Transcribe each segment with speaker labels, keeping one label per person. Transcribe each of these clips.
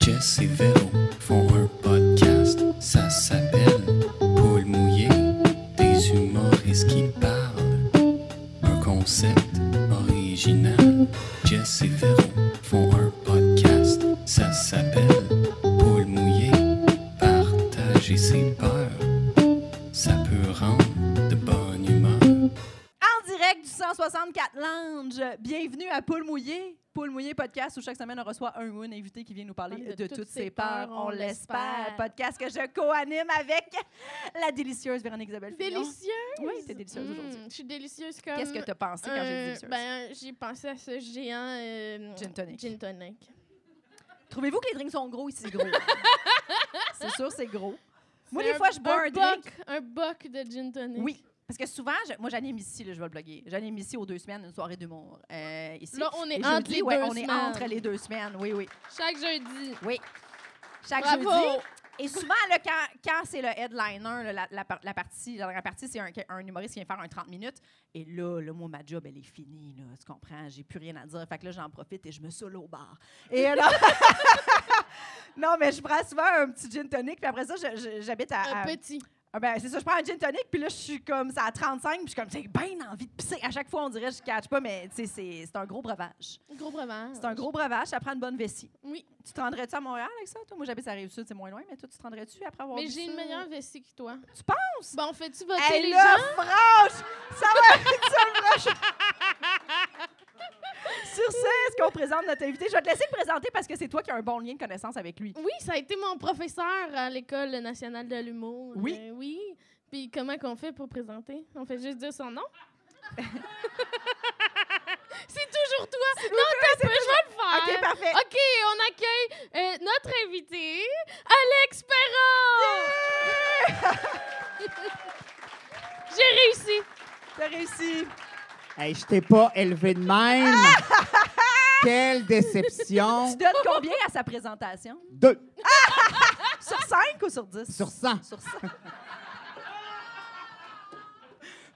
Speaker 1: Jess et Véro font un podcast, ça s'appelle Paul mouillé, des humoristes qui parlent. Un concept original. Jess et Véro font un podcast, ça s'appelle Paul mouillé, partager ses peurs. Ça peut rendre de bonne humeur.
Speaker 2: En direct du 164 Lounge, bienvenue à Poule Mouillé. Poule Mouillé podcast où chaque semaine on reçoit un ou une invité qui vient nous parler de, toutes ses peurs, on l'espère. Podcast que je co-anime avec la délicieuse Véronique Isabelle Fillon.
Speaker 3: Délicieuse.
Speaker 2: Oui, t'es délicieuse aujourd'hui.
Speaker 3: Mm, Je suis délicieuse comme.
Speaker 2: Qu'est-ce que t'as pensé quand j'ai dit
Speaker 3: euh,
Speaker 2: délicieuse?
Speaker 3: Ben, j'ai pensé à ce géant. euh,
Speaker 2: Gin tonic.
Speaker 3: Gin tonic.
Speaker 2: Trouvez-vous que les drinks sont gros ici? C'est gros. c'est sûr, c'est gros. Moi,
Speaker 3: C'est
Speaker 2: des fois, je bois un drink.
Speaker 3: buck- Un bock de gin tonic.
Speaker 2: Oui. Parce que souvent, je- moi, j'anime ici, là, je vais le bloguer. J'anime ici aux deux semaines, une soirée d'humour. euh, ici.
Speaker 3: Là, on est
Speaker 2: Et je
Speaker 3: entre
Speaker 2: le dis,
Speaker 3: les
Speaker 2: ouais,
Speaker 3: deux
Speaker 2: on
Speaker 3: semaines.
Speaker 2: est entre les deux semaines. Oui, oui.
Speaker 3: Chaque jeudi.
Speaker 2: Oui. Chaque
Speaker 3: Bravo.
Speaker 2: jeudi. Et souvent, là, quand, quand c'est le headliner, là, la, la par- la partie, la dernière partie, c'est un, un humoriste qui vient faire un 30 minutes. Et là, là, moi, ma job, elle est finie. Là, tu comprends? J'ai plus rien à dire. Fait que là, j'en profite et je me solo au bar. Et là- non, mais je prends souvent un petit gin tonic. Puis après ça, je- je- j'habite à.
Speaker 3: Un
Speaker 2: à-
Speaker 3: petit.
Speaker 2: ah ben, c'est ça, je prends un gin tonic. Puis là, je suis comme ça à 35. Puis je suis comme, j'ai bien envie de pisser. À chaque fois, on dirait, je catch pas, mais tu sais, c'est c'est un gros breuvage.
Speaker 3: Gros breuvage.
Speaker 2: C'est un gros breuvage. Ça prend une bonne vessie.
Speaker 3: Oui.
Speaker 2: Tu te rendrais-tu à Montréal avec ça, toi? Moi, j'habite à Rive-Sud, c'est moins loin, mais toi, tu te rendrais-tu après avoir
Speaker 3: Mais
Speaker 2: bu
Speaker 3: j'ai
Speaker 2: ça?
Speaker 3: une meilleure vessie que toi.
Speaker 2: Tu penses?
Speaker 3: Bon, fais-tu voter
Speaker 2: Hey,
Speaker 3: les
Speaker 2: là,
Speaker 3: gens?
Speaker 2: franche! Ça va être ça, le prochain! Sur ce, est-ce qu'on présente notre invité? Je vais te laisser le présenter parce que c'est toi qui as un bon lien de connaissance avec lui.
Speaker 3: Oui, ça a été mon professeur à l'École nationale de l'humour.
Speaker 2: Oui.
Speaker 3: Euh, oui. Puis comment qu'on fait pour présenter? On fait juste dire son nom? c'est toujours toi! Non, t'as pas, je vais le faire!
Speaker 2: OK, parfait.
Speaker 3: OK, on accueille euh, notre invité, Alex Perron! J'ai réussi.
Speaker 2: T'as réussi.
Speaker 4: Hey, je t'ai pas élevé de même. Quelle déception.
Speaker 2: Tu donnes combien à sa présentation?
Speaker 4: Deux
Speaker 2: Sur 5 ou sur 10?
Speaker 4: sur 100.
Speaker 2: Sur 5.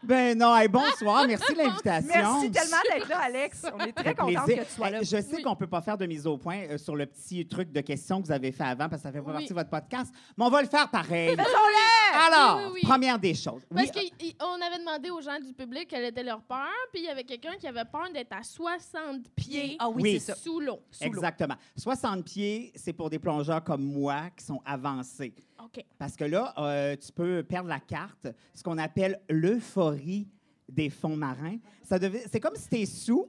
Speaker 4: Ben non, hey, bonsoir. Merci de l'invitation.
Speaker 2: Merci tellement d'être là, Alex. On est très
Speaker 4: Fait
Speaker 2: contente
Speaker 4: plaisir.
Speaker 2: que tu sois là.
Speaker 4: Hey, Je sais
Speaker 3: Oui.
Speaker 4: qu'on peut pas faire de mise au point euh, sur le petit truc de questions que vous avez fait avant parce que ça fait pas
Speaker 3: Oui.
Speaker 4: partie de votre podcast, mais on va le faire pareil.
Speaker 2: Faisons-le!
Speaker 4: Alors,
Speaker 3: Oui, oui, oui.
Speaker 4: première des choses.
Speaker 3: Parce
Speaker 4: Oui,
Speaker 3: qu'on avait demandé aux gens du public quelle était leur peur, puis il y avait quelqu'un qui avait peur d'être à 60 pieds
Speaker 2: Ah oui,
Speaker 4: Oui.
Speaker 2: c'est ça.
Speaker 3: sous l'eau.
Speaker 2: Sous l'eau.
Speaker 4: exactement. 60 pieds, c'est pour des plongeurs comme moi qui sont avancés.
Speaker 3: OK.
Speaker 4: Parce que là, euh, tu peux perdre la carte, ce qu'on appelle l'euphorie des fonds marins. Ça devait- c'est comme si tu es sous,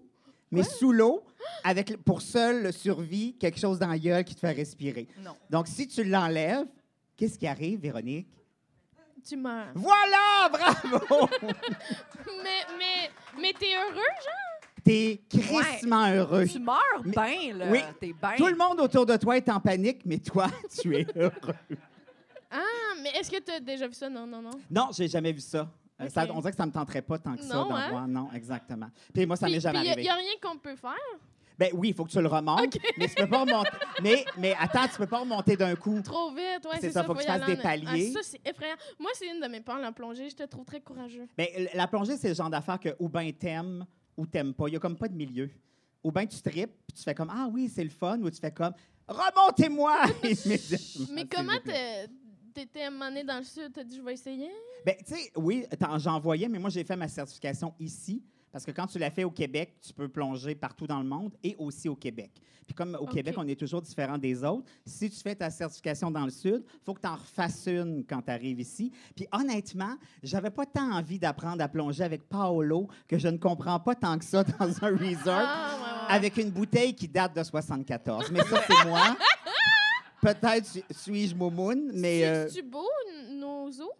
Speaker 4: mais sous l'eau, avec pour seul survie quelque chose dans la gueule qui te fait respirer.
Speaker 2: Non.
Speaker 4: Donc, si tu l'enlèves, qu'est-ce qui arrive, Véronique?
Speaker 3: Tu meurs.
Speaker 4: Voilà! Bravo!
Speaker 3: mais mais, mais t'es heureux, genre?
Speaker 4: T'es crissement heureux.
Speaker 2: Tu meurs
Speaker 4: Mais-
Speaker 2: bien, là.
Speaker 4: Oui.
Speaker 2: T'es bien.
Speaker 4: Tout le monde autour de toi est en panique, mais toi, tu es heureux.
Speaker 3: Ah, mais est-ce que t'as déjà vu ça? Non, non, non.
Speaker 4: Non, j'ai jamais vu ça. Euh,
Speaker 3: Ok.
Speaker 4: ça- On dirait que ça me tenterait pas tant que ça
Speaker 3: Non,
Speaker 4: d'en
Speaker 3: hein?
Speaker 4: voir. Non, exactement. Puis moi, ça m'est jamais
Speaker 3: Il
Speaker 4: arrivé.
Speaker 3: n'y a rien qu'on peut faire.
Speaker 4: Ben oui, il faut que tu le remontes. Mais tu peux pas remonter. Mais, mais attends, tu peux pas remonter d'un coup.
Speaker 3: Trop vite, ouais,
Speaker 4: C'est ça, faut que
Speaker 3: y
Speaker 4: tu fasses
Speaker 3: aller
Speaker 4: des
Speaker 3: en-
Speaker 4: paliers.
Speaker 3: Ah, ça, c'est effrayant. Moi, c'est une de mes peurs, la plongée. Je te trouve très courageux.
Speaker 4: Mais l- la plongée, c'est le genre d'affaire que ou ben t'aimes ou t'aimes pas. Il y a comme pas de milieu. Ou ben tu tripes, puis tu fais comme ah oui c'est le fun, ou tu fais comme remontez-moi immédiatement.
Speaker 3: Mais
Speaker 4: Ah, s'il
Speaker 3: comment
Speaker 4: vous plaît.
Speaker 3: t'es- t'étais un moment donné dans le sud? T'as dit, je vais essayer?
Speaker 4: Ben tu sais, oui, t'en- j'en voyais, mais moi j'ai fait ma certification ici. Parce que quand tu l'as fait au Québec, tu peux plonger partout dans le monde et aussi au Québec. Puis comme au
Speaker 3: OK.
Speaker 4: Québec, on est toujours différent des autres, si tu fais ta certification dans le Sud, faut que tu en refasses une quand tu arrives ici. Puis honnêtement, j'avais pas tant envie d'apprendre à plonger avec Paolo que je ne comprends pas tant que ça dans un resort
Speaker 3: Ah, ouais, ouais.
Speaker 4: avec une bouteille qui date de 74. Mais ça, c'est moi. Peut-être su- suis-je moumoune, mais... euh,
Speaker 3: C'est-tu beau, n- nos eaux?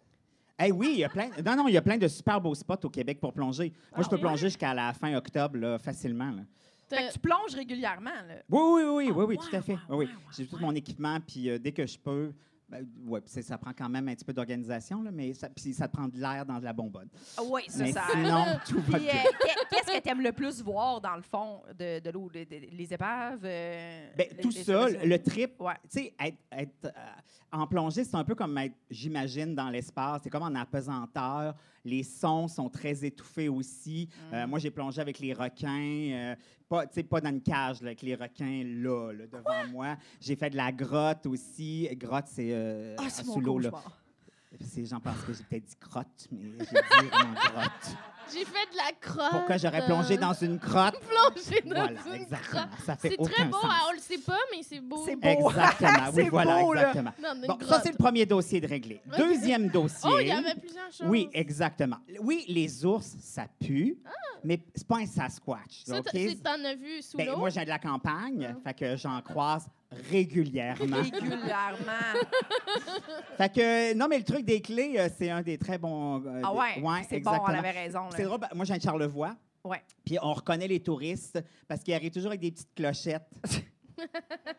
Speaker 4: eh oui, il y a plein. Non, non, il y a plein de super beaux spots au Québec pour plonger. Moi,
Speaker 2: Ah,
Speaker 4: je peux
Speaker 3: ouais?
Speaker 4: plonger jusqu'à la fin octobre, là, facilement. là.
Speaker 2: Fait
Speaker 3: T'as-
Speaker 2: que tu plonges régulièrement, là.
Speaker 4: Oui, oui, oui, oui, oui,
Speaker 2: Ah, wow,
Speaker 4: tout à fait.
Speaker 2: wow,
Speaker 4: oui,
Speaker 2: wow,
Speaker 4: oui. J'ai tout
Speaker 2: wow.
Speaker 4: mon équipement, puis euh, dès que je peux. ben, ouais, puis c'est- ça prend quand même un petit peu d'organisation, là, mais ça, puis ça te prend de l'air dans de la bonbonne.
Speaker 2: Ah oui, ça,
Speaker 4: Mais
Speaker 2: ça.
Speaker 4: sinon, tout va
Speaker 2: Puis, euh,
Speaker 4: bien.
Speaker 2: qu'est- qu'est-ce que tu aimes le plus voir dans le fond de, de l'eau? de- de- les épaves? euh,
Speaker 4: Ben,
Speaker 2: les-
Speaker 4: tout
Speaker 2: les-
Speaker 4: ça,
Speaker 2: les-
Speaker 4: le trip,
Speaker 2: Ouais.
Speaker 4: tu sais, être, être, euh, en plongée, c'est un peu comme, être, j'imagine, dans l'espace. C'est comme en apesanteur. Les sons sont très étouffés aussi. Euh,
Speaker 2: Mm.
Speaker 4: moi, j'ai plongé avec les requins. euh, pas, tu sais, pas dans une cage, là, avec les requins là, là, devant moi. J'ai fait de la grotte aussi. Grotte, c'est euh,
Speaker 2: Ah, c'est
Speaker 4: sous
Speaker 2: mon
Speaker 4: l'eau. là.
Speaker 2: cauchemar.
Speaker 4: C'est- J'en pense que j'ai peut-être dit crotte, mais j'ai dit vraiment grotte.
Speaker 3: J'ai fait de la
Speaker 2: Ah,
Speaker 3: crotte. euh,
Speaker 4: Pourquoi j'aurais plongé dans une crotte?
Speaker 3: Plongé dans
Speaker 4: Voilà,
Speaker 3: une
Speaker 4: exactement.
Speaker 3: crotte.
Speaker 4: Ça fait
Speaker 3: C'est
Speaker 4: aucun
Speaker 3: très beau,
Speaker 4: sens.
Speaker 3: hein, on le sait pas, mais c'est beau.
Speaker 2: C'est beau.
Speaker 4: Exactement, oui,
Speaker 2: C'est
Speaker 4: voilà,
Speaker 2: beau, là.
Speaker 4: exactement.
Speaker 3: Dans une
Speaker 4: Bon, ça,
Speaker 3: grotte.
Speaker 4: c'est le premier dossier de réglé.
Speaker 3: Ok.
Speaker 4: Deuxième dossier.
Speaker 3: Oh, il y avait plusieurs choses.
Speaker 4: Oui, exactement. Oui, les ours, ça pue, mais c'est pas un Sasquatch.
Speaker 3: Ah. Ça,
Speaker 4: OK?
Speaker 3: t'as- c'est- t'en as vu sous
Speaker 4: Ben,
Speaker 3: l'eau. Ah.
Speaker 4: moi, j'ai de la campagne, fait que j'en croise régulièrement.
Speaker 2: Régulièrement.
Speaker 4: Euh, fait que, non, mais le truc des clés, euh, c'est un des très bons. euh,
Speaker 2: Ah
Speaker 4: des-
Speaker 2: ouais, c'est bon, on
Speaker 4: exactement.
Speaker 2: avait raison. là.
Speaker 4: C'est drôle, ben, moi, j'ai un Charlevoix.
Speaker 2: Ouais.
Speaker 4: Puis on reconnaît les touristes parce qu'ils arrivent toujours avec des petites clochettes.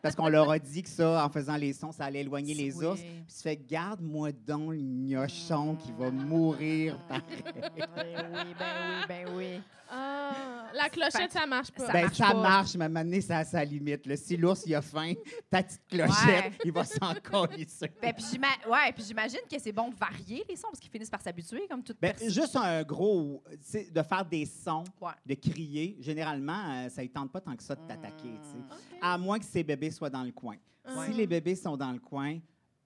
Speaker 4: parce qu'on leur a dit que ça, en faisant les sons, ça allait éloigner les
Speaker 2: Oui.
Speaker 4: ours. Puis tu fais, garde-moi donc le gnochon qui
Speaker 2: Ah.
Speaker 4: va mourir.
Speaker 2: Ben oui, ben oui, ben oui.
Speaker 3: Ah, la clochette, ça marche pas.
Speaker 2: Ça
Speaker 4: ben,
Speaker 2: marche
Speaker 4: ça
Speaker 2: pas.
Speaker 4: marche, mais maintenant, c'est à sa limite. là. Si l'ours, il a faim, ta petite clochette,
Speaker 2: Ouais.
Speaker 4: il va s'en colisser.
Speaker 2: Ben, puis j'ima- ouais, puis j'imagine que c'est bon de varier les sons parce qu'ils finissent par s'habituer comme toute
Speaker 4: Ben,
Speaker 2: personne.
Speaker 4: juste un gros... tu sais, De faire des sons,
Speaker 2: Ouais.
Speaker 4: de crier, généralement, euh, ça ne tente pas tant que ça de t'attaquer. tu sais.
Speaker 2: Mmh.
Speaker 3: Ok.
Speaker 2: ah,
Speaker 4: À moins que ces bébés soient dans le coin.
Speaker 3: Ouais.
Speaker 4: Si les bébés sont dans le coin,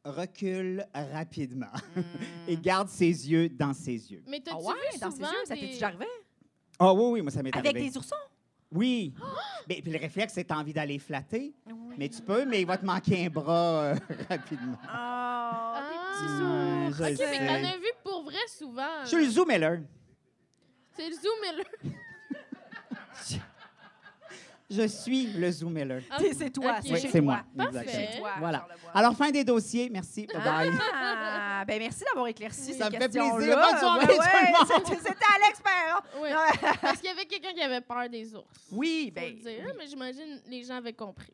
Speaker 4: recule rapidement
Speaker 2: Mmh.
Speaker 4: et garde ses yeux dans ses yeux.
Speaker 3: Mais
Speaker 2: Ah
Speaker 3: t'as-tu
Speaker 2: ouais,
Speaker 3: vu
Speaker 2: dans ses
Speaker 3: souvent
Speaker 2: yeux, ça
Speaker 3: des...
Speaker 2: t'est-tu déjà arrivé?
Speaker 4: Ah oui, oui, moi, ça m'est
Speaker 2: Avec
Speaker 4: arrivé.
Speaker 2: des oursons?
Speaker 4: Oui. Mais puis le réflexe, c'est t'as envie d'aller flatter.
Speaker 2: Oui.
Speaker 4: Mais tu peux, mais il va te manquer un bras euh, rapidement.
Speaker 2: Oh,
Speaker 3: Ah,
Speaker 4: des petits ours. Ouais,
Speaker 3: OK,
Speaker 4: je
Speaker 3: mais
Speaker 4: sais.
Speaker 3: t'en as vu pour vrai souvent.
Speaker 4: Je suis le zoomeller.
Speaker 3: C'est le zoom et le...
Speaker 4: Je suis le zoomeller.
Speaker 2: t'es- c'est toi,
Speaker 3: ah, Ok.
Speaker 2: c'est
Speaker 4: Oui,
Speaker 2: chez
Speaker 4: c'est
Speaker 2: toi.
Speaker 4: moi.
Speaker 3: Parfait.
Speaker 4: Exactement.
Speaker 2: Chez toi,
Speaker 4: Voilà.
Speaker 2: Charlevoix.
Speaker 4: Alors, fin des dossiers. Merci. Bye-bye.
Speaker 2: Ah, ben merci d'avoir éclairci
Speaker 4: Ça
Speaker 2: ces
Speaker 4: me fait plaisir.
Speaker 2: questions-là. Ben
Speaker 4: Bonne soirée, tout le monde.
Speaker 2: c'était- C'était Alex Perron.
Speaker 3: Oui.
Speaker 2: Non.
Speaker 3: Parce qu'il y avait quelqu'un qui avait peur des ours.
Speaker 2: Oui,
Speaker 3: Faut le
Speaker 2: ben,
Speaker 3: dire, mais j'imagine les gens avaient compris.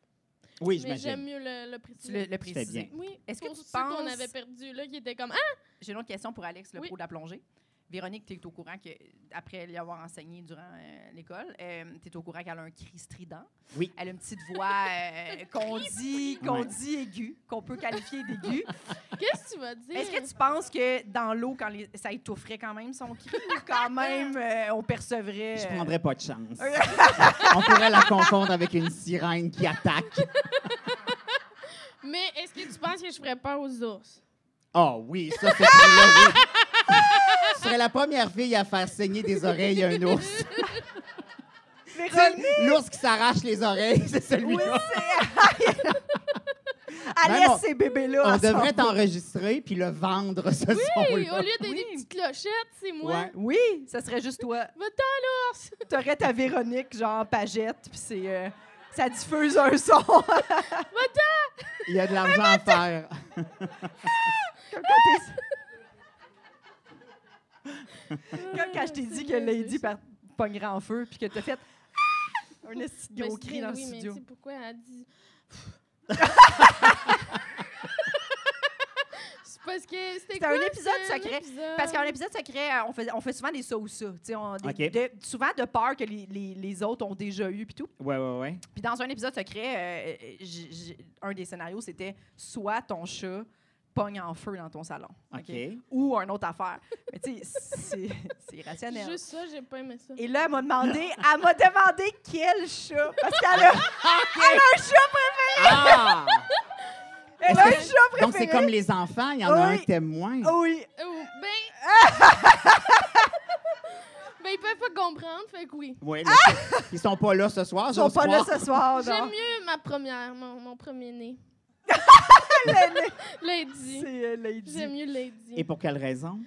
Speaker 4: Oui,
Speaker 3: Mais j'aime
Speaker 4: j'imagine.
Speaker 3: mieux le, le
Speaker 2: tu le,
Speaker 3: préciser.
Speaker 2: le
Speaker 4: C'était
Speaker 2: précises.
Speaker 4: bien.
Speaker 3: Oui,
Speaker 2: Est-ce que
Speaker 3: pour
Speaker 2: tu
Speaker 3: ceux qu'on
Speaker 2: penses-
Speaker 3: avait perdu là, qui étaient comme Ah!
Speaker 2: J'ai une autre question pour Alex, le
Speaker 3: Oui.
Speaker 2: pro de la plongée. Véronique, tu es au courant que, après l'y avoir enseigné durant euh, l'école, tu es au courant qu'elle a un cri strident.
Speaker 4: Oui.
Speaker 2: Elle a une petite voix euh, qu'on dit, qu'on
Speaker 4: Ouais.
Speaker 2: dit aiguë, qu'on peut qualifier d'aigu.
Speaker 3: Qu'est-ce que tu vas dire?
Speaker 2: Est-ce que tu penses que dans l'eau, quand les- ça étoufferait quand même son cri, ou quand même euh, on percevrait.
Speaker 4: Je
Speaker 2: euh,
Speaker 4: prendrais pas de chance. On pourrait la confondre avec une sirène qui attaque.
Speaker 3: Mais est-ce que tu penses que je ferais peur aux ours?
Speaker 4: Ah oui, ça, c'est là oui. Tu serais la première fille à faire saigner des oreilles à un ours. Tu sais,
Speaker 2: Véronique,
Speaker 4: L'ours qui s'arrache les oreilles, c'est
Speaker 2: oui,
Speaker 4: celui-là.
Speaker 2: c'est.
Speaker 4: Ben
Speaker 2: Alex,
Speaker 4: non,
Speaker 2: ces bébés-là.
Speaker 4: On
Speaker 2: ensemble.
Speaker 4: devrait t'enregistrer puis le vendre, ce
Speaker 3: Oui,
Speaker 4: son-là.
Speaker 3: au lieu de
Speaker 2: Oui.
Speaker 3: des petites clochettes, c'est moi.
Speaker 4: Ouais.
Speaker 2: Oui, ça serait juste toi.
Speaker 3: Va-t'en, l'ours!
Speaker 2: T'aurais ta Véronique, genre pagette, puis c'est. euh, ça diffuse un son.
Speaker 4: Il y a de l'argent à faire.
Speaker 2: Comme quand t'es- Comme quand je t'ai dit que Lady par... pognerait en feu, puis que t'as fait Ah! un esti de
Speaker 3: Je me
Speaker 2: gros
Speaker 3: suis
Speaker 2: cri
Speaker 3: dit,
Speaker 2: dans le
Speaker 3: oui, mais
Speaker 2: studio.
Speaker 3: tu sais pourquoi elle a dit. C'est parce que c'était
Speaker 2: C'était un
Speaker 3: quoi,
Speaker 2: épisode
Speaker 3: ce-
Speaker 2: secret.
Speaker 3: l'épisode?
Speaker 2: Parce qu'en épisode secret, euh, on fait, on fait souvent des ça ou ça. tu sais, on- des-
Speaker 4: OK.
Speaker 2: de- souvent de peur que les, les- les autres ont déjà eu, puis tout.
Speaker 4: Ouais, ouais, ouais.
Speaker 2: Puis dans un épisode secret, euh, j- j- un des scénarios, c'était soit ton chat pogne en feu dans ton salon.
Speaker 4: OK.
Speaker 2: Ou un autre affaire. Mais tu sais, c'est c'est irrationnel.
Speaker 3: Juste ça, j'ai pas aimé ça.
Speaker 2: Et là, elle m'a demandé, elle m'a demandé quel chat. Parce qu'elle a, elle a un chat préféré.
Speaker 4: Ah!
Speaker 2: Elle a un
Speaker 4: Est-ce
Speaker 2: chat préféré.
Speaker 4: Donc, c'est comme les enfants, il y en a
Speaker 2: Oui.
Speaker 4: un que t'aimes moins.
Speaker 2: Ah Oui.
Speaker 3: Oh, ben. ben, ils peuvent pas comprendre, fait que oui.
Speaker 4: Oui, mais ils sont pas là ce soir,
Speaker 2: Ah! Ils sont
Speaker 4: j'ose
Speaker 2: pas là
Speaker 4: croire.
Speaker 2: ce soir,
Speaker 3: J'aime
Speaker 2: Oh, non.
Speaker 3: mieux ma première, mon, mon premier né. Lady.
Speaker 2: C'est euh, Lady.
Speaker 3: J'aime mieux Lady.
Speaker 4: Et pour quelle raison?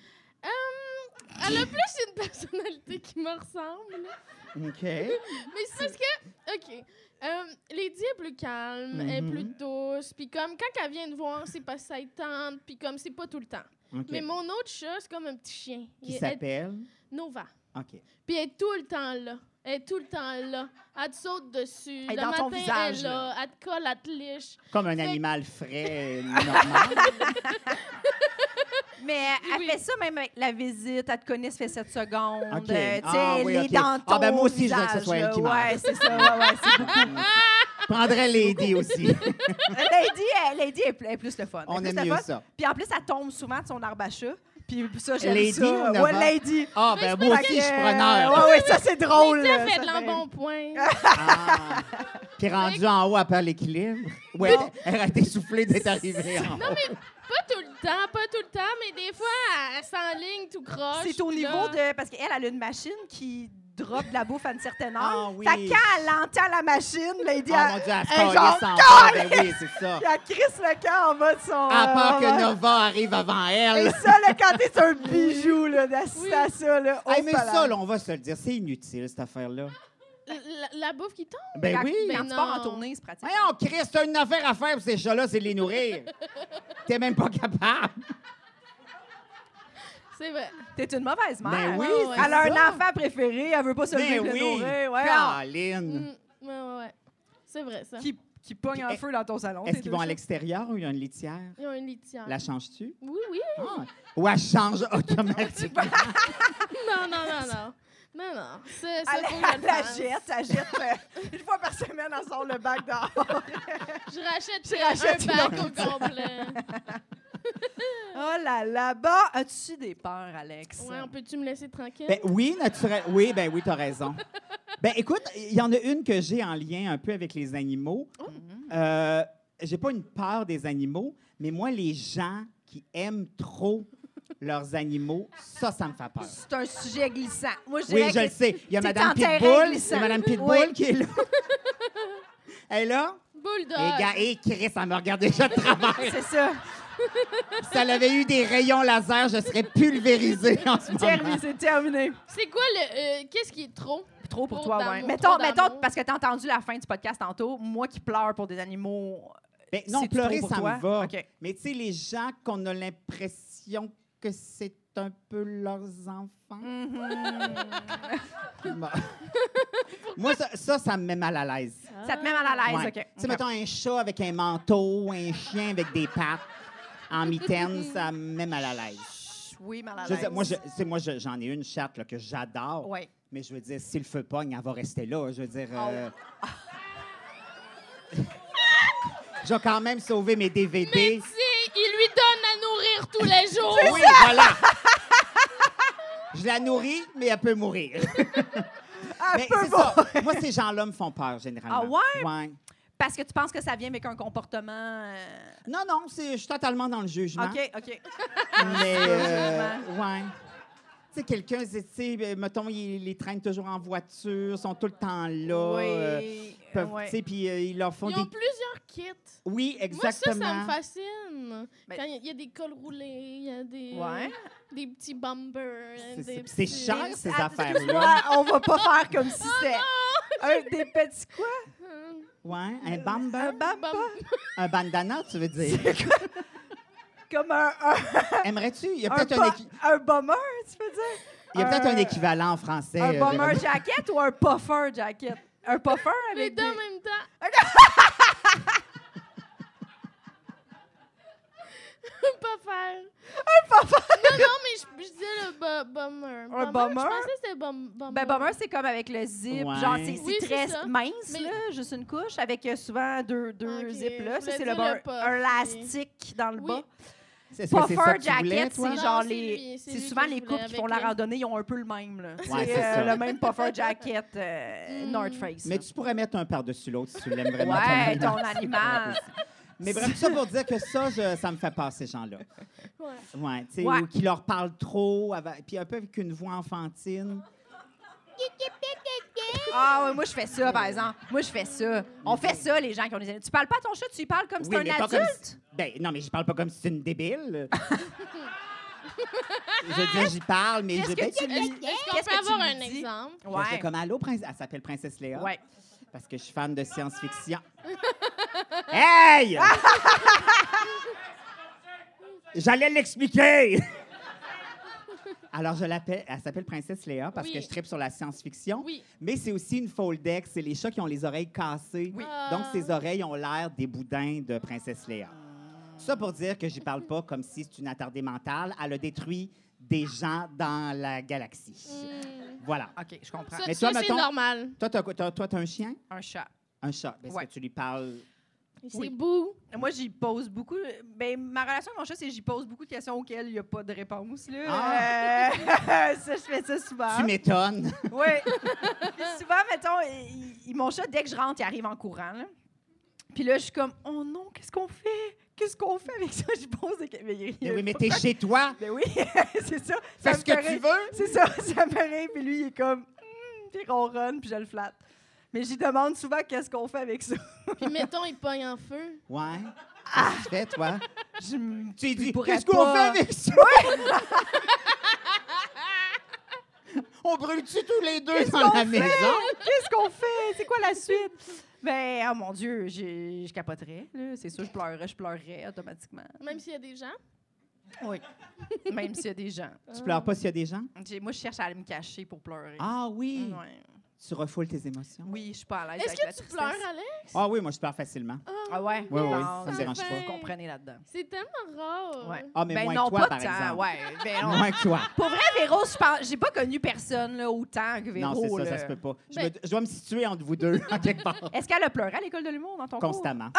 Speaker 3: Elle a plus une personnalité qui me ressemble. là.
Speaker 4: OK.
Speaker 3: Mais c'est parce que, OK, euh, Lady est plus calme, elle est
Speaker 4: Mhm.
Speaker 3: plus douce. Puis comme quand elle vient de voir, c'est parce que ça y tente. Puis comme c'est pas tout le temps.
Speaker 4: OK.
Speaker 3: Mais mon autre chat, c'est comme un petit chien.
Speaker 4: Qui
Speaker 3: est-
Speaker 4: s'appelle?
Speaker 3: Nova.
Speaker 4: OK.
Speaker 3: Puis elle est tout le temps là. Elle est tout le temps là. Elle te saute dessus.
Speaker 2: est
Speaker 3: le
Speaker 2: dans
Speaker 3: matin,
Speaker 2: ton visage,
Speaker 3: elle est là. Elle te colle, elle te liche.
Speaker 4: Comme un
Speaker 3: Fait-
Speaker 4: animal frais, euh, normal.
Speaker 2: Mais elle
Speaker 3: Oui.
Speaker 2: fait ça même avec la visite. Elle te connaît, ça fait 7 secondes. Euh,
Speaker 4: OK.
Speaker 2: tu sais,
Speaker 4: Ah
Speaker 2: elle
Speaker 4: oui,
Speaker 2: est
Speaker 4: OK.
Speaker 2: dans ton
Speaker 4: Ah, ben, moi aussi, je veux que ce
Speaker 2: visage,
Speaker 4: soit elle
Speaker 2: là.
Speaker 4: qui meure.
Speaker 2: Ah! Ouais, c'est ça. Ouais, ouais, c'est beaucoup.
Speaker 4: Je prendrais Lady aussi.
Speaker 2: Lady, elle- Lady est pl- est plus le fun. Elle
Speaker 4: On
Speaker 2: est plus
Speaker 4: aime
Speaker 2: le
Speaker 4: mieux
Speaker 2: fun.
Speaker 4: ça.
Speaker 2: Puis en plus, elle tombe souvent de son arbre à chat. Puis ça, j'aime
Speaker 4: Lady
Speaker 2: ça.
Speaker 4: ou Nova?
Speaker 2: Ouais, Lady.
Speaker 4: Ah,
Speaker 3: Mais
Speaker 4: ben
Speaker 3: c'est
Speaker 4: moi
Speaker 2: Fait
Speaker 4: aussi,
Speaker 2: que,
Speaker 4: je suis preneur.
Speaker 2: Ouais, ouais, ça, c'est drôle.
Speaker 3: Lady, elle
Speaker 2: là,
Speaker 3: fait
Speaker 2: ça
Speaker 3: de
Speaker 2: fait-
Speaker 3: l'embonpoint.
Speaker 4: Ah. Puis rendu en haut, elle perd l'équilibre. Ouais, elle elle a été soufflée d'être arrivée en haut. Ah,
Speaker 3: Non, mais pas tout le temps, pas tout le temps, mais des fois, elle, elle s'enligne tout croche.
Speaker 2: C'est au
Speaker 3: puis
Speaker 2: niveau
Speaker 3: là-
Speaker 2: de. Parce qu'elle, elle a une machine qui drop de la bouffe à une certaine heure.
Speaker 4: Ah oui.
Speaker 2: Fait que quand elle entend la machine, Lady,
Speaker 4: Ah, mon Dieu, elle se
Speaker 2: elle,
Speaker 4: calisse
Speaker 2: genre,
Speaker 4: en bas. Ben
Speaker 2: calisse!
Speaker 4: oui, c'est ça.
Speaker 2: Puis elle crisse le camp en bas de son.
Speaker 4: À
Speaker 2: euh,
Speaker 4: part
Speaker 2: en
Speaker 4: que
Speaker 2: bas.
Speaker 4: Nova arrive avant elle.
Speaker 2: Et ça, là, quand t'es un bijou, là, d'assister à ça, là.
Speaker 4: Hey,
Speaker 2: oh,
Speaker 4: mais
Speaker 2: palais.
Speaker 4: ça, là, on va se le dire, c'est inutile, cette affaire-là.
Speaker 3: La, la bouffe qui tombe.
Speaker 4: Ben
Speaker 2: Quand-
Speaker 4: oui.
Speaker 2: Quand
Speaker 3: Ben
Speaker 2: tu pars en
Speaker 3: non.
Speaker 2: tournée, c'est pratique.
Speaker 4: Voyons, Chris, t'as une affaire à faire pour ces chats-là, c'est de les nourrir. T'es même pas capable.
Speaker 3: C'est vrai.
Speaker 2: T'es une mauvaise mère.
Speaker 4: Ben oui,
Speaker 3: Ouais, ouais.
Speaker 4: c'est
Speaker 2: Elle a
Speaker 4: ça.
Speaker 2: un enfant préféré, elle veut pas se lever
Speaker 4: Ben
Speaker 2: pour le
Speaker 4: oui.
Speaker 2: nourrir. ouais. ah.
Speaker 4: Caroline.
Speaker 3: Mm, ouais, ouais, ouais. C'est vrai, ça.
Speaker 2: Qui, qui pogne un
Speaker 4: Puis,
Speaker 2: feu dans ton salon.
Speaker 4: Est-ce
Speaker 2: tes deux
Speaker 4: qu'ils vont à
Speaker 2: chats.
Speaker 4: l'extérieur ou il y a une litière?
Speaker 3: Ils ont une litière.
Speaker 4: La changes-tu?
Speaker 3: Oui, oui.
Speaker 4: Ah. Ou elle change automatiquement?
Speaker 3: Non, non, non, non. Non, non. Ça, ça, faut
Speaker 2: Elle,
Speaker 3: que je
Speaker 2: elle
Speaker 3: le
Speaker 2: la
Speaker 3: fasse.
Speaker 2: jette, elle jette euh, une fois par semaine, elle sort le bac dehors.
Speaker 3: Je rachète,
Speaker 2: Tu
Speaker 3: euh,
Speaker 2: rachètes une
Speaker 3: un bac
Speaker 2: autre
Speaker 3: au complet.
Speaker 2: oh là là, bah, as-tu des peurs, Alex?
Speaker 3: Ouais, on peut-tu me laisser tranquille?
Speaker 4: Ben oui, naturel. Oui, ben oui, t'as raison. Ben écoute, il y en a une que j'ai en lien un peu avec les animaux.
Speaker 2: Oh.
Speaker 4: Euh, j'ai pas une peur des animaux, mais moi, les gens qui aiment trop leurs animaux, ça, ça me fait peur.
Speaker 2: C'est un sujet glissant. Moi, je
Speaker 4: Oui,
Speaker 2: dirais
Speaker 4: je
Speaker 2: que-
Speaker 4: le sais. Il y a
Speaker 2: t'es
Speaker 4: Madame
Speaker 2: en terrain
Speaker 4: Pitbull, il y
Speaker 2: glissant.
Speaker 4: a Madame Pitbull
Speaker 2: Oui.
Speaker 4: qui est là. Elle est là.
Speaker 2: Bah.
Speaker 3: Bulldog.
Speaker 4: Les gars, et Chris, elle me regarde déjà de travers.
Speaker 2: C'est ça.
Speaker 4: Si elle avait eu des rayons laser, je serais pulvérisée en ce moment.
Speaker 2: Terminé, c'est terminé.
Speaker 3: C'est quoi le. euh, Qu'est-ce qui est trop?
Speaker 2: Trop pour
Speaker 3: Trop
Speaker 2: toi,
Speaker 3: d'amour,
Speaker 2: ouais.
Speaker 3: trop
Speaker 2: Mettons, mettons,
Speaker 3: d'amour.
Speaker 2: parce que t'as entendu la fin du podcast tantôt, moi qui pleure pour des animaux.
Speaker 4: Ben, non,
Speaker 2: c'est
Speaker 4: pleurer,
Speaker 2: trop
Speaker 4: ça
Speaker 2: pour
Speaker 4: me
Speaker 2: toi?
Speaker 4: va.
Speaker 2: OK.
Speaker 4: Mais tu sais, les gens qu'on a l'impression que c'est un peu leurs enfants.
Speaker 2: Mm-hmm.
Speaker 4: Bon. Moi, ça, ça, ça me met mal à l'aise.
Speaker 2: Ça te met mal à l'aise,
Speaker 4: Ah. Ouais.
Speaker 2: OK.
Speaker 4: Tu sais, mettons un chat avec un manteau, un chien avec des pattes en mitaine, ça me met mal à l'aise.
Speaker 2: Oui, mal à
Speaker 4: Je veux dire,
Speaker 2: l'aise.
Speaker 4: moi, je- tu sais, moi, je- j'en ai une chatte là, que j'adore.
Speaker 2: Ouais.
Speaker 4: Mais je veux dire, si le feu pogne, elle va rester là. Je veux dire. euh,
Speaker 2: Ah
Speaker 4: je vais quand même sauver mes DVD.
Speaker 3: Tu sais, il lui donne à nourrir tous les jours.
Speaker 4: Oui, voilà. Je la nourris, mais elle peut mourir.
Speaker 2: Elle
Speaker 4: Mais
Speaker 2: peut
Speaker 4: c'est
Speaker 2: pas.
Speaker 4: ça. Moi, ces gens-là me font peur, généralement.
Speaker 2: Ah ouais?
Speaker 4: Ouais.
Speaker 2: Parce que tu penses que ça vient avec un comportement. euh,
Speaker 4: Non, non, c'est- je suis totalement dans le jugement.
Speaker 2: OK, Ah, OK.
Speaker 4: Mais, euh, ouais. Tu sais, quelqu'un, tu sais, ben, mettons, ils les traînent toujours en voiture, sont tout le temps là. euh,
Speaker 2: oui.
Speaker 4: peuvent-
Speaker 2: ouais.
Speaker 4: Tu sais, puis euh, ils leur font
Speaker 3: Ils ont
Speaker 4: des...
Speaker 3: plusieurs kits.
Speaker 4: Oui, exactement.
Speaker 3: Moi, ça, ça me fascine.
Speaker 2: Ben-
Speaker 3: Quand il y a- il y, a des cols roulés, il y a des,
Speaker 2: Ouais.
Speaker 3: des petits bumpers.
Speaker 4: C'est-
Speaker 3: des
Speaker 4: c'est- c'est
Speaker 3: petits-
Speaker 4: cher, ces
Speaker 2: Ah,
Speaker 4: affaires-là.
Speaker 2: Excuse-moi, on va pas faire comme
Speaker 3: Oh
Speaker 2: si c'était un des petits quoi?
Speaker 3: Hum,
Speaker 4: Ouais, un bamba,
Speaker 2: Un bam,
Speaker 3: bum-
Speaker 4: un bandana, tu veux dire.
Speaker 2: comme un, un,
Speaker 4: Aimerais-tu? Il y a
Speaker 2: un,
Speaker 4: peut-être
Speaker 2: pa-
Speaker 4: un, équi-
Speaker 2: un bomber, tu peux dire?
Speaker 4: il y a peut-être
Speaker 2: un-
Speaker 4: un équivalent en français.
Speaker 2: Un
Speaker 4: euh,
Speaker 2: bomber
Speaker 4: Véronique.
Speaker 2: jacket ou un puffer jacket? Un puffer
Speaker 3: Les
Speaker 2: avec
Speaker 3: deux
Speaker 2: des...
Speaker 3: en même temps. pas faire. Non, non, mais je, je disais le bu- bummer.
Speaker 2: Un
Speaker 3: Bummer,
Speaker 2: bummer?
Speaker 3: Je pensais que c'était bum, bummer.
Speaker 2: Ben, bomber, c'est comme avec le zip.
Speaker 4: Ouais.
Speaker 2: Genre, c'est c'est
Speaker 3: Oui, c'est
Speaker 2: très
Speaker 3: ça.
Speaker 2: mince,
Speaker 3: Mais-
Speaker 2: là, juste une couche, avec euh, souvent deux, deux
Speaker 3: Ok,
Speaker 2: zips,
Speaker 3: je
Speaker 2: là. Ça,
Speaker 3: voulais
Speaker 2: c'est le
Speaker 3: dire le
Speaker 2: bummer.
Speaker 3: puff,
Speaker 2: Un
Speaker 3: mais-
Speaker 2: lastique dans le
Speaker 3: Oui.
Speaker 2: bas.
Speaker 4: Est-ce que c'est ça
Speaker 2: Puffer
Speaker 4: que tu voulais,
Speaker 2: jacket,
Speaker 4: toi?
Speaker 2: c'est
Speaker 3: Non,
Speaker 2: genre
Speaker 3: c'est
Speaker 2: les.
Speaker 3: lui, c'est
Speaker 2: C'est
Speaker 3: lui
Speaker 2: souvent
Speaker 3: que je
Speaker 2: les couples
Speaker 3: voulais
Speaker 2: qui font
Speaker 3: avec
Speaker 2: la
Speaker 3: les-
Speaker 2: randonnée, ils ont un peu le même, là.
Speaker 4: Ouais,
Speaker 2: c'est
Speaker 4: c'est
Speaker 2: euh,
Speaker 4: ça.
Speaker 2: le même puffer jacket euh,
Speaker 3: Mm.
Speaker 2: North Face.
Speaker 4: Mais
Speaker 2: là.
Speaker 4: tu pourrais mettre un par-dessus l'autre si tu l'aimes vraiment. ton
Speaker 2: Ouais,
Speaker 4: animal.
Speaker 2: ton animal.
Speaker 4: Mais bref, tout ça pour dire que ça, je- ça me fait peur, ces gens-là.
Speaker 3: Ouais.
Speaker 4: Ouais, tu sais,
Speaker 2: Ouais.
Speaker 4: ou qui leur parlent trop, avec- puis un peu avec une voix enfantine.
Speaker 2: Ah ouais, moi je fais ça par exemple. Moi je fais ça. On fait ça les gens qui ont des animaux. Tu parles pas à ton chat, tu y parles comme si
Speaker 4: Mm-hmm.
Speaker 2: c'était
Speaker 4: Oui, mais
Speaker 2: un
Speaker 4: pas comme si-
Speaker 2: adulte.
Speaker 4: Ben, non, mais je parle pas comme si c'est une débile. je veux dire, j'y parle, mais je
Speaker 2: Qu'est-ce que tu lui
Speaker 3: Est-ce qu'on
Speaker 2: Qu'est-ce
Speaker 3: peut
Speaker 2: que tu
Speaker 3: avoir
Speaker 2: lui
Speaker 3: un
Speaker 2: dis?
Speaker 3: exemple?
Speaker 4: Je fais
Speaker 2: Ouais.
Speaker 4: comme Allô, prince... elle s'appelle Princesse Léa.
Speaker 2: Ouais.
Speaker 4: Parce que je suis fan de science-fiction. hey! J'allais l'expliquer! Alors, je l'appelle, elle s'appelle Princesse Léa parce
Speaker 3: Oui.
Speaker 4: que je tripe sur la science-fiction.
Speaker 3: Oui.
Speaker 4: Mais c'est aussi une foldex. C'est les chats qui ont les oreilles cassées.
Speaker 3: Ah.
Speaker 4: Donc, ses oreilles ont l'air des boudins de Princesse Léa. Ça pour dire que j'y parle pas comme si c'est une attardée mentale. Elle a détruit des gens dans la galaxie.
Speaker 3: Hum.
Speaker 4: Voilà.
Speaker 2: OK, je comprends.
Speaker 3: Ça,
Speaker 4: Mais
Speaker 3: ça,
Speaker 4: toi,
Speaker 3: c'est
Speaker 4: mettons-
Speaker 3: normal.
Speaker 4: Toi, t'as, quoi- t'as- toi, t'as un chien?
Speaker 2: Un chat.
Speaker 4: Un chat. Ben, Est-ce
Speaker 2: Ouais.
Speaker 4: que tu lui parles?
Speaker 3: C'est
Speaker 2: Oui.
Speaker 3: beau.
Speaker 2: Moi, j'y pose beaucoup. Ben, ma relation avec mon chat, c'est que j'y pose beaucoup de questions auxquelles il n'y a pas de réponse. Là. Euh, ça, je fais ça souvent.
Speaker 4: Ah. Tu m'étonnes.
Speaker 2: Oui. Puis souvent, mettons, il- il- mon chat, dès que je rentre, il arrive en courant. là. Puis là, je suis comme, oh non, qu'est-ce qu'on fait? Qu'est-ce qu'on fait avec ça? Je pose des questions.
Speaker 4: Mais oui, mais t'es chez toi.
Speaker 2: Ben oui, c'est ça. Ça
Speaker 4: Fais ce
Speaker 2: me
Speaker 4: que
Speaker 2: fait
Speaker 4: tu
Speaker 2: rire.
Speaker 4: veux.
Speaker 2: C'est ça, ça me fait rire. Puis lui, il est comme, hmm, puis il ronronne, puis je le flatte. Mais j'y demande souvent qu'est-ce qu'on fait avec ça.
Speaker 3: Puis mettons, il pogne en feu.
Speaker 4: Ouais. Qu'est-ce que tu fais, toi?
Speaker 2: Je me-
Speaker 4: Tu lui dis,
Speaker 2: Ah. pourrais
Speaker 4: qu'est-ce qu'on
Speaker 2: pas.
Speaker 4: fait avec ça? On brûle-tu tous les deux
Speaker 2: Qu'est-ce
Speaker 4: dans
Speaker 2: qu'on
Speaker 4: la
Speaker 2: fait?
Speaker 4: maison?
Speaker 2: Qu'est-ce qu'on fait? C'est quoi la suite? Ben, oh mon Dieu, j'ai- je capoterais. là. C'est sûr, je pleurerais, je pleurerais automatiquement.
Speaker 3: Même s'il y a des gens.
Speaker 2: Oui. Même s'il y a des gens.
Speaker 4: Tu pleures pas s'il y a des gens?
Speaker 2: J'ai- Moi, je cherche à aller me cacher pour pleurer.
Speaker 4: Ah oui.
Speaker 2: Ouais.
Speaker 4: Tu refoules tes émotions.
Speaker 2: Oui, je suis pas à l'aise
Speaker 3: Est-ce
Speaker 2: avec la
Speaker 3: que tu
Speaker 2: tristesse.
Speaker 3: pleures, Alex?
Speaker 4: Ah oui, moi, je pleure facilement.
Speaker 2: Ah ouais?
Speaker 4: Oui, oui,
Speaker 2: Non,
Speaker 4: ça me
Speaker 2: non,
Speaker 4: dérange
Speaker 3: ça
Speaker 4: pas.
Speaker 3: fait-
Speaker 2: Vous comprenez là-dedans.
Speaker 3: C'est tellement rare.
Speaker 2: Ouais.
Speaker 4: Ah, mais
Speaker 2: ben
Speaker 4: moins
Speaker 2: non,
Speaker 4: que toi,
Speaker 2: pas
Speaker 4: par
Speaker 2: tant,
Speaker 4: exemple.
Speaker 2: ouais. Ben non.
Speaker 4: Moins que toi.
Speaker 2: Pour vrai, Véro, je pense- j'ai pas connu personne là, autant que Véro.
Speaker 4: Non, c'est ça,
Speaker 2: là.
Speaker 4: ça se peut pas. Je,
Speaker 3: Ben-
Speaker 4: me- je dois me situer entre vous deux, en quelque part.
Speaker 2: Est-ce qu'elle a pleuré à l'école de l'humour dans ton cours?
Speaker 4: Constamment.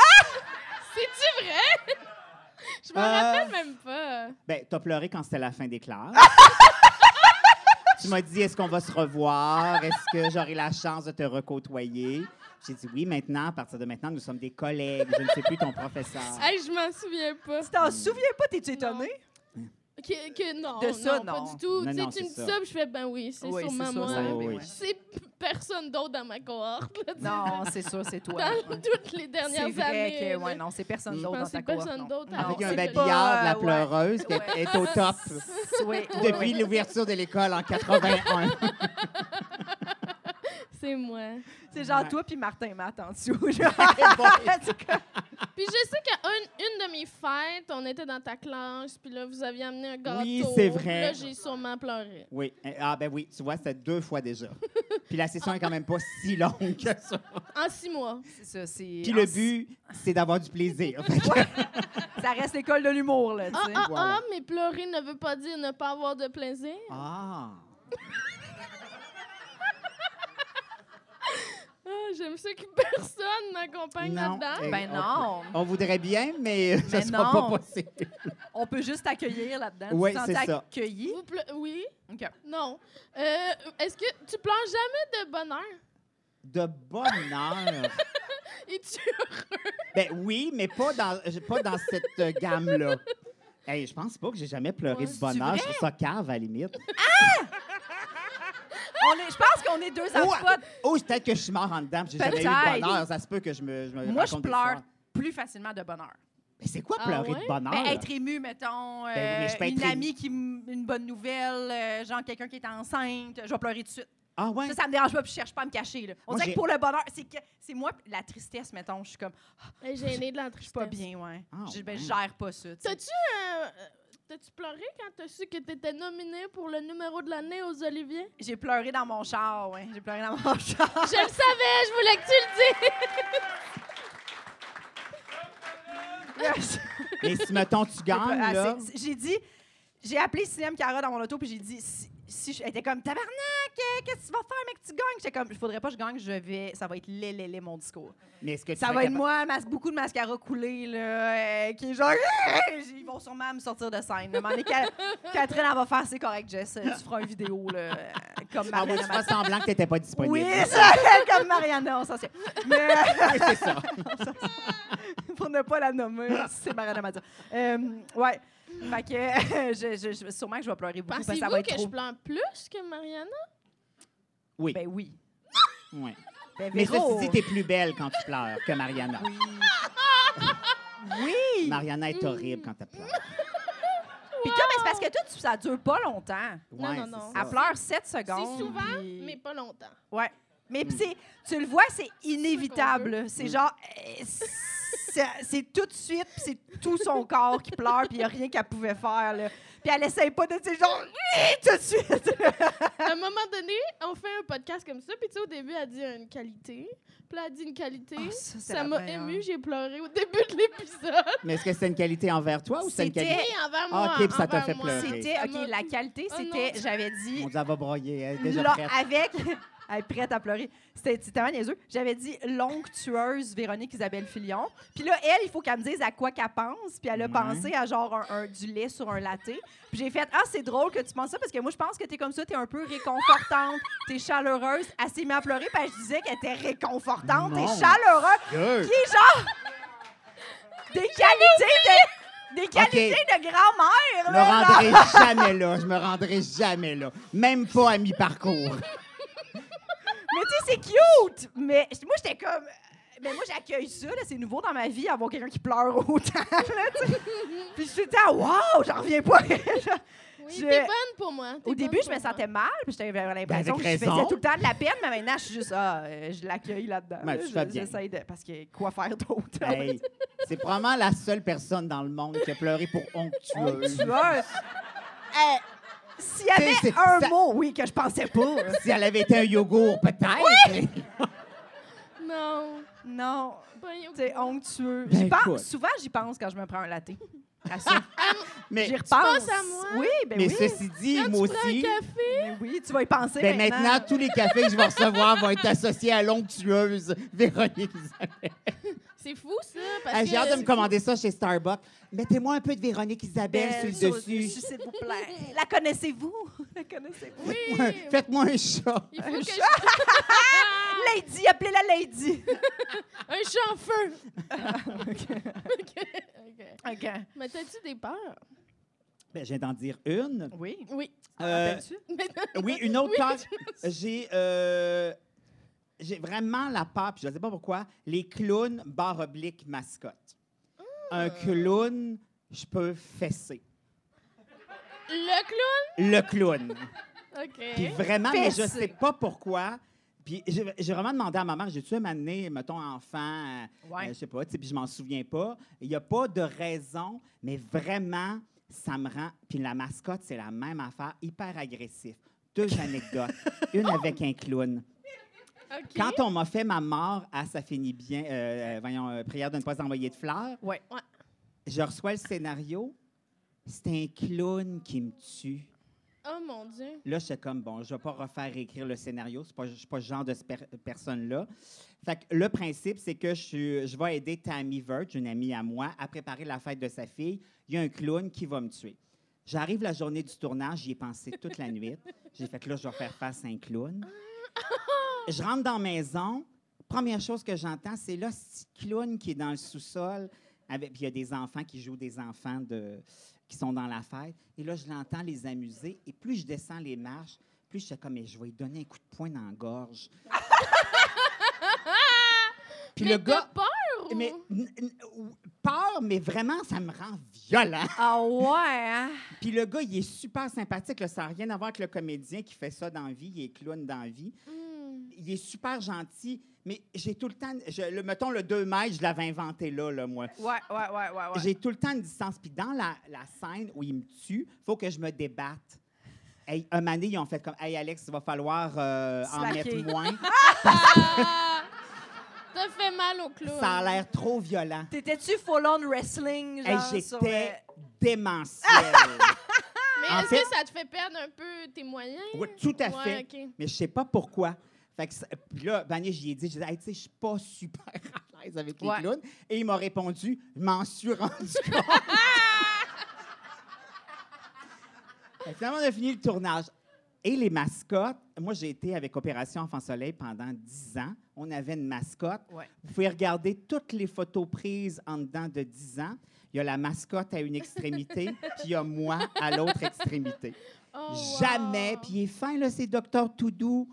Speaker 3: C'est-tu vrai? Je m'en
Speaker 4: Euh.
Speaker 3: rappelle même
Speaker 2: ah.
Speaker 3: pas.
Speaker 4: Ben, t'as pleuré quand c'était la fin des classes. tu m'as dit, est-ce qu'on va se revoir? Est-ce que j'aurai la chance de te recôtoyer? J'ai dit, oui, maintenant, à partir de maintenant, nous sommes des collègues. Je ne sais plus ton professeur.
Speaker 3: Hey, je m'en souviens pas.
Speaker 2: Tu t'en souviens pas, t'es-tu étonnée?
Speaker 3: Que, que non,
Speaker 2: De ça,
Speaker 3: non, pas
Speaker 2: non.
Speaker 3: du tout.
Speaker 4: Non,
Speaker 3: Tu sais,
Speaker 4: non,
Speaker 3: tu me dis
Speaker 4: c'est
Speaker 3: ça,
Speaker 4: ça.
Speaker 3: puis je fais, ben oui, c'est
Speaker 2: Oui,
Speaker 3: sûrement
Speaker 2: c'est sûr,
Speaker 3: moi.
Speaker 2: ça
Speaker 4: Oui,
Speaker 2: arrivait,
Speaker 4: oui.
Speaker 2: ouais.
Speaker 3: C'est p- personne d'autre dans ma cohorte. là, tu sais.
Speaker 2: Non, c'est sûr, c'est toi.
Speaker 3: Dans
Speaker 2: Ouais.
Speaker 3: toutes les
Speaker 2: C'est
Speaker 3: dernières
Speaker 2: vrai
Speaker 3: années.
Speaker 2: que,
Speaker 3: là.
Speaker 2: ouais, non, c'est personne
Speaker 4: Je
Speaker 2: d'autre
Speaker 3: pense
Speaker 2: dans
Speaker 3: que c'est
Speaker 2: ta cohorte.
Speaker 3: personne
Speaker 2: non.
Speaker 3: d'autre,
Speaker 2: Non,
Speaker 3: alors
Speaker 4: Avec un
Speaker 2: c'est
Speaker 4: babillard de la
Speaker 2: pas, ouais.
Speaker 4: pleureuse qui est- est au top
Speaker 2: Oui, oui,
Speaker 4: depuis
Speaker 2: oui.
Speaker 4: l'ouverture de l'école en 81.
Speaker 3: C'est moi.
Speaker 2: C'est genre toi puis Martin Matt en dessous. genre. C'est comme-
Speaker 3: Puis je sais qu'à une, une de mes fêtes, on était dans ta classe, puis là, vous aviez amené un gâteau.
Speaker 4: Oui, c'est
Speaker 3: Puis
Speaker 4: vrai.
Speaker 3: Là, j'ai sûrement pleuré.
Speaker 4: Oui. Ah, ben oui, tu vois, c'était deux fois déjà. Puis la session est quand même pas si longue que ça.
Speaker 3: En six mois.
Speaker 2: c'est ça, c'est.
Speaker 4: Puis le but, c'est d'avoir du plaisir.
Speaker 2: Ça reste l'école de l'humour, là, tu
Speaker 3: Ah,
Speaker 2: sais.
Speaker 3: ah,
Speaker 4: Voilà.
Speaker 3: ah, mais pleurer ne veut pas dire ne pas avoir de plaisir.
Speaker 4: Ah!
Speaker 3: Ah, J'aime ça que personne m'accompagne
Speaker 4: Non. Eh,
Speaker 3: là-dedans.
Speaker 2: Ben
Speaker 4: on-
Speaker 2: non.
Speaker 4: On voudrait bien, mais ça
Speaker 2: Mais
Speaker 4: sera pas
Speaker 2: non.
Speaker 4: possible.
Speaker 2: On peut juste accueillir là-dedans.
Speaker 4: Ouais,
Speaker 2: tu te
Speaker 4: c'est
Speaker 2: sens
Speaker 4: ça.
Speaker 2: accueilli.
Speaker 3: Vous pleu- oui,
Speaker 2: OK.
Speaker 3: non. Euh, Est-ce que tu pleures jamais de bonheur?
Speaker 4: De bonheur.
Speaker 3: Et tu...
Speaker 4: ben oui, mais pas dans, pas dans cette euh, gamme-là. Hey, je pense pas que j'ai jamais pleuré
Speaker 2: Oh,
Speaker 3: Ouais,
Speaker 4: de
Speaker 3: c'est
Speaker 4: bonheur. Je trouve ça cave, à la limite.
Speaker 2: On est- Je pense qu'on est deux
Speaker 4: Ou
Speaker 2: antipodes.
Speaker 4: ou Oh, peut-être que je suis mort en dedans puis j'ai jamais eu de
Speaker 2: Peut-être.
Speaker 4: bonheur. Ça se peut que je me, je me
Speaker 2: Moi, je
Speaker 4: raconte des
Speaker 2: pleure
Speaker 4: histoires.
Speaker 2: plus facilement de bonheur.
Speaker 4: Mais c'est quoi
Speaker 3: Ah
Speaker 4: pleurer
Speaker 3: ouais?
Speaker 4: de bonheur?
Speaker 2: Ben,
Speaker 4: là?
Speaker 2: être ému, mettons, euh,
Speaker 4: Ben oui, mais je peux être
Speaker 2: une
Speaker 4: ému.
Speaker 2: amie qui m- une bonne nouvelle, euh, genre quelqu'un qui est enceinte, je vais pleurer tout de suite.
Speaker 4: Ah ouais?
Speaker 2: Ça, ça me dérange pas, puis je cherche pas à me cacher. là. On
Speaker 4: Moi,
Speaker 2: dirait
Speaker 4: j'ai-
Speaker 2: que pour le bonheur, c'est que c'est moi la tristesse, mettons, je suis comme,
Speaker 3: Hey, J'ai aimé de la
Speaker 2: je suis pas bien, ouais.
Speaker 4: Ah,
Speaker 2: je, ben,
Speaker 4: ouais.
Speaker 2: je gère pas ça. tu sais.
Speaker 3: T'as-tu euh, t'as-tu pleuré quand t'as su que t'étais nominé pour le numéro de l'année aux Oliviers?
Speaker 2: J'ai pleuré dans mon char, ouais. J'ai pleuré dans mon char.
Speaker 3: je le savais, je voulais que tu le dises!
Speaker 4: Et si, mettons, tu gagnes,
Speaker 2: Ah,
Speaker 4: là...
Speaker 2: c'est- c'est- J'ai dit, j'ai appelé Cinem Cara dans mon auto, puis j'ai dit, si, si je- elle était comme, tabarnak, euh, qu'est-ce que tu vas faire, mec, tu gagnes? J'étais comme, il faudrait pas que je gagne, je vais, ça va être laid, laid, laid, mon discours.
Speaker 4: Mais est-ce que tu
Speaker 2: Ça
Speaker 4: serais
Speaker 2: va être
Speaker 4: capable-
Speaker 2: moi, mas- beaucoup de mascara coulé, là, euh, qui est genre, ils vont sûrement me sortir de scène. là. Mais en est qu'à- Catherine, elle va faire, c'est correct, Jess, euh, tu feras une vidéo, là, euh, comme
Speaker 4: Ah oui,
Speaker 2: Mariana.
Speaker 4: tu fais semblant que t'étais pas disponible.
Speaker 2: oui, ça, comme Mariana, on s'en sait. Mais,
Speaker 4: Oui, c'est ça.
Speaker 2: pour ne pas la nommer, c'est Mariana Mazza. Euh, ouais. Fait que, je, je- je- sûrement que je vais pleurer beaucoup parce que ben, ça va
Speaker 3: Pensez-vous
Speaker 2: être
Speaker 3: que
Speaker 2: trop.
Speaker 3: je pleure plus que Mariana?
Speaker 4: Oui.
Speaker 2: Ben oui.
Speaker 4: oui.
Speaker 2: Ben,
Speaker 4: Mais
Speaker 2: Véro.
Speaker 4: ceci dit, t'es plus belle quand tu pleures que Mariana.
Speaker 2: Oui. oui.
Speaker 4: Mariana est horrible quand elle pleure.
Speaker 2: Puis toi, ben, c'est parce que toi, tu- ça dure pas longtemps.
Speaker 3: Non, non, non.
Speaker 4: c'est
Speaker 2: Elle
Speaker 4: ça.
Speaker 2: pleure 7 secondes.
Speaker 3: C'est souvent,
Speaker 2: puis-
Speaker 3: mais pas longtemps.
Speaker 2: Ouais. Mais
Speaker 4: Hmm.
Speaker 2: pis c'est, tu le vois, c'est
Speaker 3: qu'on
Speaker 2: inévitable. C'est genre, euh, c'est c'est tout de suite, pis c'est tout son corps qui pleure, puis il n'y a rien qu'elle pouvait faire. Là. Puis elle essaye pas de, tu sais, genre, tout de suite.
Speaker 3: À un moment donné, on fait un podcast comme ça, puis tu sais, au début, elle dit une qualité. Puis là, elle dit une qualité.
Speaker 2: Ah, ça, c'est
Speaker 3: ça
Speaker 2: la
Speaker 3: m'a
Speaker 2: meilleure.
Speaker 3: ému, j'ai pleuré au début de l'épisode.
Speaker 4: Mais est-ce que c'est une qualité envers toi ou c'est une
Speaker 2: C'était-
Speaker 4: qualité...
Speaker 3: Oui,
Speaker 2: Ah,
Speaker 3: envers moi.
Speaker 4: ok, puis ça t'a
Speaker 3: envers
Speaker 4: fait
Speaker 3: moi.
Speaker 4: pleurer.
Speaker 2: C'était,
Speaker 3: Ça
Speaker 2: OK,
Speaker 3: m'a-
Speaker 2: la qualité,
Speaker 3: Oh
Speaker 2: c'était,
Speaker 3: non.
Speaker 2: j'avais dit,
Speaker 4: On dit, elle va broyer, elle est déjà
Speaker 2: là,
Speaker 4: prête.
Speaker 2: avec, Elle est prête à pleurer. C'était c'était tellement niaiseux. J'avais dit longue tueuse Véronique Isabelle Filion. Puis là, elle, il faut qu'elle me dise à quoi qu'elle pense. Puis elle a
Speaker 4: Ouais.
Speaker 2: pensé à genre un, un- du lait sur un latte. Puis j'ai fait Ah, c'est drôle que tu penses ça parce que moi, je pense que t'es comme ça, t'es un peu réconfortante, t'es chaleureuse. Elle s'est mise à pleurer parce que je disais qu'elle était réconfortante et
Speaker 4: Mon
Speaker 2: chaleureuse. Qui est genre des qualités de, des qualités de
Speaker 4: Je
Speaker 2: grand-mère.
Speaker 4: me
Speaker 2: là,
Speaker 4: rendrai jamais là. Je me rendrai jamais là. Même pas à mi-parcours.
Speaker 2: Mais tu sais, c'est cute! Mais moi, j'étais comme. euh, Mais moi, j'accueille ça, là, c'est nouveau dans ma vie, avoir quelqu'un qui pleure autant. Là, tu sais. Puis je suis tout le temps, waouh, j'en reviens pas.
Speaker 3: Oui,
Speaker 2: Je-
Speaker 3: t'es bonne pour moi. t'es
Speaker 2: Au
Speaker 3: bonne
Speaker 2: début, je
Speaker 3: pour
Speaker 2: me
Speaker 3: moi.
Speaker 2: sentais mal, puis j'avais l'impression
Speaker 4: Ben, avec
Speaker 2: que je faisais
Speaker 4: raison.
Speaker 2: tout le temps de la peine, mais maintenant, je suis juste, ah, euh, je l'accueille là-dedans.
Speaker 4: Ben,
Speaker 2: là.
Speaker 4: tu fais
Speaker 2: Je-
Speaker 4: bien.
Speaker 2: J'essaie de. Parce que quoi faire d'autre?
Speaker 4: Hey, c'est probablement la seule personne dans le monde qui a pleuré pour onctueuse.
Speaker 2: Tu vois? euh, Hey, S'il y avait
Speaker 4: c'est-
Speaker 2: un
Speaker 4: ça-
Speaker 2: mot, oui, que je pensais pas. là.
Speaker 4: Si elle avait été un yogourt, peut-être.
Speaker 3: Non.
Speaker 2: Non,
Speaker 3: Pas un yogourt.
Speaker 2: c'est onctueux.
Speaker 4: Ben,
Speaker 2: J'y pense-
Speaker 4: écoute.
Speaker 2: souvent, j'y pense quand je me prends un latte. À ça.
Speaker 4: Mais,
Speaker 2: J'y repense.
Speaker 3: penses à moi?
Speaker 2: Oui, ben
Speaker 4: mais
Speaker 2: oui.
Speaker 4: ceci dit,
Speaker 3: Quand
Speaker 4: moi
Speaker 3: tu prends un
Speaker 4: aussi,
Speaker 3: café,
Speaker 2: Ben oui, tu vas y penser
Speaker 4: ben
Speaker 2: maintenant.
Speaker 4: maintenant, tous les cafés que je vais recevoir vont être associés à l'onctueuse Véronique Isabelle.
Speaker 3: c'est fou, ça. parce
Speaker 4: Ah, J'ai hâte de
Speaker 3: que-
Speaker 4: me commander ça chez Starbucks. Mettez-moi un peu de Véronique Isabelle
Speaker 3: Ben,
Speaker 2: Belle
Speaker 4: sur le
Speaker 2: sauce,
Speaker 4: dessus.
Speaker 2: Ben, S'il vous plaît. La connaissez-vous? La connaissez-vous?
Speaker 3: Oui.
Speaker 4: Faites-moi un chat.
Speaker 3: Il faut que je...
Speaker 2: Lady, appelez-la Lady.
Speaker 3: Un chat en feu.
Speaker 2: OK.
Speaker 3: OK. OK.
Speaker 2: OK.
Speaker 3: Mais t'as-tu des peurs?
Speaker 4: Ben, je viens d'en dire une.
Speaker 2: Oui.
Speaker 3: Oui.
Speaker 4: Euh,
Speaker 2: Rappelles-tu?
Speaker 3: Mais
Speaker 4: Oui, une autre
Speaker 3: Oui,
Speaker 4: peur. J'ai euh, j'ai vraiment la peur, puis je ne sais pas pourquoi, les clowns barre oblique mascotte.
Speaker 3: Ah.
Speaker 4: Un clown, je peux fesser.
Speaker 3: le clown?
Speaker 4: Le clown. Puis
Speaker 3: OK.
Speaker 4: vraiment, mais je ne
Speaker 2: Fesser.
Speaker 4: sais pas pourquoi. Puis j'ai j'ai vraiment demandé à maman, j'ai-tu m'amener, mettons, enfant, euh,
Speaker 2: Ouais.
Speaker 4: je sais pas, tu sais, puis je m'en souviens pas. Il n'y a pas de raison, mais vraiment, ça me rend. Puis la mascotte, c'est la même affaire, hyper agressif. Deux anecdotes. Une avec un clown.
Speaker 3: OK.
Speaker 4: Quand on m'a fait ma mort à Ça finit bien, euh, euh, voyons, euh, prière de ne pas envoyer de fleurs,
Speaker 2: Ouais.
Speaker 4: je reçois le scénario. C'est un clown qui me tue.
Speaker 3: Oh mon Dieu.
Speaker 4: Là, j'étais comme, bon, je vais pas refaire écrire le scénario. C'est pas- Je ne suis pas ce genre de sper- personne-là. Fait que le principe, c'est que je, suis- je vais aider Tammy Verge, une amie à moi, à préparer la fête de sa fille. Il y a un clown qui va me tuer. J'arrive la journée du tournage, j'y ai pensé toute la nuit. J'ai fait que là, je vais faire face à un clown.
Speaker 3: Ah!
Speaker 4: Je rentre dans la maison. Première chose que j'entends, c'est là, ce petit clown qui est dans le sous-sol. avec- Puis il y a des enfants qui jouent des enfants de, qui sont dans la fête. Et là, je l'entends les amuser. Et plus je descends les marches, plus je suis comme, Mais je vais lui donner un coup de poing dans la gorge. Puis
Speaker 3: mais
Speaker 4: le gars,
Speaker 3: t'as peur ou...
Speaker 4: mais, n- n- ou- part, mais vraiment, ça me rend violent.
Speaker 2: Ah ouais, hein?
Speaker 4: Puis le gars, il est super sympathique. là. ça n'a rien à voir avec le comédien qui fait ça dans la vie, il est clown dans la vie.
Speaker 3: Hmm.
Speaker 4: Il est super gentil, mais j'ai tout le temps, je- le, mettons le 2 mai, je l'avais inventé là, là, moi.
Speaker 2: Ouais, ouais, ouais, ouais, ouais.
Speaker 4: J'ai tout le temps une distance. Puis dans la, la scène où il me tue, faut que je me débatte. Hey, un moment donné, ils ont fait comme Hey Alex, il va falloir euh, en
Speaker 2: Slacker.
Speaker 4: mettre moins.
Speaker 3: Ah! T'as fait mal au clown.
Speaker 4: Ça a l'air trop violent.
Speaker 2: T'étais-tu full-on wrestling,
Speaker 4: Hey,
Speaker 2: genre, sur le-
Speaker 4: J'étais démentiel.
Speaker 3: Mais
Speaker 4: En
Speaker 3: est-ce
Speaker 4: fait-
Speaker 3: que ça te fait perdre un peu tes moyens?
Speaker 4: Oui, tout à
Speaker 3: Ouais,
Speaker 4: fait.
Speaker 3: ok.
Speaker 4: Mais je sais pas pourquoi. Fait que ça- puis là, Vanier, j'y ai dit, je tu sais, je suis pas super à l'aise avec les
Speaker 2: Ouais.
Speaker 4: clowns. Et il m'a répondu, je m'en suis rendu compte. Fait que Finalement, on a fini le tournage. Et les mascottes, moi, j'ai été avec Opération Enfant Soleil pendant 10 ans. On avait une mascotte.
Speaker 2: Ouais.
Speaker 4: Vous pouvez regarder toutes les photos prises en dedans de 10 ans. Il y a la mascotte à une extrémité, puis il y a moi à l'autre extrémité.
Speaker 3: Oh, wow.
Speaker 4: Jamais. Puis il est fin, là, c'est Docteur Toudou.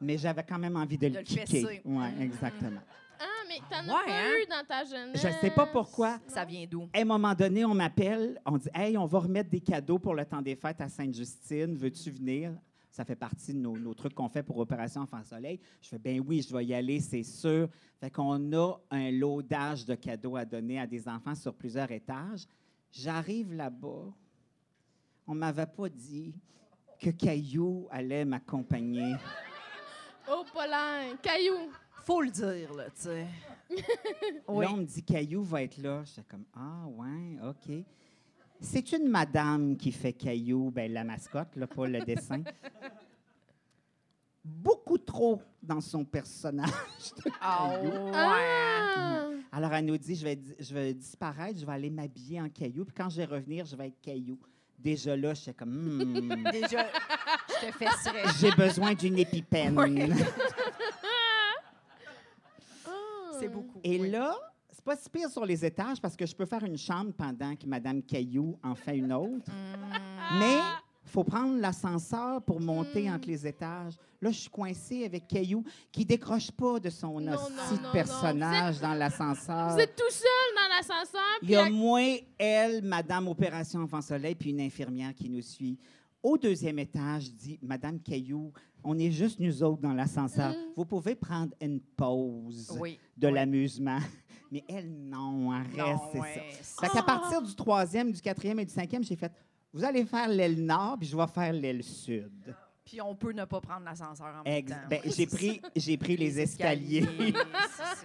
Speaker 4: Mais j'avais quand même envie de le
Speaker 2: De le
Speaker 4: kicker.
Speaker 2: fesser.
Speaker 4: Oui, exactement.
Speaker 3: Ah, mais t'en as
Speaker 2: Ouais,
Speaker 3: pas
Speaker 2: hein?
Speaker 3: eu dans ta jeunesse.
Speaker 4: Je sais pas pourquoi.
Speaker 2: Ça vient d'où?
Speaker 4: À un moment donné, on m'appelle, on dit Hey, on va remettre des cadeaux pour le temps des fêtes à Sainte-Justine, veux-tu venir Ça fait partie de nos, nos trucs qu'on fait pour Opération Enfant Soleil. Je fais Ben oui, je vais y aller, c'est sûr. Fait qu'on a un lodage de cadeaux à donner à des enfants sur plusieurs étages. J'arrive là-bas. On m'avait pas dit que Caillou allait m'accompagner.
Speaker 3: Oh, Paulin, caillou.
Speaker 2: Faut le dire, là, tu sais. oui.
Speaker 4: Là, on me dit Caillou va être là. J'étais comme Ah, ouais, OK. C'est une madame qui fait Caillou, ben, la mascotte, là, pas le dessin. beaucoup trop dans son personnage.
Speaker 2: Ah ouais.
Speaker 3: Ah!
Speaker 4: Alors, elle nous dit, je vais, di- je vais disparaître, je vais aller m'habiller en caillou, puis quand je vais revenir, je vais être caillou. Déjà là, j'étais comme, Hmm,
Speaker 2: Déjà, je te fesserais.
Speaker 4: j'ai besoin d'une épipène.
Speaker 2: C'est beaucoup.
Speaker 4: Et
Speaker 2: oui.
Speaker 4: là, c'est pas si pire sur les étages parce que je peux faire une chambre pendant que Madame Caillou en fait une autre.
Speaker 3: Mm.
Speaker 4: Mais faut prendre l'ascenseur pour monter entre les étages. Là, je suis coincée avec Caillou qui décroche pas de son
Speaker 3: Non,
Speaker 4: hostie
Speaker 3: non,
Speaker 4: de
Speaker 3: non, non.
Speaker 4: personnage dans l'ascenseur.
Speaker 3: Vous êtes tout seul dans l'ascenseur,
Speaker 4: Il
Speaker 3: puis
Speaker 4: y a
Speaker 3: la-
Speaker 4: moi, elle, Madame Opération Enfant Soleil, puis une infirmière qui nous suit. Au deuxième étage, dit Madame Caillou, on est juste nous autres dans l'ascenseur.
Speaker 3: Mm.
Speaker 4: Vous pouvez prendre une pause
Speaker 2: oui.
Speaker 4: de
Speaker 2: oui.
Speaker 4: l'amusement. Mais elle, non, elle reste,
Speaker 2: Non,
Speaker 4: c'est
Speaker 2: ouais, Ah!
Speaker 4: ça. Fait qu'à partir du troisième, du quatrième et du cinquième, j'ai fait vous allez faire l'aile nord, puis je vais faire l'aile sud.
Speaker 2: Puis on peut ne pas prendre l'ascenseur en
Speaker 4: Ex-
Speaker 2: même temps.
Speaker 4: ben, j'ai pris, j'ai pris les escaliers.
Speaker 2: c'est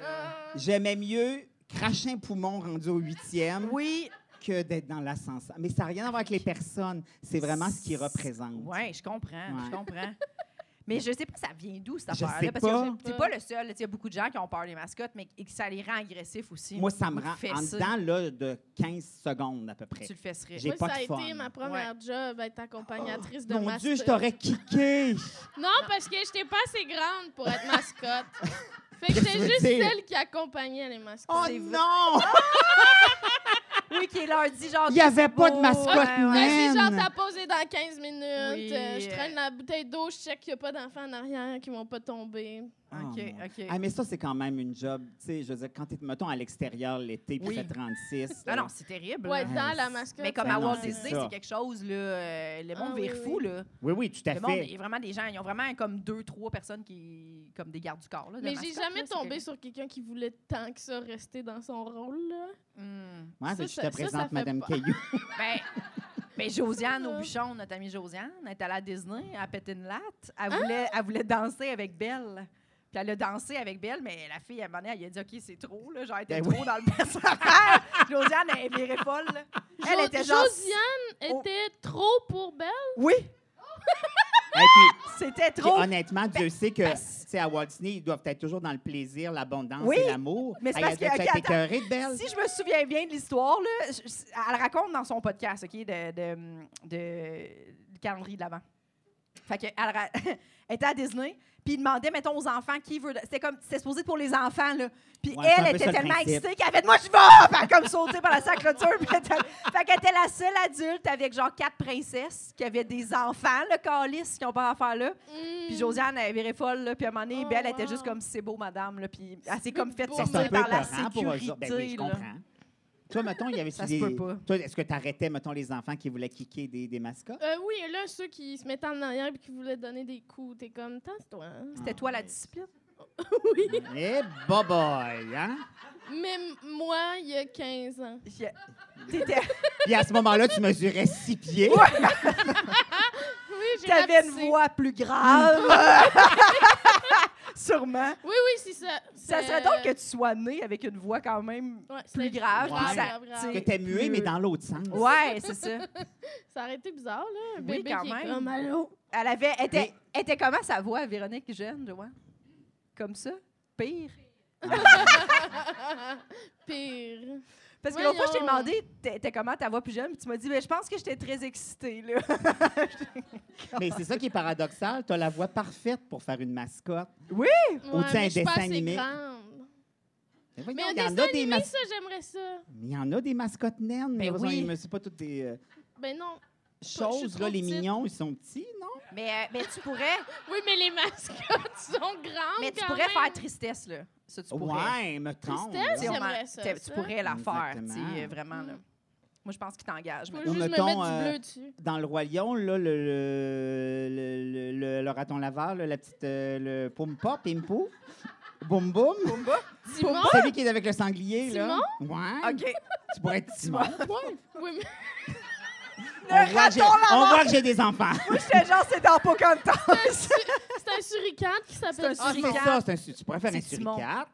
Speaker 2: ça.
Speaker 4: J'aimais mieux cracher un poumon rendu au huitième
Speaker 2: Oui,
Speaker 4: que d'être dans l'ascenseur. Mais ça n'a rien à voir avec les personnes. C'est vraiment ce qu'ils représentent.
Speaker 2: oui, je comprends,
Speaker 4: Ouais.
Speaker 2: je comprends. Mais je sais pas ça vient d'où cette
Speaker 4: Je sais
Speaker 2: affaire-là. Parce
Speaker 4: pas.
Speaker 2: que c'est pas le seul. là. Il y a beaucoup de gens qui ont peur des mascottes, mais et que ça les rend agressifs aussi.
Speaker 4: Moi, ça me
Speaker 2: Tu
Speaker 4: rend
Speaker 2: fais
Speaker 4: en
Speaker 2: ça,
Speaker 4: dedans là, de 15 secondes à peu près.
Speaker 2: Tu le fesserais.
Speaker 4: J'ai
Speaker 3: Moi,
Speaker 4: pas
Speaker 3: ça a
Speaker 4: de fun.
Speaker 3: été ma première job, être accompagnatrice de
Speaker 4: Mon
Speaker 3: mascotte.
Speaker 4: Dieu, je t'aurais kické!
Speaker 3: Non, parce que j'étais pas assez grande pour être mascotte. fait que
Speaker 4: Qu'est-ce que tu
Speaker 3: j'étais
Speaker 4: veux
Speaker 3: juste
Speaker 4: dire?
Speaker 3: celle qui accompagnait les mascottes.
Speaker 4: Oh
Speaker 2: C'est vrai.
Speaker 4: non!
Speaker 2: Oui, qui leur dit genre.
Speaker 4: Il y avait pas de
Speaker 2: beau,
Speaker 4: mascotte,
Speaker 3: Là,
Speaker 4: mais-
Speaker 2: ouais.
Speaker 3: c'est genre,
Speaker 4: Man.
Speaker 3: ta pause est dans 15
Speaker 2: Oui.
Speaker 3: minutes. euh, je traîne la bouteille d'eau, je check qu'il n'y a pas d'enfants en arrière qui vont pas tomber.
Speaker 4: Ah,
Speaker 2: OK,
Speaker 4: mon-
Speaker 2: OK.
Speaker 4: Ah, mais ça, c'est quand même une job. Tu sais, je veux dire, quand tu mettons, à l'extérieur l'été, puis
Speaker 2: Oui.
Speaker 4: il fait 36.
Speaker 2: Non,
Speaker 4: là.
Speaker 2: non, c'est terrible.
Speaker 3: Ouais,
Speaker 2: là.
Speaker 3: dans la mascotte.
Speaker 2: mais comme
Speaker 4: Ben
Speaker 2: à
Speaker 4: non,
Speaker 2: Walt
Speaker 4: c'est
Speaker 2: Disney,
Speaker 4: ça.
Speaker 2: c'est quelque chose, là, euh, le monde
Speaker 3: Ah, oui,
Speaker 2: vire
Speaker 3: oui.
Speaker 2: fou, là.
Speaker 4: Oui, oui, tout à
Speaker 2: Le monde
Speaker 4: fait.
Speaker 2: est vraiment des gens, ils ont vraiment comme deux, trois personnes qui, comme des gardes du corps. Là, de
Speaker 3: Mais j'ai
Speaker 2: mascotte,
Speaker 3: jamais
Speaker 2: là, c'est
Speaker 3: tombé
Speaker 2: que-
Speaker 3: sur quelqu'un qui voulait tant que ça rester dans son rôle. Là.
Speaker 2: Hmm.
Speaker 4: Ouais,
Speaker 3: ça,
Speaker 4: mais je
Speaker 3: ça-
Speaker 4: te
Speaker 3: ça,
Speaker 4: présente
Speaker 3: ça fait
Speaker 4: Madame
Speaker 3: peur.
Speaker 4: Caillou.
Speaker 2: Ben, ben, Josiane au bouchon, notre amie Josiane, elle est allée à Disney, elle a pété une latte.
Speaker 3: Ah!
Speaker 2: Elle voulait, elle voulait danser avec Belle. Puis elle a dansé avec Belle, mais la fille, à un moment donné, elle a dit OK, c'est trop, là, genre, elle était
Speaker 4: Ben
Speaker 2: trop dans le personnage. Josiane, elle virait folle. là. Elle
Speaker 3: Jo-
Speaker 2: était genre.
Speaker 3: Josiane
Speaker 2: Oh.
Speaker 3: était trop pour belle.
Speaker 2: Oui,
Speaker 4: Et puis,
Speaker 2: c'était
Speaker 4: puis
Speaker 2: trop.
Speaker 4: honnêtement, Dieu sait que,
Speaker 2: Oh! ben,
Speaker 4: tu sais, à Walt Disney, ils doivent être toujours dans le plaisir, l'abondance
Speaker 2: Oui,
Speaker 4: et l'amour.
Speaker 2: mais c'est
Speaker 4: Elle
Speaker 2: parce
Speaker 4: a dû
Speaker 2: que-
Speaker 4: être
Speaker 2: ok, attends.
Speaker 4: écœurée de Belle.
Speaker 2: Si je me souviens bien de l'histoire, là, je- je- elle raconte dans son podcast, OK, de, de, de- du calendrier de l'Avent. Fait que elle, ra- elle était à Disney, puis il demandait, mettons, aux enfants qui veut. C'était comme, c'était supposé pour les enfants, là. Puis
Speaker 4: Ouais, c'est un
Speaker 2: elle
Speaker 4: peu ça,
Speaker 2: était
Speaker 4: le
Speaker 2: tellement
Speaker 4: principe.
Speaker 2: excitée qu'elle avait de moi, je vais! Fait comme sauter par la sacrature. puis elle était- fait qu'elle était la seule adulte avec genre quatre princesses qui avaient des enfants, le calice, qui ont pas d'affaires là. Puis
Speaker 3: Mm.
Speaker 2: Josiane, elle virait folle, là. Puis à un moment donné,
Speaker 3: Oh,
Speaker 2: Belle était juste
Speaker 3: wow.
Speaker 2: comme, c'est beau, madame, là. Puis elle s'est comme fait
Speaker 3: beau.
Speaker 4: Ben, c'est un
Speaker 2: sortir par
Speaker 4: peu
Speaker 2: la
Speaker 4: épeurant pour eux
Speaker 2: sécurité.
Speaker 4: autres. Ben oui, je
Speaker 2: là.
Speaker 4: comprends. Toi, mettons, il y avait
Speaker 2: Ça
Speaker 4: des...
Speaker 2: se peut pas.
Speaker 4: Toi, est-ce que tu arrêtais, mettons, les enfants qui voulaient kicker des, des mascottes?
Speaker 3: Euh, oui, là, ceux qui se mettaient en arrière et qui voulaient donner des coups, t'es comme, tasse-toi. hein.
Speaker 2: C'était toi la discipline?
Speaker 4: Eh, boboy, hein?
Speaker 3: Mais m- moi, il y a 15 ans.
Speaker 2: T'étais-
Speaker 4: Puis à ce moment-là, tu mesurais six pieds.
Speaker 3: Oui, j'ai
Speaker 2: T'avais une
Speaker 3: rapetissé.
Speaker 2: voix plus grave. Sûrement.
Speaker 3: Oui, oui, c'est ça.
Speaker 2: Ça
Speaker 3: C'est-
Speaker 2: serait drôle que tu sois né avec une voix quand même
Speaker 3: Ouais, c'est-
Speaker 2: plus grave.
Speaker 4: grave,
Speaker 2: puis ça-
Speaker 3: grave, grave.
Speaker 2: tu
Speaker 4: Que
Speaker 2: sais,
Speaker 4: t'es muet,
Speaker 2: plus-
Speaker 4: mais dans l'autre sens.
Speaker 2: Ouais, c'est ça.
Speaker 3: Ça aurait été bizarre, là. Un
Speaker 2: Oui,
Speaker 3: bébé
Speaker 2: quand
Speaker 3: qui est
Speaker 2: même.
Speaker 3: comme, allô?
Speaker 2: Elle avait. elle était,
Speaker 4: Mais-
Speaker 2: elle était comment sa voix, Véronique Jeune, je vois? Comme ça? Pire?
Speaker 3: ah, Pire.
Speaker 2: Parce que l'autre fois, je t'ai
Speaker 3: Voyons.
Speaker 2: demandé, t'es t'es comment ta voix plus jeune? Puis tu m'as dit, ben, je pense que j'étais très excitée, là.
Speaker 4: Mais c'est ça qui est paradoxal. Tu as la voix parfaite pour faire une mascotte. Ou tu sais,
Speaker 3: mais
Speaker 4: un
Speaker 3: je suis pas
Speaker 4: dessin
Speaker 3: assez
Speaker 4: animé.
Speaker 3: grande.
Speaker 4: Mais voyons,
Speaker 3: Mais un
Speaker 4: il y en
Speaker 3: dessin
Speaker 4: a des
Speaker 3: animé,
Speaker 4: mascottes.
Speaker 3: ça, j'aimerais ça.
Speaker 4: Il y en a des mascottes naines.
Speaker 2: Ben
Speaker 4: heureusement,
Speaker 2: oui.
Speaker 4: ils ne sont pas toutes des euh,
Speaker 3: Ben non. je suis
Speaker 4: choses.
Speaker 3: trop
Speaker 4: Là, les
Speaker 3: petite.
Speaker 4: mignons, ils sont petits, non?
Speaker 2: Mais, euh, mais tu pourrais,
Speaker 3: Oui, mais les mascottes sont grandes.
Speaker 2: mais tu
Speaker 3: quand
Speaker 2: pourrais
Speaker 3: même.
Speaker 2: faire tristesse, là. Ça, tu pourrais.
Speaker 4: Ouais, mettons.
Speaker 3: Tristesse,
Speaker 2: Tu sais, on
Speaker 4: là.
Speaker 2: en-
Speaker 3: J'aimerais ça,
Speaker 2: t'as- Tu
Speaker 3: ça.
Speaker 2: pourrais la faire, tu
Speaker 4: Exactement.
Speaker 2: sais, euh, vraiment. Là.
Speaker 3: Mm.
Speaker 2: Moi, je pense qu'il t'engage.
Speaker 3: Je peux
Speaker 2: mais-
Speaker 4: Ou
Speaker 3: juste me
Speaker 4: mettons,
Speaker 3: mettre
Speaker 4: euh,
Speaker 3: du bleu dessus.
Speaker 4: Dans le Roi Lion, là, le, le, le, le- le- le raton laveur, là, la petite euh, le poum pop, pim pou, boum boum.
Speaker 3: Timon?
Speaker 4: Celui qui est avec le sanglier, là. Ouais.
Speaker 2: OK.
Speaker 4: Tu pourrais être Timon.
Speaker 3: Oui, mais
Speaker 2: Le
Speaker 4: on, voit que j'ai-
Speaker 2: raton
Speaker 4: on
Speaker 2: laveur.
Speaker 4: voit que j'ai des enfants.
Speaker 2: Moi, j'étais genre, c'est dans Pocahontas.
Speaker 3: c'est un suricate qui s'appelle
Speaker 2: C'est un
Speaker 4: Ah, c'est
Speaker 2: suricate.
Speaker 4: ça, c'est un su- tu pourrais faire un
Speaker 2: C'est Simon.
Speaker 4: suricate.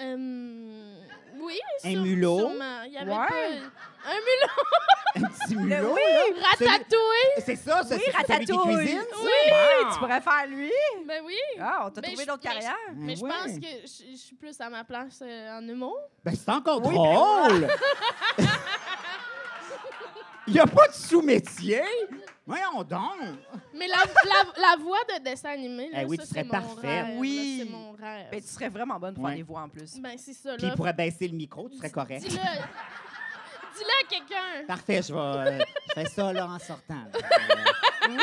Speaker 3: Euh, oui,
Speaker 4: Un
Speaker 3: sûre-
Speaker 4: mulot.
Speaker 3: sûrement. Il y avait
Speaker 2: Ouais.
Speaker 3: pas- Un mulot
Speaker 4: Un petit mulot,
Speaker 2: Ben oui,
Speaker 4: là. Celui-
Speaker 3: ratatouille.
Speaker 4: C'est ça, c'est
Speaker 2: Oui,
Speaker 4: c'est celui qui
Speaker 2: ratatouille.
Speaker 4: cuisine? ça? Ah.
Speaker 2: Oui, tu pourrais faire lui.
Speaker 3: Ben oui.
Speaker 2: Ah, on t'a
Speaker 3: Ben,
Speaker 2: trouvé
Speaker 3: je-
Speaker 2: d'autres
Speaker 3: ben, je-
Speaker 2: carrières.
Speaker 4: Ben
Speaker 3: Mais je
Speaker 4: ouais.
Speaker 3: pense que je je suis plus à ma place euh, en humour.
Speaker 4: Ben, c'est encore
Speaker 2: Oui, ben
Speaker 4: drôle! Il n'y a pas de sous-métier! Voyons donc!
Speaker 3: Mais la, la, la voix de dessin animé, là,
Speaker 4: Eh oui,
Speaker 3: ça,
Speaker 4: tu
Speaker 3: c'est
Speaker 4: serais
Speaker 3: mon
Speaker 4: parfaite.
Speaker 3: rêve. là,
Speaker 2: Oui.
Speaker 3: c'est mon rêve.
Speaker 2: Ben, tu serais vraiment bonne pour faire
Speaker 4: Ouais.
Speaker 2: des voix en plus.
Speaker 3: Ben, c'est ça,
Speaker 4: Puis
Speaker 3: là.
Speaker 4: il pourrait baisser le micro, tu serais correct.
Speaker 3: Dis-le. Dis-le à quelqu'un.
Speaker 4: Parfait, je vais. euh, je fais ça, là, en sortant. oui!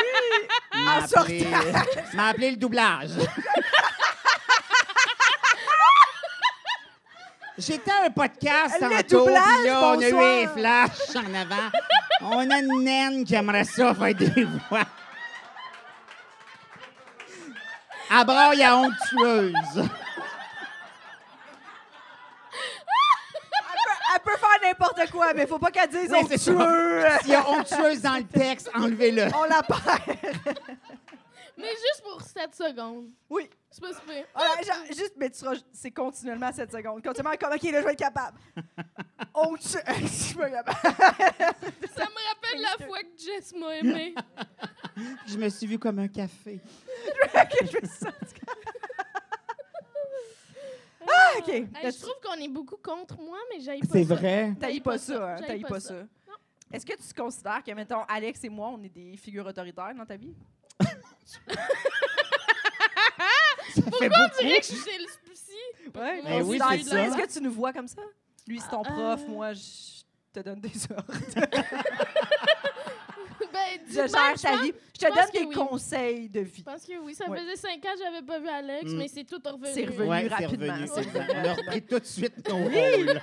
Speaker 2: En
Speaker 4: Je m'ai appelé le doublage. J'étais à un podcast
Speaker 2: Le
Speaker 4: tantôt,
Speaker 2: doublage,
Speaker 4: puis là, on a
Speaker 2: bonsoir.
Speaker 4: eu les flashs en avant. On a une naine qui aimerait ça faire des voix. À braille à onctueuse.
Speaker 2: Elle peut, elle peut faire n'importe quoi, mais faut pas qu'elle dise
Speaker 4: Oui,
Speaker 2: on
Speaker 4: c'est
Speaker 2: tue.
Speaker 4: ça. S'il y a onctueuse dans le texte, enlevez-le.
Speaker 2: On la perd.
Speaker 3: Mais juste pour 7 secondes.
Speaker 2: Oui.
Speaker 3: C'est pas super.
Speaker 2: Voilà, genre, Ah, juste, mais tu seras, c'est continuellement 7 secondes. Continuellement, comme, OK, là, je vais être capable. On tue. Je suis pas capable.
Speaker 3: Ça me rappelle la fois que Jess m'a aimé.
Speaker 4: Je me suis vue comme un café.
Speaker 2: Je vais sortir. ah, OK.
Speaker 3: je trouve qu'on est beaucoup contre moi, mais j'aille pas
Speaker 4: C'est
Speaker 3: ça.
Speaker 4: vrai.
Speaker 2: T'haïs pas ça, hein,
Speaker 3: J'haïs
Speaker 2: t'haïs pas ça. Est-ce que tu considères que, mettons, Alex et moi, on est des figures autoritaires dans ta vie?
Speaker 4: Ça fait beaucoup.
Speaker 3: On dirait que je suis le souci.
Speaker 2: Ouais,
Speaker 3: Ben
Speaker 4: oui,
Speaker 2: considère-
Speaker 4: c'est ça.
Speaker 2: Est-ce que tu nous vois comme ça? Lui, c'est ton
Speaker 3: Ah,
Speaker 2: prof,
Speaker 3: euh.
Speaker 2: moi, je te donne des ordres.
Speaker 3: Ben,
Speaker 2: Je
Speaker 3: dis
Speaker 2: gère
Speaker 3: ben, je
Speaker 2: ta
Speaker 3: pense-
Speaker 2: vie. Je
Speaker 3: je
Speaker 2: te
Speaker 3: pense
Speaker 2: donne
Speaker 3: que
Speaker 2: des
Speaker 3: oui.
Speaker 2: conseils de vie.
Speaker 3: Je pense que oui, ça
Speaker 2: Ouais.
Speaker 3: faisait 5 ans que j'avais pas vu Alex,
Speaker 4: Mm.
Speaker 3: mais c'est tout revenu.
Speaker 2: C'est revenu.
Speaker 4: Ouais, c'est
Speaker 2: rapidement.
Speaker 4: revenu,
Speaker 2: Ouais.
Speaker 4: c'est exact. On a repris tout de suite nos rôles.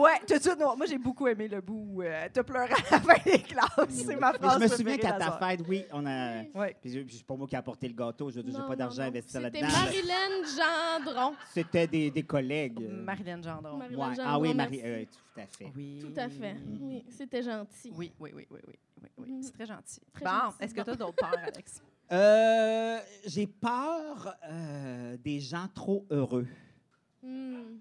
Speaker 2: Ouais, tout de suite, non. Moi, j'ai beaucoup aimé le bout où euh, t'as pleuré à la fin des classes. C'est ma
Speaker 4: Mais
Speaker 2: phrase.
Speaker 4: je me souviens
Speaker 2: préférée
Speaker 4: qu'à
Speaker 2: de la
Speaker 4: ta
Speaker 2: soirée.
Speaker 4: fête, oui, on a.
Speaker 2: Ouais.
Speaker 4: Puis je- puis c'est pas moi qui ai apporté le gâteau, je veux dire,
Speaker 3: Non,
Speaker 4: j'ai pas
Speaker 3: non,
Speaker 4: d'argent
Speaker 3: non.
Speaker 4: investi
Speaker 3: C'était
Speaker 4: là-dedans. mais
Speaker 3: Marilyn Gendron.
Speaker 4: C'était des, des collègues.
Speaker 2: Marilyn Gendron.
Speaker 3: Marilyn
Speaker 4: Ouais.
Speaker 3: Gendron,
Speaker 4: Ah oui, Marie,
Speaker 3: merci.
Speaker 4: euh, mm. tout à fait.
Speaker 2: Oui.
Speaker 3: Tout à fait. Oui, c'était gentil.
Speaker 2: Oui, oui, oui, oui, oui. oui, oui.
Speaker 3: Mhm.
Speaker 2: C'est très gentil.
Speaker 3: Très
Speaker 2: bon,
Speaker 3: gentil.
Speaker 2: est-ce que t'as d'autres peurs, Alex?
Speaker 4: Euh, j'ai peur euh, des gens trop heureux.
Speaker 3: Hmm.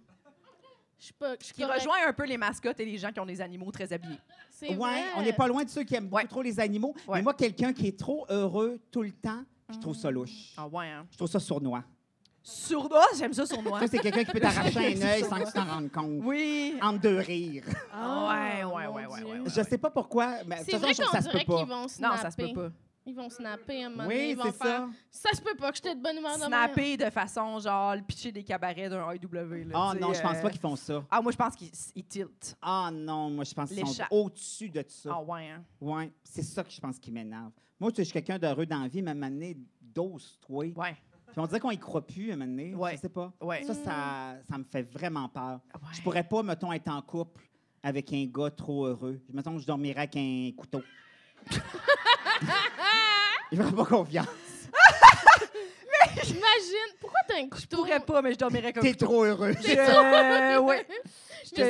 Speaker 3: Je suis pas. Je suis
Speaker 2: Qui
Speaker 3: correcte.
Speaker 2: rejoint un peu les mascottes et les gens qui ont des animaux très habillés.
Speaker 3: C'est
Speaker 4: Ouais,
Speaker 3: vrai.
Speaker 4: on n'est pas loin de ceux qui aiment
Speaker 2: Ouais.
Speaker 4: beaucoup trop les animaux.
Speaker 2: Ouais.
Speaker 4: Mais moi, quelqu'un qui est trop heureux tout le temps, je trouve
Speaker 3: Mmh.
Speaker 4: ça louche.
Speaker 2: Ah ouais, hein?
Speaker 4: Je trouve ça sournois.
Speaker 2: Sur... Ah, j'aime ça sur moi.
Speaker 4: Ça, c'est quelqu'un qui peut t'arracher un œil sans que tu t'en rendes compte.
Speaker 2: Oui.
Speaker 4: Entre deux rires.
Speaker 2: Ah, ouais, ouais,
Speaker 3: mon
Speaker 2: ouais, ouais,
Speaker 3: Dieu.
Speaker 2: ouais, ouais.
Speaker 4: Je sais pas pourquoi, mais de
Speaker 3: C'est
Speaker 4: toute
Speaker 3: vrai
Speaker 4: façon, je trouve
Speaker 3: qu'on
Speaker 4: que ça se
Speaker 3: dirait
Speaker 4: peut
Speaker 3: qu'ils
Speaker 4: pas.
Speaker 3: vont snapper.
Speaker 2: Non, ça se peut pas.
Speaker 3: Ils vont snapper à un moment donné.
Speaker 4: Oui,
Speaker 3: ils vont
Speaker 4: c'est
Speaker 3: faire,
Speaker 4: ça.
Speaker 3: ça. se peut pas que j'étais de bonne humeur demain.
Speaker 2: Snapper de façon, genre, le pitcher des cabarets d'un IW. là,
Speaker 4: Ah
Speaker 2: tu sais,
Speaker 4: non, je pense
Speaker 2: euh,
Speaker 4: pas qu'ils font ça.
Speaker 2: Ah, moi, je pense qu'ils ils tiltent.
Speaker 4: Ah non, moi, je pense qu'ils sont
Speaker 2: L'échappe.
Speaker 4: au-dessus de ça.
Speaker 2: Ah ouais, hein?
Speaker 4: Ouais, c'est ça que je pense qui m'énerve. Moi, tu sais, je suis quelqu'un d'heureux dans la vie, mais à un moment donné, dose, toi.
Speaker 2: Ouais,
Speaker 4: Puis on dirait qu'on y croit plus, à un moment donné.
Speaker 2: Ouais.
Speaker 4: Je sais pas.
Speaker 2: ouais.
Speaker 4: Ça, ça,
Speaker 3: Mm.
Speaker 4: ça me fait vraiment peur.
Speaker 2: Ouais.
Speaker 4: Je pourrais pas, mettons, être en couple avec un gars trop heureux. Mettons que je dormirais avec un couteau. Il me ferait pas confiance.
Speaker 3: Imagine, pourquoi t'as un couteau?
Speaker 2: Je pourrais pas, mais je dormirais comme...
Speaker 4: Oh. T'es trop heureux.
Speaker 2: Je- ouais.
Speaker 3: Mais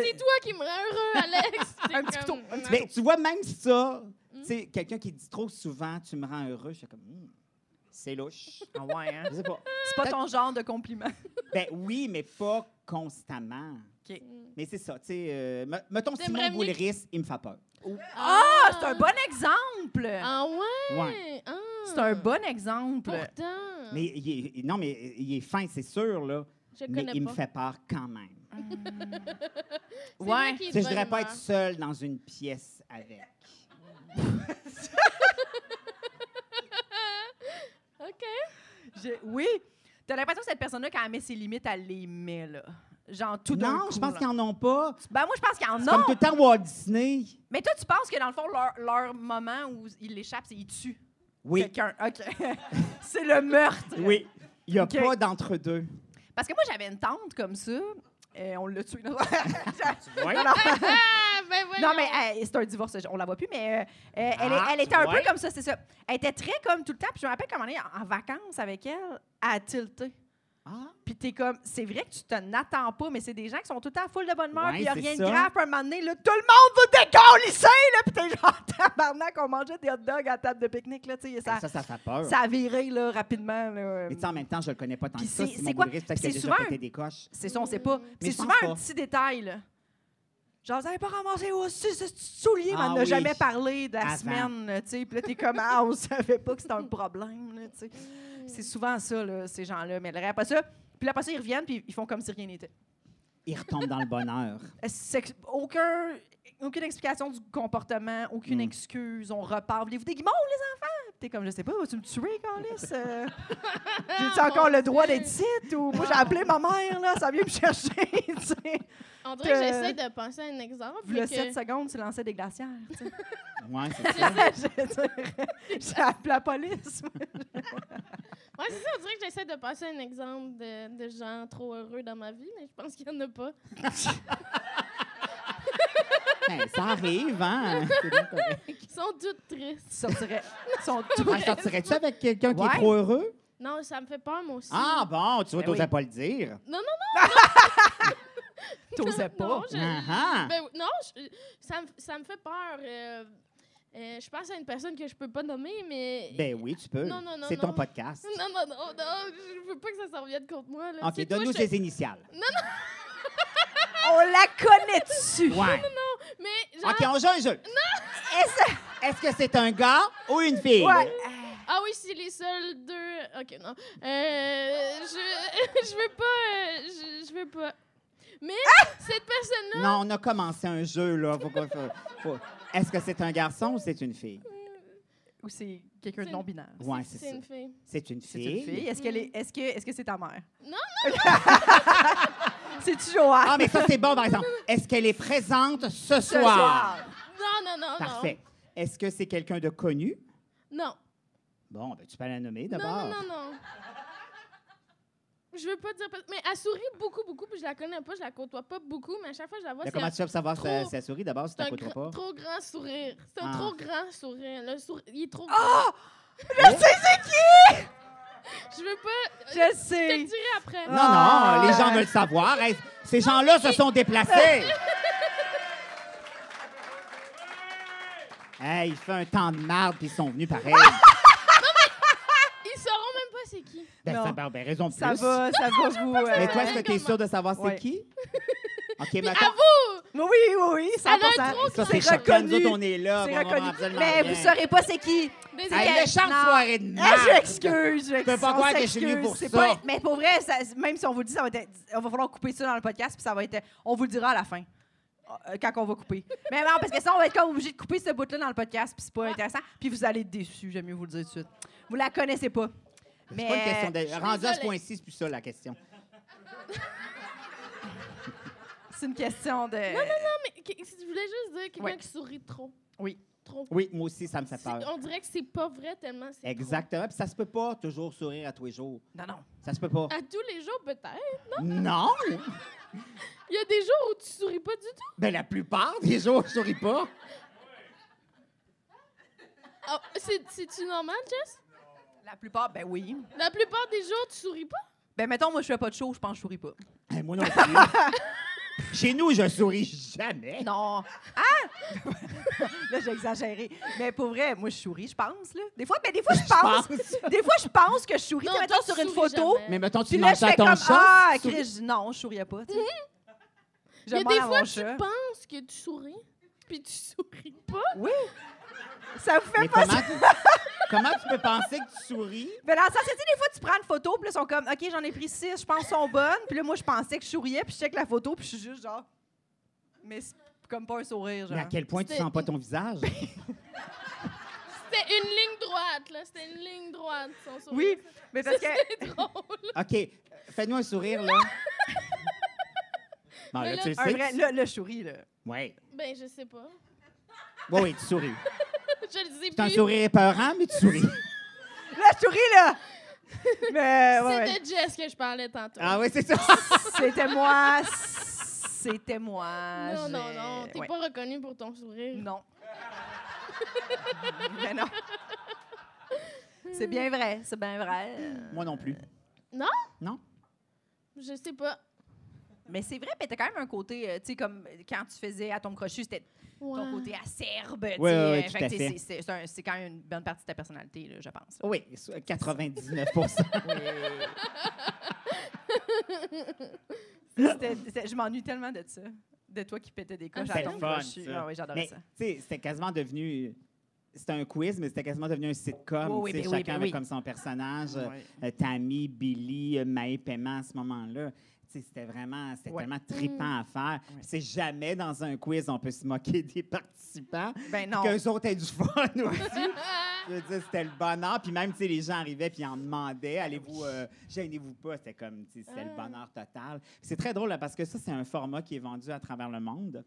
Speaker 3: c'est toi qui me rends heureux, Alex. T'es
Speaker 2: Un petit couteau,
Speaker 3: comme-
Speaker 2: un petit
Speaker 4: Mais tu vois, même ça,
Speaker 3: Mm.
Speaker 4: tu sais, quelqu'un qui dit trop souvent, tu me rends heureux, je suis comme, Hmm, c'est louche.
Speaker 2: Ah ouais, hein?
Speaker 4: Je sais pas.
Speaker 2: C'est pas ton genre de compliment.
Speaker 4: ben oui, mais pas constamment.
Speaker 2: OK.
Speaker 4: Mais c'est ça, tu sais, euh, me- mettons
Speaker 3: T'aimerais
Speaker 4: Simon
Speaker 3: mieux-
Speaker 4: Boulris, il me fait peur.
Speaker 2: Ah, c'est un bon exemple!
Speaker 3: Ah ouais?
Speaker 4: Ouais.
Speaker 3: Ah.
Speaker 2: C'est un bon exemple.
Speaker 3: Pourtant.
Speaker 4: Hein, Mais il est- il- non, mais il est fin, c'est sûr, là.
Speaker 3: je
Speaker 4: mais
Speaker 3: connais
Speaker 4: il
Speaker 3: pas.
Speaker 4: me fait peur quand même.
Speaker 3: C'est vrai
Speaker 2: Ouais.
Speaker 3: qu'il est
Speaker 4: Tu
Speaker 3: de
Speaker 4: sais, je
Speaker 3: bonne
Speaker 4: voudrais pas
Speaker 3: humeur.
Speaker 4: être seule dans une pièce avec.
Speaker 3: OK.
Speaker 2: J'ai- Oui. T'as l'impression que cette personne-là, quand elle met ses limites, elle les met, là. Genre, tout d'un
Speaker 4: non,
Speaker 2: coup,
Speaker 4: je pense
Speaker 2: là.
Speaker 4: qu'ils en ont pas.
Speaker 2: Ben, moi, je pense qu'il y en
Speaker 4: C'est
Speaker 2: a.
Speaker 4: comme tout le temps Walt Disney.
Speaker 2: Mais toi, tu penses que, dans le fond, leur, leur moment où ils l'échappent, c'est qu'ils tuent
Speaker 4: Oui,
Speaker 2: quelqu'un. OK. c'est le meurtre.
Speaker 4: oui. Il n'y a
Speaker 2: Ok.
Speaker 4: pas d'entre-deux.
Speaker 2: Parce que moi, j'avais une tante comme ça. Et on l'a tuée. Non,
Speaker 4: Ouais.
Speaker 2: non, non.
Speaker 3: Ah, ben voyons.
Speaker 2: Non, mais
Speaker 4: euh,
Speaker 2: elle- c'est un divorce, on la voit plus, mais euh, euh, elle, est-
Speaker 4: Ah,
Speaker 2: elle était un
Speaker 4: ouais.
Speaker 2: peu comme ça, c'est ça. Elle était très comme tout le temps, puis je me rappelle quand on est en en vacances avec elle, à tilter.
Speaker 4: Ah,
Speaker 2: Puis t'es comme, c'est vrai que tu te n'attends pas, mais c'est des gens qui sont tout le temps full de bonne humeur,
Speaker 4: Ouais,
Speaker 2: puis il n'y a
Speaker 4: c'est
Speaker 2: rien de
Speaker 4: ça.
Speaker 2: grave. Puis à un moment donné, là, tout le monde vous décalissez, là, puis t'es genre, tabarnak, on mangeait des hot dogs à table de pique-nique, là, tu sais, ça,
Speaker 4: ça, ça fait peur.
Speaker 2: ça a viré, là, rapidement, là.
Speaker 4: Mais tu sais, en même temps, je le connais pas tant
Speaker 2: Euh, Puis
Speaker 4: que ça.
Speaker 2: c'est-
Speaker 4: Simon
Speaker 2: c'est quoi-
Speaker 4: Boulris, peut-être
Speaker 2: c'est
Speaker 4: qu'il a déjà
Speaker 2: souvent
Speaker 4: pété des coches.
Speaker 2: C'est ça, on sait pas.
Speaker 4: Mais
Speaker 2: C'est
Speaker 4: je
Speaker 2: souvent
Speaker 4: pense
Speaker 2: un
Speaker 4: pas.
Speaker 2: petit détail, là. Genre, vous avez pas ramassé aussi ce petit soulier, mais
Speaker 4: Ah
Speaker 2: on n'a
Speaker 4: oui.
Speaker 2: jamais parlé de la
Speaker 4: Avant.
Speaker 2: semaine, là, tu sais. Puis là, t'es comme, ah, on savait pas que c'était un problème, là, tu sais. C'est souvent ça, là, ces gens-là. Mais là, après ça, puis là, après ça, ils reviennent, puis ils font comme si rien n'était.
Speaker 4: Il retombe dans le bonheur.
Speaker 2: C'est que- aucun, aucune explication du comportement, aucune
Speaker 4: Mm.
Speaker 2: excuse. On repart. Voulez-vous des guimauves, les enfants? T'es comme, je sais pas, vas-tu me tuer, Carlis? Euh, J'ai-tu encore le droit d'être ici? Ou moi, j'ai appelé ma mère, là, ça vient me chercher, tu sais.
Speaker 3: On dirait que
Speaker 2: Euh,
Speaker 3: j'essaie de penser à un exemple.
Speaker 2: Vous, le
Speaker 3: que-
Speaker 2: 7 secondes, tu lançais des glacières, tu sais.
Speaker 4: Ouais, c'est ça.
Speaker 2: Je dirais, J'ai appelé la police.
Speaker 3: Ouais, c'est ça, on dirait que j'essaie de passer un exemple de, de gens trop heureux dans ma vie, mais je pense qu'il n'y en a pas.
Speaker 4: Hey, Ben, ça arrive, hein? C'est bien correct.
Speaker 3: Ils sont toutes tristes.
Speaker 2: Tu sortirais. ils sont tous-
Speaker 4: Ah, Sortirais-tu avec quelqu'un qui
Speaker 2: Ouais.
Speaker 4: est trop heureux?
Speaker 3: Non, ça me fait peur, moi aussi.
Speaker 4: Ah bon, tu vois,
Speaker 2: Ben
Speaker 4: t'osais
Speaker 2: oui.
Speaker 4: pas le dire.
Speaker 2: T'osais pas.
Speaker 3: Non, je-
Speaker 4: Ah, ah.
Speaker 3: ben oui, non, je- ça, me, ça me fait peur. euh, euh, je pense à une personne que je peux pas nommer, mais...
Speaker 4: Ben oui, tu peux.
Speaker 3: Eh. Non, non, non,
Speaker 4: C'est ton
Speaker 3: non.
Speaker 4: podcast.
Speaker 3: Non, non, non, non, je veux pas que ça s'en revienne contre moi. Là. C'est
Speaker 4: OK,
Speaker 3: toi,
Speaker 4: donne-nous
Speaker 3: je-
Speaker 4: ses initiales.
Speaker 2: On la connaît dessus.
Speaker 4: Ouais.
Speaker 3: Mais, genre,
Speaker 4: OK, on joue un jeu. Est-ce que c'est un gars ou une fille?
Speaker 2: Ouais.
Speaker 3: ah oui, c'est les seuls deux... OK, non. Euh, je, je veux pas... euh, je, je veux pas... Mais cette personne-là...
Speaker 4: Non, on a commencé un jeu, là. Faut pas- faut- faut- Est-ce que c'est un garçon ou c'est une fille?
Speaker 2: Ou c'est quelqu'un de
Speaker 3: C'est-
Speaker 2: non-binaire.
Speaker 4: Ouais, c'est
Speaker 3: C'est
Speaker 4: ça.
Speaker 3: une fille.
Speaker 4: C'est une
Speaker 2: C'est une
Speaker 4: fille.
Speaker 2: fille. Est-ce qu'elle est, est-ce que, est-ce que c'est ta mère?
Speaker 3: Mm. Non,
Speaker 2: non. C'est-tu Joanne?
Speaker 4: Ah, mais ça, c'est bon, par exemple. Est-ce qu'elle est présente ce soir?
Speaker 2: Ce soir.
Speaker 3: Non, non, non,
Speaker 4: Parfait. Est-ce que c'est quelqu'un de connu?
Speaker 3: non. Non.
Speaker 4: Bon, ben, tu peux la nommer
Speaker 3: Non,
Speaker 4: d'abord. Ben,
Speaker 3: non, non, non. Je veux pas dire. parce- Mais elle sourit beaucoup, beaucoup, puis je la connais pas, je la côtoie pas beaucoup, mais à chaque fois que je la vois,
Speaker 4: Mais
Speaker 3: c'est
Speaker 4: comment
Speaker 3: un,
Speaker 4: tu fais pour savoir si
Speaker 3: trop-
Speaker 4: si elle sourit d'abord si
Speaker 3: c'est
Speaker 4: tu
Speaker 3: un
Speaker 4: la côtoies
Speaker 3: grand-
Speaker 4: pas?
Speaker 3: trop grand sourire. C'est un
Speaker 4: Ah.
Speaker 3: trop grand sourire. Le sourire, il est trop.
Speaker 2: Ah!
Speaker 4: Oh!
Speaker 2: Je sais c'est qui?
Speaker 3: Je veux pas.
Speaker 2: Je
Speaker 3: Je te le
Speaker 2: sais.
Speaker 3: dirai après.
Speaker 4: Non,
Speaker 2: Ah.
Speaker 4: non, les gens veulent savoir. Hey, ces gens-là se sont déplacés. Hey, il fait un temps de marde, puis ils sont venus pareil.
Speaker 3: Ils sauront même pas c'est qui.
Speaker 4: Ben,
Speaker 2: Non.
Speaker 4: ça, ben, ben, raison de plus.
Speaker 2: Ça va, ça va vous. euh,
Speaker 4: Mais toi, est-ce que tu es
Speaker 3: Comment?
Speaker 4: sûr de savoir c'est
Speaker 2: Ouais.
Speaker 4: qui? OK, maintenant,
Speaker 3: À vous!
Speaker 2: Oui, oui, oui, 100
Speaker 3: Elle a un gros
Speaker 4: ça,
Speaker 2: c'est
Speaker 4: c'est choquant. Nous
Speaker 2: reconnu.
Speaker 4: autres, on est là.
Speaker 2: C'est
Speaker 4: bon, on va
Speaker 2: reconnu.
Speaker 4: absolument
Speaker 2: Mais
Speaker 4: rien.
Speaker 2: vous saurez pas c'est qui.
Speaker 3: Des
Speaker 4: Hey,
Speaker 2: que-
Speaker 4: méchante
Speaker 2: non.
Speaker 4: soirée de
Speaker 2: Ah,
Speaker 4: merde.
Speaker 2: je m'excuse, je
Speaker 4: peux pas
Speaker 2: on
Speaker 4: croire que je suis
Speaker 2: s'excuse,
Speaker 4: venu pour
Speaker 2: c'est
Speaker 4: ça.
Speaker 2: pas- mais pour vrai, ça- même si on vous le dit, ça va être, on va falloir couper ça dans le podcast, puis ça va être, on vous le dira à la fin, euh, quand on va couper. mais non, parce que ça, on va être comme obligé de couper ce bout-là dans le podcast, puis c'est
Speaker 4: Ah.
Speaker 2: pas intéressant, puis vous allez être déçus, j'aime mieux vous le dire tout de suite. Vous la connaissez pas. Mais
Speaker 4: C'est pas une question de... Rendu à ce
Speaker 3: désolée.
Speaker 4: point-ci, c'est plus ça, la question.
Speaker 2: c'est une question de.
Speaker 3: Mais qui- je voulais juste dire quelqu'un
Speaker 2: Ouais.
Speaker 3: qui sourit trop.
Speaker 2: Oui.
Speaker 3: Trop.
Speaker 4: Oui, moi aussi, ça me fait
Speaker 3: C'est-
Speaker 4: peur.
Speaker 3: On dirait que c'est pas vrai tellement c'est.
Speaker 4: Exactement. Puis ça se peut pas toujours sourire à tous les jours.
Speaker 2: Non, non.
Speaker 4: Ça se peut pas.
Speaker 3: trop. À tous les jours, peut-être.
Speaker 2: Ah
Speaker 4: Non!
Speaker 3: Il y a des jours où tu souris pas du tout.
Speaker 4: Ben, la plupart des jours, je souris pas.
Speaker 3: Ah, c'est- C'est-tu normal, Jess?
Speaker 2: La plupart, ben oui.
Speaker 3: La plupart des jours, tu souris pas.
Speaker 2: Ben mettons, moi, je fais pas de show, je pense que je souris pas.
Speaker 4: Eh, moi non plus. Chez nous, je souris jamais.
Speaker 2: Non. Ah! là, j'ai exagéré. Mais pour vrai, moi, je souris, je pense. Là. Des fois, ben, des fois, je pense. Des fois, je pense que je souris.
Speaker 3: Non,
Speaker 2: Tu sais,
Speaker 3: toi,
Speaker 2: mettons,
Speaker 3: tu
Speaker 2: sur une
Speaker 3: souris
Speaker 2: photo.
Speaker 3: jamais.
Speaker 4: Mais mettons,
Speaker 2: Puis
Speaker 4: tu
Speaker 2: là,
Speaker 4: manges
Speaker 2: je
Speaker 4: à
Speaker 2: fais
Speaker 4: ton
Speaker 2: comme
Speaker 4: chat.
Speaker 2: Ah,
Speaker 4: tu souris-
Speaker 2: Chris, je dis, non, je souriais pas. tu sais. Je
Speaker 3: Il y a
Speaker 2: demande
Speaker 3: Mhm. des
Speaker 2: à mon
Speaker 3: fois, tu
Speaker 2: chat.
Speaker 3: penses que tu souris, puis tu souris pas.
Speaker 2: Oui. Ça vous fait
Speaker 4: Mais
Speaker 2: pas
Speaker 4: comment, tu... comment tu peux penser que tu souris?
Speaker 2: Mais dans le sens, tu sais, des fois, tu prends une photo, puis là, ils sont comme, OK, j'en ai pris six, je pense qu'elles sont bonnes. Puis là, moi, je pensais que je souriais, puis je check la photo, puis je suis juste genre. Mais c'est comme pas un sourire, genre.
Speaker 4: Mais à quel point tu
Speaker 3: C'était-
Speaker 4: sens pas ton visage?
Speaker 3: C'était une ligne droite, là. C'était une ligne droite, son sourire.
Speaker 2: Oui, mais parce que.
Speaker 3: C'est drôle.
Speaker 4: OK, euh, fais-nous un sourire, là. Bon,
Speaker 3: Mais
Speaker 4: là,
Speaker 3: là,
Speaker 4: tu le
Speaker 2: Un
Speaker 4: sais.
Speaker 2: vrai, là, là, je souris, là.
Speaker 4: Oui.
Speaker 3: Ben, je sais pas.
Speaker 4: Oui, oui, tu souris.
Speaker 3: Je le dis
Speaker 4: C'est un
Speaker 3: plus.
Speaker 4: sourire épeurant, mais tu souris.
Speaker 2: Là, je souris, là! Mais,
Speaker 3: C'est
Speaker 2: ouais, ouais.
Speaker 3: de Jess que je parlais tantôt.
Speaker 4: Ah oui, c'est ça.
Speaker 2: C'était moi. C'était moi.
Speaker 3: non, non,
Speaker 2: j'ai-
Speaker 3: non. T'es
Speaker 2: ouais.
Speaker 3: pas reconnu pour ton sourire.
Speaker 2: Non. Mais non. C'est bien vrai, c'est bien vrai. Euh,
Speaker 4: Moi non plus.
Speaker 3: Non?
Speaker 4: Non?
Speaker 3: Je sais pas.
Speaker 2: Mais c'est vrai, mais t'as quand même un côté, euh, tu sais, comme quand tu faisais à ton crochet, c'était ton
Speaker 3: Ouais.
Speaker 2: côté acerbe. tu sais,
Speaker 4: ouais,
Speaker 2: euh,
Speaker 4: ouais, tout
Speaker 2: que
Speaker 4: à
Speaker 2: c'est-
Speaker 4: fait.
Speaker 2: c'est- C'est c'est un- c'est quand même une bonne partie de ta personnalité, là, je pense.
Speaker 4: Oui, so- 99
Speaker 2: C'était- c'était- je m'ennuie tellement de ça. De toi qui pétais des coches
Speaker 4: Ah,
Speaker 2: à
Speaker 4: c'était
Speaker 2: ton
Speaker 4: le fun,
Speaker 2: crochet.
Speaker 4: ça.
Speaker 2: Ah, oui, j'adorais
Speaker 4: Mais
Speaker 2: ça.
Speaker 4: tu sais, c'était quasiment devenu. C'était un quiz, mais c'était quasiment devenu un sitcom.
Speaker 2: Oui, oui,
Speaker 4: tu sais,
Speaker 2: ben oui,
Speaker 4: chacun
Speaker 2: ben
Speaker 4: avait
Speaker 2: oui.
Speaker 4: comme son personnage.
Speaker 2: Ouais.
Speaker 4: Euh, Tammy, Billy, euh, Maë Paiement à ce moment-là. Tu sais, C'était vraiment, c'était
Speaker 2: Ouais.
Speaker 4: tellement trippant à faire.
Speaker 2: Ouais.
Speaker 4: C'est jamais dans un quiz, on peut se moquer des participants.
Speaker 2: Ben
Speaker 4: Puis
Speaker 2: non.
Speaker 4: Qu'eux autres aient du fun aussi. Je veux dire, c'était le bonheur. Puis même, tu sais, les gens arrivaient puis ils en demandaient, allez-vous, euh, gênez-vous pas. C'était comme, tu sais, c'était le
Speaker 3: Ah.
Speaker 4: bonheur total. Puis C'est très drôle là, parce que ça, c'est un format qui est vendu à travers le monde.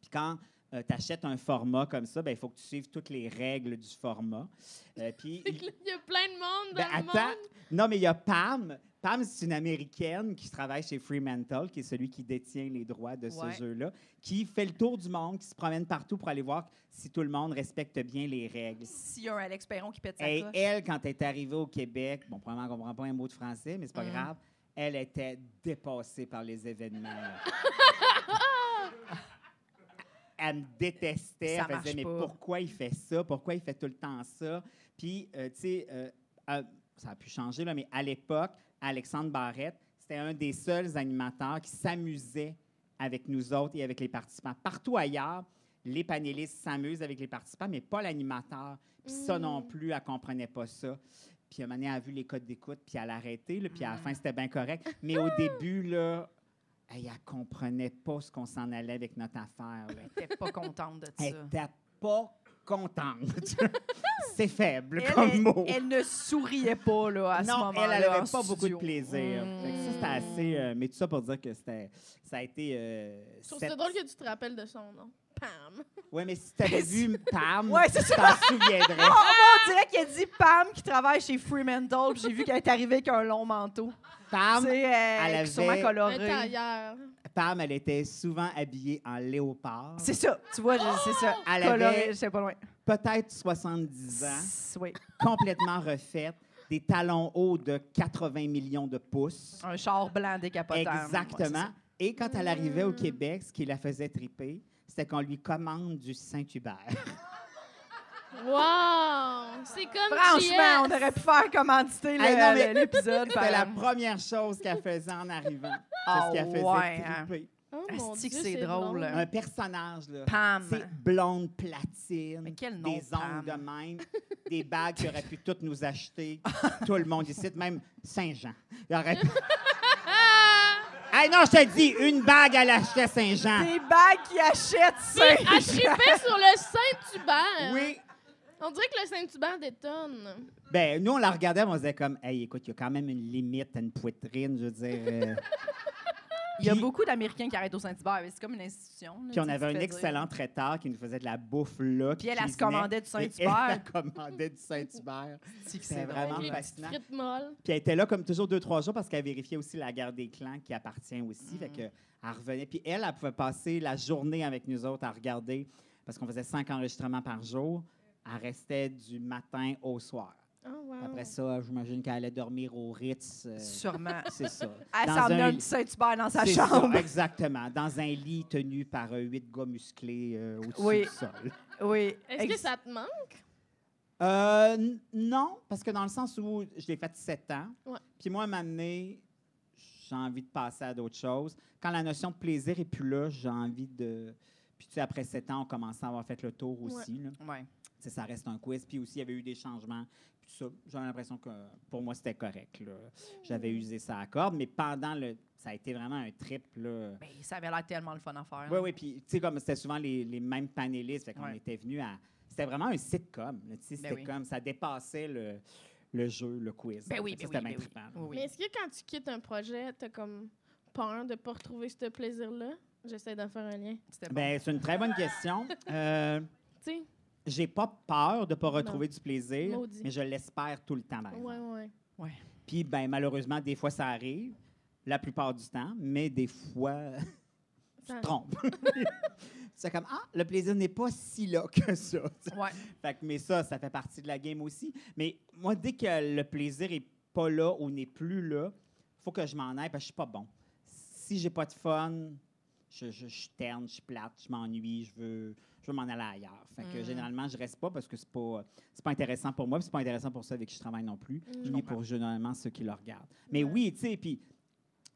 Speaker 4: Puis quand tu achètes un format comme ça, ben, il faut que tu suives toutes les règles du format. Euh, puis
Speaker 3: Il y a plein de monde
Speaker 4: ben,
Speaker 3: dans le
Speaker 4: attends.
Speaker 3: monde.
Speaker 4: Non, mais il y a Pam. Pam, c'est une Américaine qui travaille chez Fremantle, qui est celui qui détient les droits de
Speaker 2: Ouais.
Speaker 4: ce jeu-là, qui fait le tour du monde, qui se promène partout pour aller voir si tout le monde respecte bien les règles.
Speaker 2: S'il y a un Alex Perron qui pète sa
Speaker 4: Et
Speaker 2: coche.
Speaker 4: elle, quand elle est arrivée au Québec, bon, probablement qu'on ne comprend pas un mot de français, mais c'est pas
Speaker 2: Mhm.
Speaker 4: grave, elle était dépassée par les événements. là. elle me détestait.
Speaker 2: Ça
Speaker 4: elle
Speaker 2: marche
Speaker 4: faisait, mais
Speaker 2: pas.
Speaker 4: pourquoi il fait ça? Pourquoi il fait tout le temps ça? Puis, euh, tu sais, euh, à- ça a pu changer, là, mais à l'époque, Alexandre Barrette, c'était un des seuls animateurs qui s'amusait avec nous autres et avec les participants. Partout ailleurs, les panélistes s'amusent avec les participants, mais pas l'animateur. Puis ça non
Speaker 3: Mm.
Speaker 4: plus, elle comprenait pas ça. Puis à un moment donné, elle a vu les codes d'écoute, puis elle a arrêté. là, Puis
Speaker 2: Mm.
Speaker 4: à la fin, c'était bien correct. Mais au début, là, elle, elle comprenait pas ce qu'on s'en allait avec notre affaire. là.
Speaker 2: Elle était pas contente de ça.
Speaker 4: Elle était pas contente. C'est faible
Speaker 2: Elle,
Speaker 4: comme
Speaker 2: elle-
Speaker 4: mot.
Speaker 2: elle ne souriait pas là, à ce
Speaker 4: non,
Speaker 2: moment-là.
Speaker 4: elle n'avait
Speaker 2: en
Speaker 4: pas beaucoup de
Speaker 2: studio.
Speaker 4: plaisir.
Speaker 2: Mm.
Speaker 4: Fait que ça, c'était assez... euh, mais tout ça pour dire que c'était, ça a été... euh,
Speaker 3: Je trouve
Speaker 4: sept-
Speaker 3: ça drôle que tu te rappelles de son nom. Pam.
Speaker 4: Ouais, mais si t'avais vu Pam,
Speaker 2: Ouais, c'est
Speaker 4: tu t'en souviendrais.
Speaker 2: Oh, moi, on dirait qu'il a dit Pam qui travaille chez Fremantle, puis j'ai vu qu'elle est arrivée avec un long manteau.
Speaker 4: Pam,
Speaker 2: tu sais, elle,
Speaker 4: Ah, elle
Speaker 2: sûrement
Speaker 4: avait-
Speaker 3: Un
Speaker 2: colorée.
Speaker 3: tailleur.
Speaker 4: Pam, elle était souvent habillée en léopard.
Speaker 2: C'est ça, tu vois, je- c'est ça.
Speaker 4: Elle
Speaker 2: colorée,
Speaker 4: avait-
Speaker 2: je sais pas loin.
Speaker 4: Peut-être 70 ans,
Speaker 2: S- Oui,
Speaker 4: complètement refaite, des talons hauts de 80 millions de pouces.
Speaker 2: un char blanc décapotable. Ouais, c'est
Speaker 4: Exactement.
Speaker 2: ça.
Speaker 4: Et quand elle arrivait au
Speaker 3: Mm.
Speaker 4: Québec, ce qui la faisait triper, c'était qu'on lui commande du Saint-Hubert.
Speaker 3: Wow! C'est comme
Speaker 2: Franchement,
Speaker 3: JS.
Speaker 2: on aurait pu faire commanditer le-
Speaker 4: Hey, non, mais-
Speaker 2: le- l'épisode.
Speaker 4: C'était
Speaker 2: par-
Speaker 4: la première chose qu'elle faisait en arrivant.
Speaker 2: Ah,
Speaker 4: c'est ce qu'elle faisait
Speaker 2: ouais, hein.
Speaker 4: triper.
Speaker 3: Oh, mon
Speaker 2: Asti que
Speaker 3: Dieu,
Speaker 2: c'est drôle.
Speaker 4: Un personnage, là.
Speaker 2: Euh, Pam.
Speaker 4: C'est blonde platine.
Speaker 2: Mais quel nom,
Speaker 4: Des ongles
Speaker 2: Pam.
Speaker 4: de même. des bagues qu'il aurait pu toutes nous acheter. Tout le monde ici, même Saint-Jean. Il aurait pu-
Speaker 3: Ah,
Speaker 4: hey, non, je te dis, une bague, elle achetait Saint-Jean.
Speaker 2: Des bagues qui achètent ça.
Speaker 3: Puis, à chipper sur le Saint-Hubert.
Speaker 4: Oui.
Speaker 3: On dirait que le Saint-Hubert détonne.
Speaker 4: Ben, nous, on la regardait, on faisait comme, hey, écoute, il y a quand même une limite à une poitrine, je veux dire. euh.
Speaker 2: Il y a
Speaker 4: Puis-
Speaker 2: beaucoup d'Américains qui arrêtent au Saint-Hubert. mais C'est comme une institution. là,
Speaker 4: Puis on
Speaker 2: tu sais,
Speaker 4: avait
Speaker 2: tu
Speaker 4: un
Speaker 2: te fais dire.
Speaker 4: excellent traiteur qui nous faisait de la bouffe là.
Speaker 2: Puis elle, elle se
Speaker 4: cuisinait.
Speaker 2: commandait du
Speaker 4: Et
Speaker 2: Saint-Hubert.
Speaker 4: Elle commandait du Saint-Hubert.
Speaker 2: C'est que
Speaker 4: C'était
Speaker 2: c'est
Speaker 4: vraiment
Speaker 2: drôle.
Speaker 3: Avec les
Speaker 4: fascinant.
Speaker 3: petites frites molles.
Speaker 4: Puis elle était là comme toujours deux, trois jours parce qu'elle vérifiait aussi la guerre des clans qui appartient aussi.
Speaker 2: Mm-hmm.
Speaker 4: Fait que, elle revenait. Puis elle, elle pouvait passer la journée avec nous autres à regarder parce qu'on faisait cinq enregistrements par jour. Elle restait du matin au soir.
Speaker 3: Oh, wow.
Speaker 2: Mm.
Speaker 4: Après ça, j'imagine qu'elle allait dormir au Ritz. euh,
Speaker 2: Sûrement.
Speaker 4: c'est ça.
Speaker 2: Elle
Speaker 4: Dans
Speaker 2: s'en
Speaker 4: un
Speaker 2: un
Speaker 4: lit-
Speaker 2: petit Saint-Hubert dans sa
Speaker 4: C'est ça,
Speaker 2: chambre.
Speaker 4: exactement. Dans un lit tenu par euh, huit gars musclés euh, au-dessus
Speaker 2: Oui.
Speaker 4: du sol.
Speaker 2: Oui.
Speaker 3: Est-ce que
Speaker 2: Ex-
Speaker 3: ça te manque?
Speaker 4: Euh, n- non, parce que dans le sens où je l'ai fait sept ans,
Speaker 3: Ouais.
Speaker 4: puis moi, à un moment donné, j'ai envie de passer à d'autres choses. Quand la notion de plaisir est plus là, j'ai envie de... Puis tu sais, après sept ans, on commençait à avoir fait le tour
Speaker 3: Ouais.
Speaker 4: aussi. là.
Speaker 2: Ouais.
Speaker 4: Tu sais, ça reste un quiz. Puis aussi, il y avait eu des changements. Puis tout ça, j'avais l'impression que pour moi, c'était correct. là. J'avais
Speaker 3: Mm.
Speaker 4: usé ça à corde, mais pendant le... Ça a été vraiment un trip, là.
Speaker 2: Ben, ça avait l'air tellement le fun à faire.
Speaker 4: Oui,
Speaker 2: là.
Speaker 4: oui. Puis, tu sais, comme c'était souvent les, les mêmes panélistes, fait qu'on
Speaker 2: Ouais. Ben
Speaker 4: était venus à. C'était vraiment un sitcom. là, tu sais, c'était
Speaker 2: oui.
Speaker 4: comme. Ça dépassait le, le jeu, le quiz.
Speaker 2: Ben oui,
Speaker 4: Fait que
Speaker 2: ben oui,
Speaker 4: ça, C'était
Speaker 2: ben
Speaker 4: bien trippant, là.
Speaker 2: Oui, oui.
Speaker 3: Mais est-ce que quand tu quittes un projet, t'as comme peur de pas retrouver ce plaisir-là? J'essaie d'en faire un lien.
Speaker 2: C'était bon.
Speaker 4: Ben, c'est une très bonne question. Euh,
Speaker 3: Tu sais?
Speaker 4: j'ai pas peur de pas retrouver du plaisir,
Speaker 3: Maudit.
Speaker 4: mais je l'espère tout le temps. par exemple.
Speaker 3: Ouais, ouais.
Speaker 4: Puis, ben, malheureusement, des fois, ça arrive. La plupart du temps, mais des fois, tu
Speaker 3: Ça-
Speaker 4: te trompes. c'est comme, ah, le plaisir n'est pas si là que ça.
Speaker 2: Ouais.
Speaker 4: Fait que- mais ça, ça fait partie de la game aussi. Mais moi, dès que le plaisir est pas là ou n'est plus là, faut que je m'en aille parce que je suis pas bon. Si j'ai pas de fun, je, je, je suis terne, je suis plate, je m'ennuie, je veux, je veux m'en aller ailleurs. Fait que
Speaker 2: Mm.
Speaker 4: généralement, je reste pas parce que c'est pas, c'est pas intéressant pour moi, puis c'est pas intéressant pour ceux avec qui je travaille non plus, ni pour généralement ceux qui le regardent. Mais
Speaker 3: Ouais.
Speaker 4: oui, tu sais, puis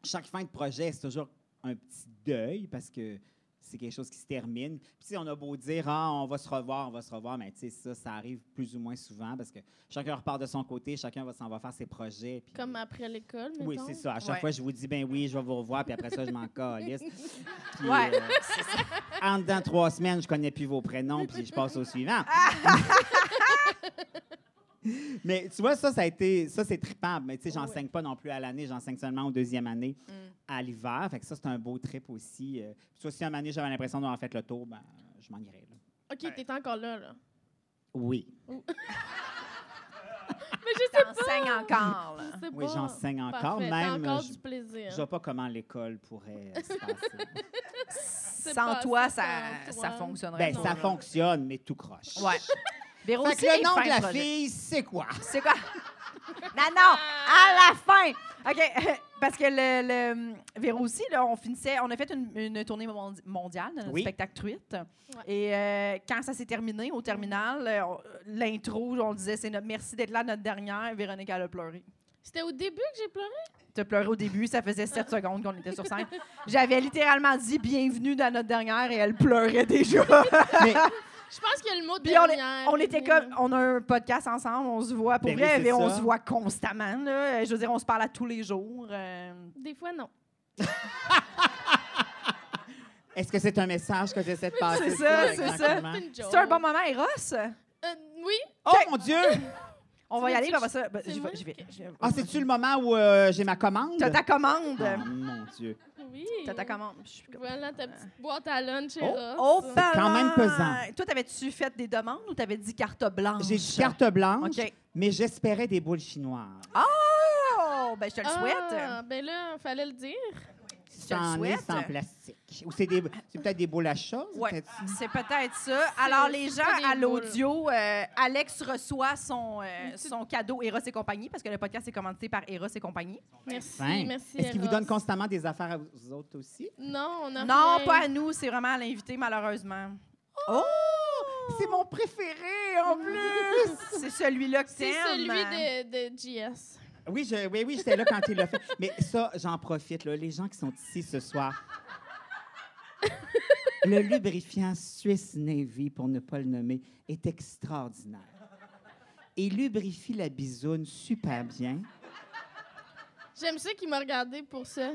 Speaker 4: chaque fin de projet, c'est toujours un petit deuil parce que c'est quelque chose qui se termine. Puis tu sais, on a beau dire, ah, on va se revoir, on va se revoir, mais tu sais, ça, ça arrive plus ou moins souvent parce que chacun repart de son côté, chacun va s'en va faire ses projets. puis-
Speaker 3: Comme après l'école, mettons.
Speaker 4: oui, c'est ça. À chaque
Speaker 2: Ouais.
Speaker 4: fois, je vous dis, ben oui, je vais vous revoir, puis après ça, je m'en calisse. Puis,
Speaker 2: Ouais.
Speaker 4: euh, en dedans trois semaines, je connais plus vos prénoms, puis je passe au suivant.
Speaker 2: Ah!
Speaker 4: Mais tu vois, ça, ça a été, ça, c'est trippant. Mais tu sais, j'enseigne pas non plus à l'année, j'enseigne seulement aux deuxième année
Speaker 2: Mm.
Speaker 4: à l'hiver. Fait que ça, c'est un beau trip aussi. Euh, puis ça, si un année, j'avais l'impression d'avoir fait le tour, ben, je m'en irais. là.
Speaker 3: OK,
Speaker 4: Ben.
Speaker 3: t'es encore là, là.
Speaker 4: Oui.
Speaker 3: Mais je sais
Speaker 2: T'enseignes encore, là.
Speaker 3: pas.
Speaker 4: Oui, j'enseigne encore,
Speaker 3: Parfait,
Speaker 4: même.
Speaker 3: T'as encore
Speaker 4: je-
Speaker 3: du plaisir.
Speaker 4: Je vois pas comment l'école pourrait euh, se passer.
Speaker 2: Sans
Speaker 3: pas-
Speaker 2: toi,
Speaker 3: sans
Speaker 2: ça,
Speaker 3: toi.
Speaker 2: ça fonctionnerait
Speaker 4: ben,
Speaker 2: pas.
Speaker 4: ça
Speaker 2: là.
Speaker 4: fonctionne, mais tout croche.
Speaker 2: Ouais. Véro,
Speaker 4: Fait que
Speaker 2: c'est les
Speaker 4: le nom
Speaker 2: fins
Speaker 4: de la
Speaker 2: projets.
Speaker 4: fille, c'est quoi?
Speaker 2: C'est quoi? Non, non, à la fin. OK, parce que le, le Véro aussi, là, on finissait, on a fait une, une tournée mondi- mondiale de notre
Speaker 4: Oui.
Speaker 2: spectacle truite. Et euh, quand ça s'est terminé au terminal, euh, on- l'intro, on disait c'est notre merci d'être là, notre dernière. Véronique, elle a pleuré.
Speaker 3: C'était au début que j'ai pleuré?
Speaker 2: Tu as pleuré au début, ça faisait 7 secondes qu'on était sur scène. J'avais littéralement dit bienvenue dans notre dernière et elle pleurait déjà.
Speaker 4: Mais
Speaker 3: Je pense qu'il y a le mot
Speaker 2: Puis on, est-
Speaker 3: dernière.
Speaker 2: on était
Speaker 3: qui vient,
Speaker 2: comme,
Speaker 3: là.
Speaker 2: on a un podcast ensemble, on se voit pour
Speaker 4: Ben oui,
Speaker 2: vrai,
Speaker 4: c'est
Speaker 2: mais on
Speaker 4: ça.
Speaker 2: se voit constamment. là. Euh, Je veux dire, on se parle à tous les jours. euh.
Speaker 3: Des fois, non.
Speaker 4: est-ce que c'est un message que j'essaie de passer?
Speaker 2: C'est ça,
Speaker 4: toi,
Speaker 2: c'est ça.
Speaker 4: exactement?
Speaker 3: C'est une joke.
Speaker 2: C'est un bon moment, Eros.
Speaker 3: Euh, oui,
Speaker 4: Oh mon Dieu!
Speaker 2: On va y
Speaker 3: veux
Speaker 2: aller,
Speaker 3: dire
Speaker 2: on va ça. ben,
Speaker 3: c'est
Speaker 2: j'y
Speaker 3: moi?
Speaker 2: vais- j'y vais.
Speaker 3: Ok.
Speaker 2: j'y vais.
Speaker 4: Ah, c'est-tu le moment où euh, j'ai ma commande?
Speaker 2: T'as ta commande.
Speaker 4: Oh mon Dieu.
Speaker 3: oui.
Speaker 2: T'as ta commande. Je suis comme-
Speaker 3: Voilà ta
Speaker 2: Euh.
Speaker 3: petite boîte à lunch, Eros.
Speaker 2: Oh,
Speaker 3: Euh,
Speaker 2: parlant.
Speaker 4: quand même pesant.
Speaker 2: Toi, t'avais-tu fait des demandes ou t'avais dit carte blanche?
Speaker 4: J'ai dit carte blanche,
Speaker 2: OK.
Speaker 4: mais j'espérais des boules chinoises.
Speaker 2: Oh! Ben, je te le
Speaker 3: Ah,
Speaker 2: souhaite.
Speaker 3: ben là, fallait le dire.
Speaker 2: Je te le
Speaker 4: J'en ai
Speaker 2: souhaite.
Speaker 4: sans plastique. Ou c'est, des, c'est peut-être des boules à chat? c'est
Speaker 2: Ouais,
Speaker 4: peut-être-
Speaker 2: c'est peut-être ça. Alors, les
Speaker 3: c'est
Speaker 2: gens
Speaker 3: pas des
Speaker 2: à l'audio, euh, Alex reçoit son, euh,
Speaker 3: petite-
Speaker 2: son cadeau Eros et compagnie, parce que le podcast est commandité par Eros et compagnie.
Speaker 3: Merci,
Speaker 4: Fin.
Speaker 3: merci.
Speaker 4: Est-ce qu'ils vous
Speaker 3: Eros.
Speaker 4: donnent constamment des affaires à vous autres aussi?
Speaker 3: Non, on a
Speaker 2: Non,
Speaker 3: rien.
Speaker 2: pas à nous, c'est vraiment à l'invité, malheureusement. Oh!
Speaker 4: C'est mon préféré en plus!
Speaker 2: C'est celui-là que
Speaker 3: C'est
Speaker 2: t'aimes.
Speaker 3: celui de, de GS.
Speaker 4: Oui, je, oui, oui, j'étais là quand il l'a fait. Mais ça, j'en profite, là, les gens qui sont ici ce soir. Le lubrifiant Swiss Navy, pour ne pas le nommer, est extraordinaire. Il lubrifie la bisoune super bien
Speaker 3: J'aime ça qu'il m'a regardé pour ça.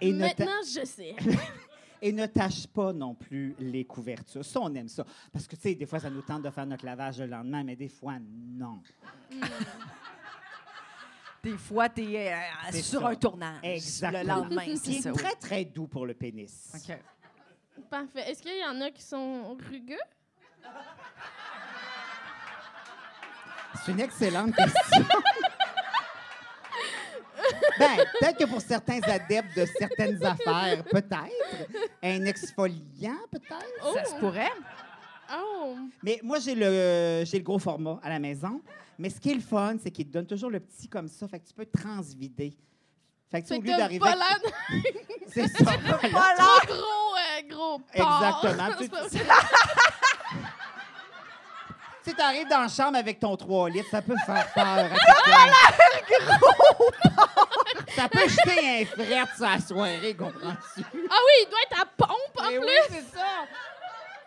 Speaker 4: et ne, ta-
Speaker 3: Maintenant, je sais.
Speaker 4: et ne tâche pas non plus les couvertures. Ça, on aime ça. Parce que, tu sais, des fois, ça nous tente de faire notre lavage le lendemain, mais des fois, non.
Speaker 2: Des fois, tu es
Speaker 4: C'est
Speaker 2: sur
Speaker 4: ça.
Speaker 2: un tournage.
Speaker 4: Exactement.
Speaker 2: Ah, Le lendemain, c'est
Speaker 4: Puis Il
Speaker 2: ça.
Speaker 4: est
Speaker 2: oui.
Speaker 4: très, très doux pour le pénis.
Speaker 2: OK.
Speaker 3: Parfait. Est-ce qu'il y en a qui sont rugueux?
Speaker 4: C'est une excellente question. ben, peut-être que pour certains adeptes de certaines affaires, peut-être. Un exfoliant, peut-être.
Speaker 3: Oh!
Speaker 2: Ça se pourrait.
Speaker 3: Oh!
Speaker 4: Mais moi, j'ai le, j'ai le gros format à la maison. Mais ce qui est le fun, c'est qu'il te donne toujours le petit comme ça. Fait que tu peux transvider. Fait que tu sais,
Speaker 3: Fait
Speaker 4: au
Speaker 3: que
Speaker 4: lieu
Speaker 3: t'as
Speaker 4: d'arriver.
Speaker 3: pas l'air
Speaker 4: C'est ça. voilà.
Speaker 3: d'un gros, euh, gros porc.
Speaker 4: Exactement. Tu-
Speaker 3: C'est pas
Speaker 4: tu-
Speaker 3: vrai.
Speaker 4: Si tu arrives dans la chambre avec ton 3 litres, ça peut faire peur. à quelqu'un. Ça peut jeter un fret sur la soirée, comprends-tu?
Speaker 3: Ah oui, il doit être à pompe en
Speaker 4: Mais
Speaker 3: plus.
Speaker 4: oui, c'est ça.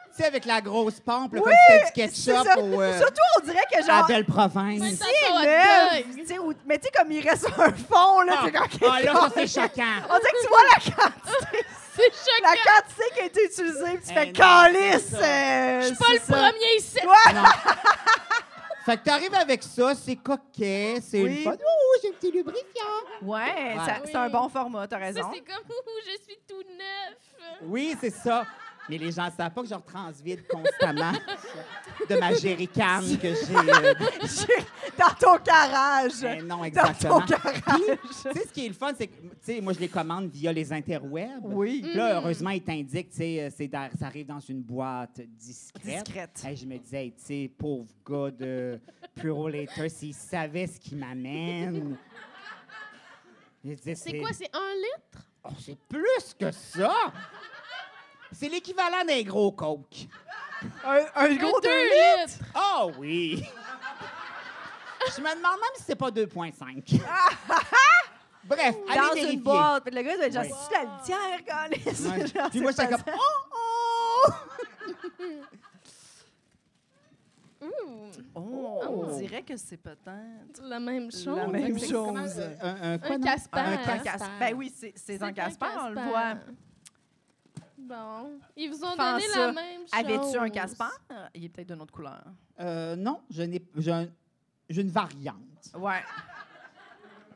Speaker 4: Tu sais, avec la grosse pompe, là,
Speaker 2: Oui,
Speaker 4: comme si c'était du
Speaker 2: C'est
Speaker 4: ketchup
Speaker 2: ça.
Speaker 4: au, euh, ben,
Speaker 2: Surtout, on dirait que
Speaker 4: à
Speaker 2: genre.
Speaker 4: Belle-Province.
Speaker 3: C'est
Speaker 2: tiens,
Speaker 3: Dans ton
Speaker 2: lève,
Speaker 3: hot dog.
Speaker 2: tu sais, ou- Mais tu sais, comme il reste un fond, là,
Speaker 4: Ah,
Speaker 2: t'es comme-
Speaker 4: ah, là, ça, c'est choquant.
Speaker 2: On dirait que tu vois la quantité,
Speaker 3: C'est choquant.
Speaker 2: la quantité qui a été utilisée, puis tu
Speaker 4: Eh
Speaker 2: fais
Speaker 4: non,
Speaker 2: calice.
Speaker 4: c'est
Speaker 2: euh,
Speaker 3: Je suis
Speaker 2: c'est
Speaker 3: pas le
Speaker 2: ça.
Speaker 3: premier ici.
Speaker 4: Non. Fait que t'arrives avec ça, c'est coquet, c'est
Speaker 2: Oui.
Speaker 4: le fun. Oh, j'ai un petit lubrifiant.
Speaker 2: Ouais,
Speaker 4: Ouais.
Speaker 2: ça- c'est un
Speaker 3: Oui.
Speaker 2: bon format, t'as
Speaker 3: Ça,
Speaker 2: raison.
Speaker 3: c'est comme ouh, je suis tout neuf.
Speaker 4: Oui, c'est ça. Mais les gens ne savent pas que je retransvide constamment de ma jerrycan que j'ai. euh,
Speaker 2: Dans ton garage.
Speaker 4: Mais non,
Speaker 2: Dans ton
Speaker 4: exactement.
Speaker 2: garage.
Speaker 4: Tu sais, ce qui est le fun, c'est que, tu sais, moi, je les commande via les interwebs.
Speaker 2: Oui.
Speaker 4: Là, heureusement, ils t'indiquent, tu sais, euh, c'est dans- ça arrive dans une boîte discrète.
Speaker 2: Discrète.
Speaker 4: Hey, je me disais, hey, tu sais, pauvre gars de Puro Later, s'il savait ce qu'il m'amène. Je disais,
Speaker 3: C'est quoi, c'est un litre?
Speaker 4: Oh, c'est plus que ça! C'est l'équivalent d'un gros coke.
Speaker 2: Un, un
Speaker 3: Un
Speaker 2: gros
Speaker 3: deux
Speaker 2: deux litres!
Speaker 4: Ah oui! Je me demande même si c'est pas 2,5. Bref, allez
Speaker 2: Ah, Dans
Speaker 4: vérifier.
Speaker 2: une boîte. Puis le gars, il doit être genre,
Speaker 4: Oui.
Speaker 2: c'est-tu la litière, câlisse?
Speaker 4: Ouais.
Speaker 2: Genre,
Speaker 4: Puis moi,
Speaker 2: c'est
Speaker 4: j'étais
Speaker 2: pas
Speaker 4: comme,
Speaker 2: ça.
Speaker 4: oh, oh!
Speaker 3: Ouh,
Speaker 2: Oh,
Speaker 4: Oh.
Speaker 2: on dirait que c'est peut-être.
Speaker 3: la même chose.
Speaker 2: La même
Speaker 4: C'est
Speaker 2: chose.
Speaker 4: comment, euh, Un, un quoi,
Speaker 3: Un
Speaker 4: non?
Speaker 3: casse-pain.
Speaker 4: Un
Speaker 2: Un
Speaker 4: casse-
Speaker 2: casse- Ben oui, c'est- c'est un casse-pain, on le voit.
Speaker 3: Bon, ils vous ont
Speaker 2: Fends
Speaker 3: donné
Speaker 2: ça.
Speaker 3: la même chose.
Speaker 2: Avais-tu un casse-pain? Il est peut-être d'une autre couleur.
Speaker 4: Euh, non, je n'ai- j'ai un- j'ai une variante.
Speaker 2: Ouais.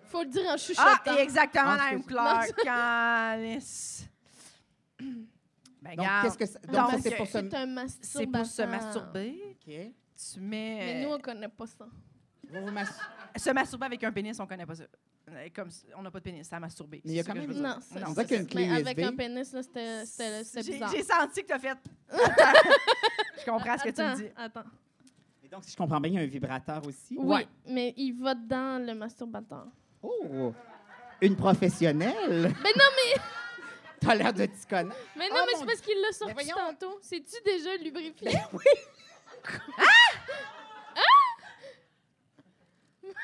Speaker 3: Faut le dire en chuchotant.
Speaker 2: Ah, et exactement
Speaker 4: Ah,
Speaker 2: la même
Speaker 4: excuse.
Speaker 2: couleur. Câlisse. Ben,
Speaker 4: Donc,
Speaker 2: regarde,
Speaker 4: qu'est-ce que ça- donc,
Speaker 2: Donc,
Speaker 4: ça, c'est pour se...
Speaker 3: C'est un masturbateur.
Speaker 2: c'est pour se masturber.
Speaker 4: OK.
Speaker 2: Tu mets.
Speaker 3: Mais nous, on connaît pas ça.
Speaker 4: Vous vous mas-
Speaker 2: Se masturber avec un pénis, on connaît pas ça. Euh, Comme si- on n'a pas de pénis, ça masturber.
Speaker 4: Mais il y
Speaker 2: C'est
Speaker 4: a
Speaker 2: ce
Speaker 4: quand
Speaker 2: que
Speaker 4: même-
Speaker 2: je veux dire.
Speaker 3: Non, ça- ça-
Speaker 4: On dirait qu'il y a une
Speaker 3: ça-
Speaker 4: clé
Speaker 3: mais avec
Speaker 4: USB.
Speaker 3: un pénis, là, c'était- c'était c'était
Speaker 2: J'ai
Speaker 3: bizarre.
Speaker 2: j'ai senti que t'as fait. je comprends ce que tu me
Speaker 3: Attends,
Speaker 2: dis.
Speaker 3: Attends.
Speaker 4: Et donc, si je comprends bien, il y a un vibrateur aussi.
Speaker 3: Oui,
Speaker 2: Ouais.
Speaker 3: mais il va dans le masturbateur.
Speaker 4: Oh! Une professionnelle?
Speaker 3: Mais non, mais,
Speaker 4: T'as l'air de t'y connaître.
Speaker 3: mais, non,
Speaker 4: Oh,
Speaker 3: mais
Speaker 4: mon
Speaker 3: c'est parce qu'il l'a
Speaker 4: Mais
Speaker 3: sorti
Speaker 4: voyons.
Speaker 3: tantôt. C'est-tu déjà lubrifié?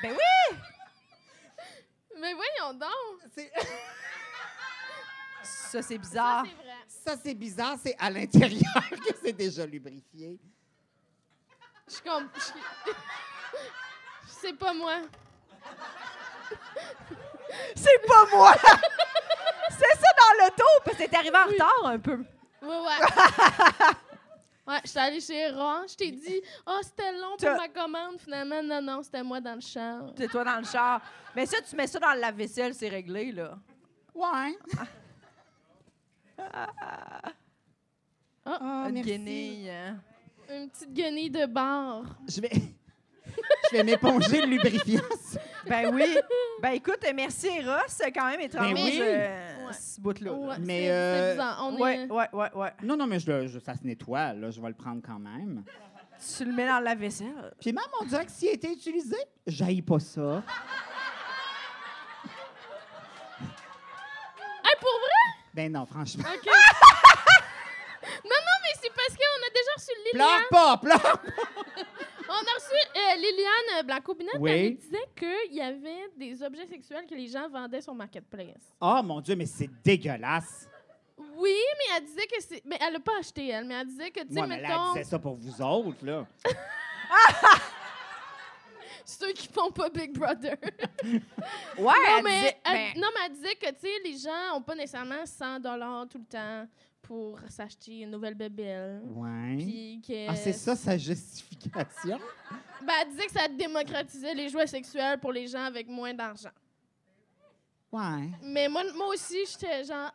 Speaker 2: Ben oui!
Speaker 3: mais voyons donc!
Speaker 4: C'est-
Speaker 2: Ça, c'est
Speaker 3: Ça,
Speaker 2: bizarre.
Speaker 3: c'est vrai.
Speaker 4: Ça, c'est bizarre, c'est à l'intérieur que c'est déjà lubrifié.
Speaker 3: Je comp- je- Je sais pas moi.
Speaker 2: C'est pas moi! c'est ça dans l'auto, parce que t'es arrivé en retard un peu.
Speaker 3: Ouais, ouais. Ouais, j'étais allée chez Ron, je t'ai dit, oh, c'était long pour
Speaker 2: T'as-
Speaker 3: ma commande. Finalement, non, non, c'était moi dans le champ.
Speaker 2: C'est toi dans le char. Mais ça, tu mets ça dans le lave-vaisselle, c'est réglé, là.
Speaker 4: Ouais.
Speaker 3: Ah.
Speaker 4: Ah,
Speaker 2: Une
Speaker 4: merci.
Speaker 2: guenille.
Speaker 3: euh.
Speaker 2: hein.
Speaker 3: Une petite guenille de bar.
Speaker 4: Je vais, je vais m'éponger le lubrifiant.
Speaker 2: Ben oui. Ben écoute, merci Ross, quand même étrange.
Speaker 4: Ben oui.
Speaker 2: euh,
Speaker 3: Ouais.
Speaker 2: Ce bout-là.
Speaker 3: Ouais,
Speaker 2: là.
Speaker 3: c'est-
Speaker 4: Mais,
Speaker 3: c'est
Speaker 4: euh,
Speaker 3: bizarre. On
Speaker 2: Ouais,
Speaker 3: est...
Speaker 2: ouais, ouais, ouais.
Speaker 4: Non, non, mais je, le- je- ça se nettoie, là. Je vais le prendre quand même.
Speaker 2: Tu le mets dans le lave-vaisselle.
Speaker 4: Puis même, on dirait que s'il était utilisé, j'aille pas ça.
Speaker 3: Hey, pour vrai?
Speaker 4: Ben non, franchement.
Speaker 3: OK. non, non, mais c'est parce qu'on a déjà reçu Liliane.
Speaker 4: Pleure pas, pleure pas.
Speaker 3: On a reçu euh, Liliane Blanco-Binette.
Speaker 4: Oui.
Speaker 3: Elle nous disait qu'il y avait des objets sexuels que les gens vendaient sur Marketplace.
Speaker 4: Oh mon Dieu, mais c'est dégueulasse.
Speaker 3: Oui, mais elle disait que c'est... Mais elle l'a pas acheté, elle. Mais elle disait que, tu sais,
Speaker 4: Moi, mais là, elle
Speaker 3: mettons,
Speaker 4: disait ça pour vous autres, là.
Speaker 3: ceux qui font pas Big Brother.
Speaker 2: Ouais,
Speaker 3: non,
Speaker 2: elle
Speaker 3: mais,
Speaker 2: disait-
Speaker 3: elle,
Speaker 2: ben,
Speaker 3: non, mais elle disait que, tu sais, les gens ont pas nécessairement 100 tout le temps pour s'acheter une nouvelle bébelle.
Speaker 4: Ouais.
Speaker 3: Puis euh, que...
Speaker 4: Ah, c'est ça sa justification?
Speaker 3: Ben, elle disait que ça démocratisait les jouets sexuels pour les gens avec moins d'argent.
Speaker 4: Ouais.
Speaker 3: Mais moi, moi aussi, j'étais genre, ah,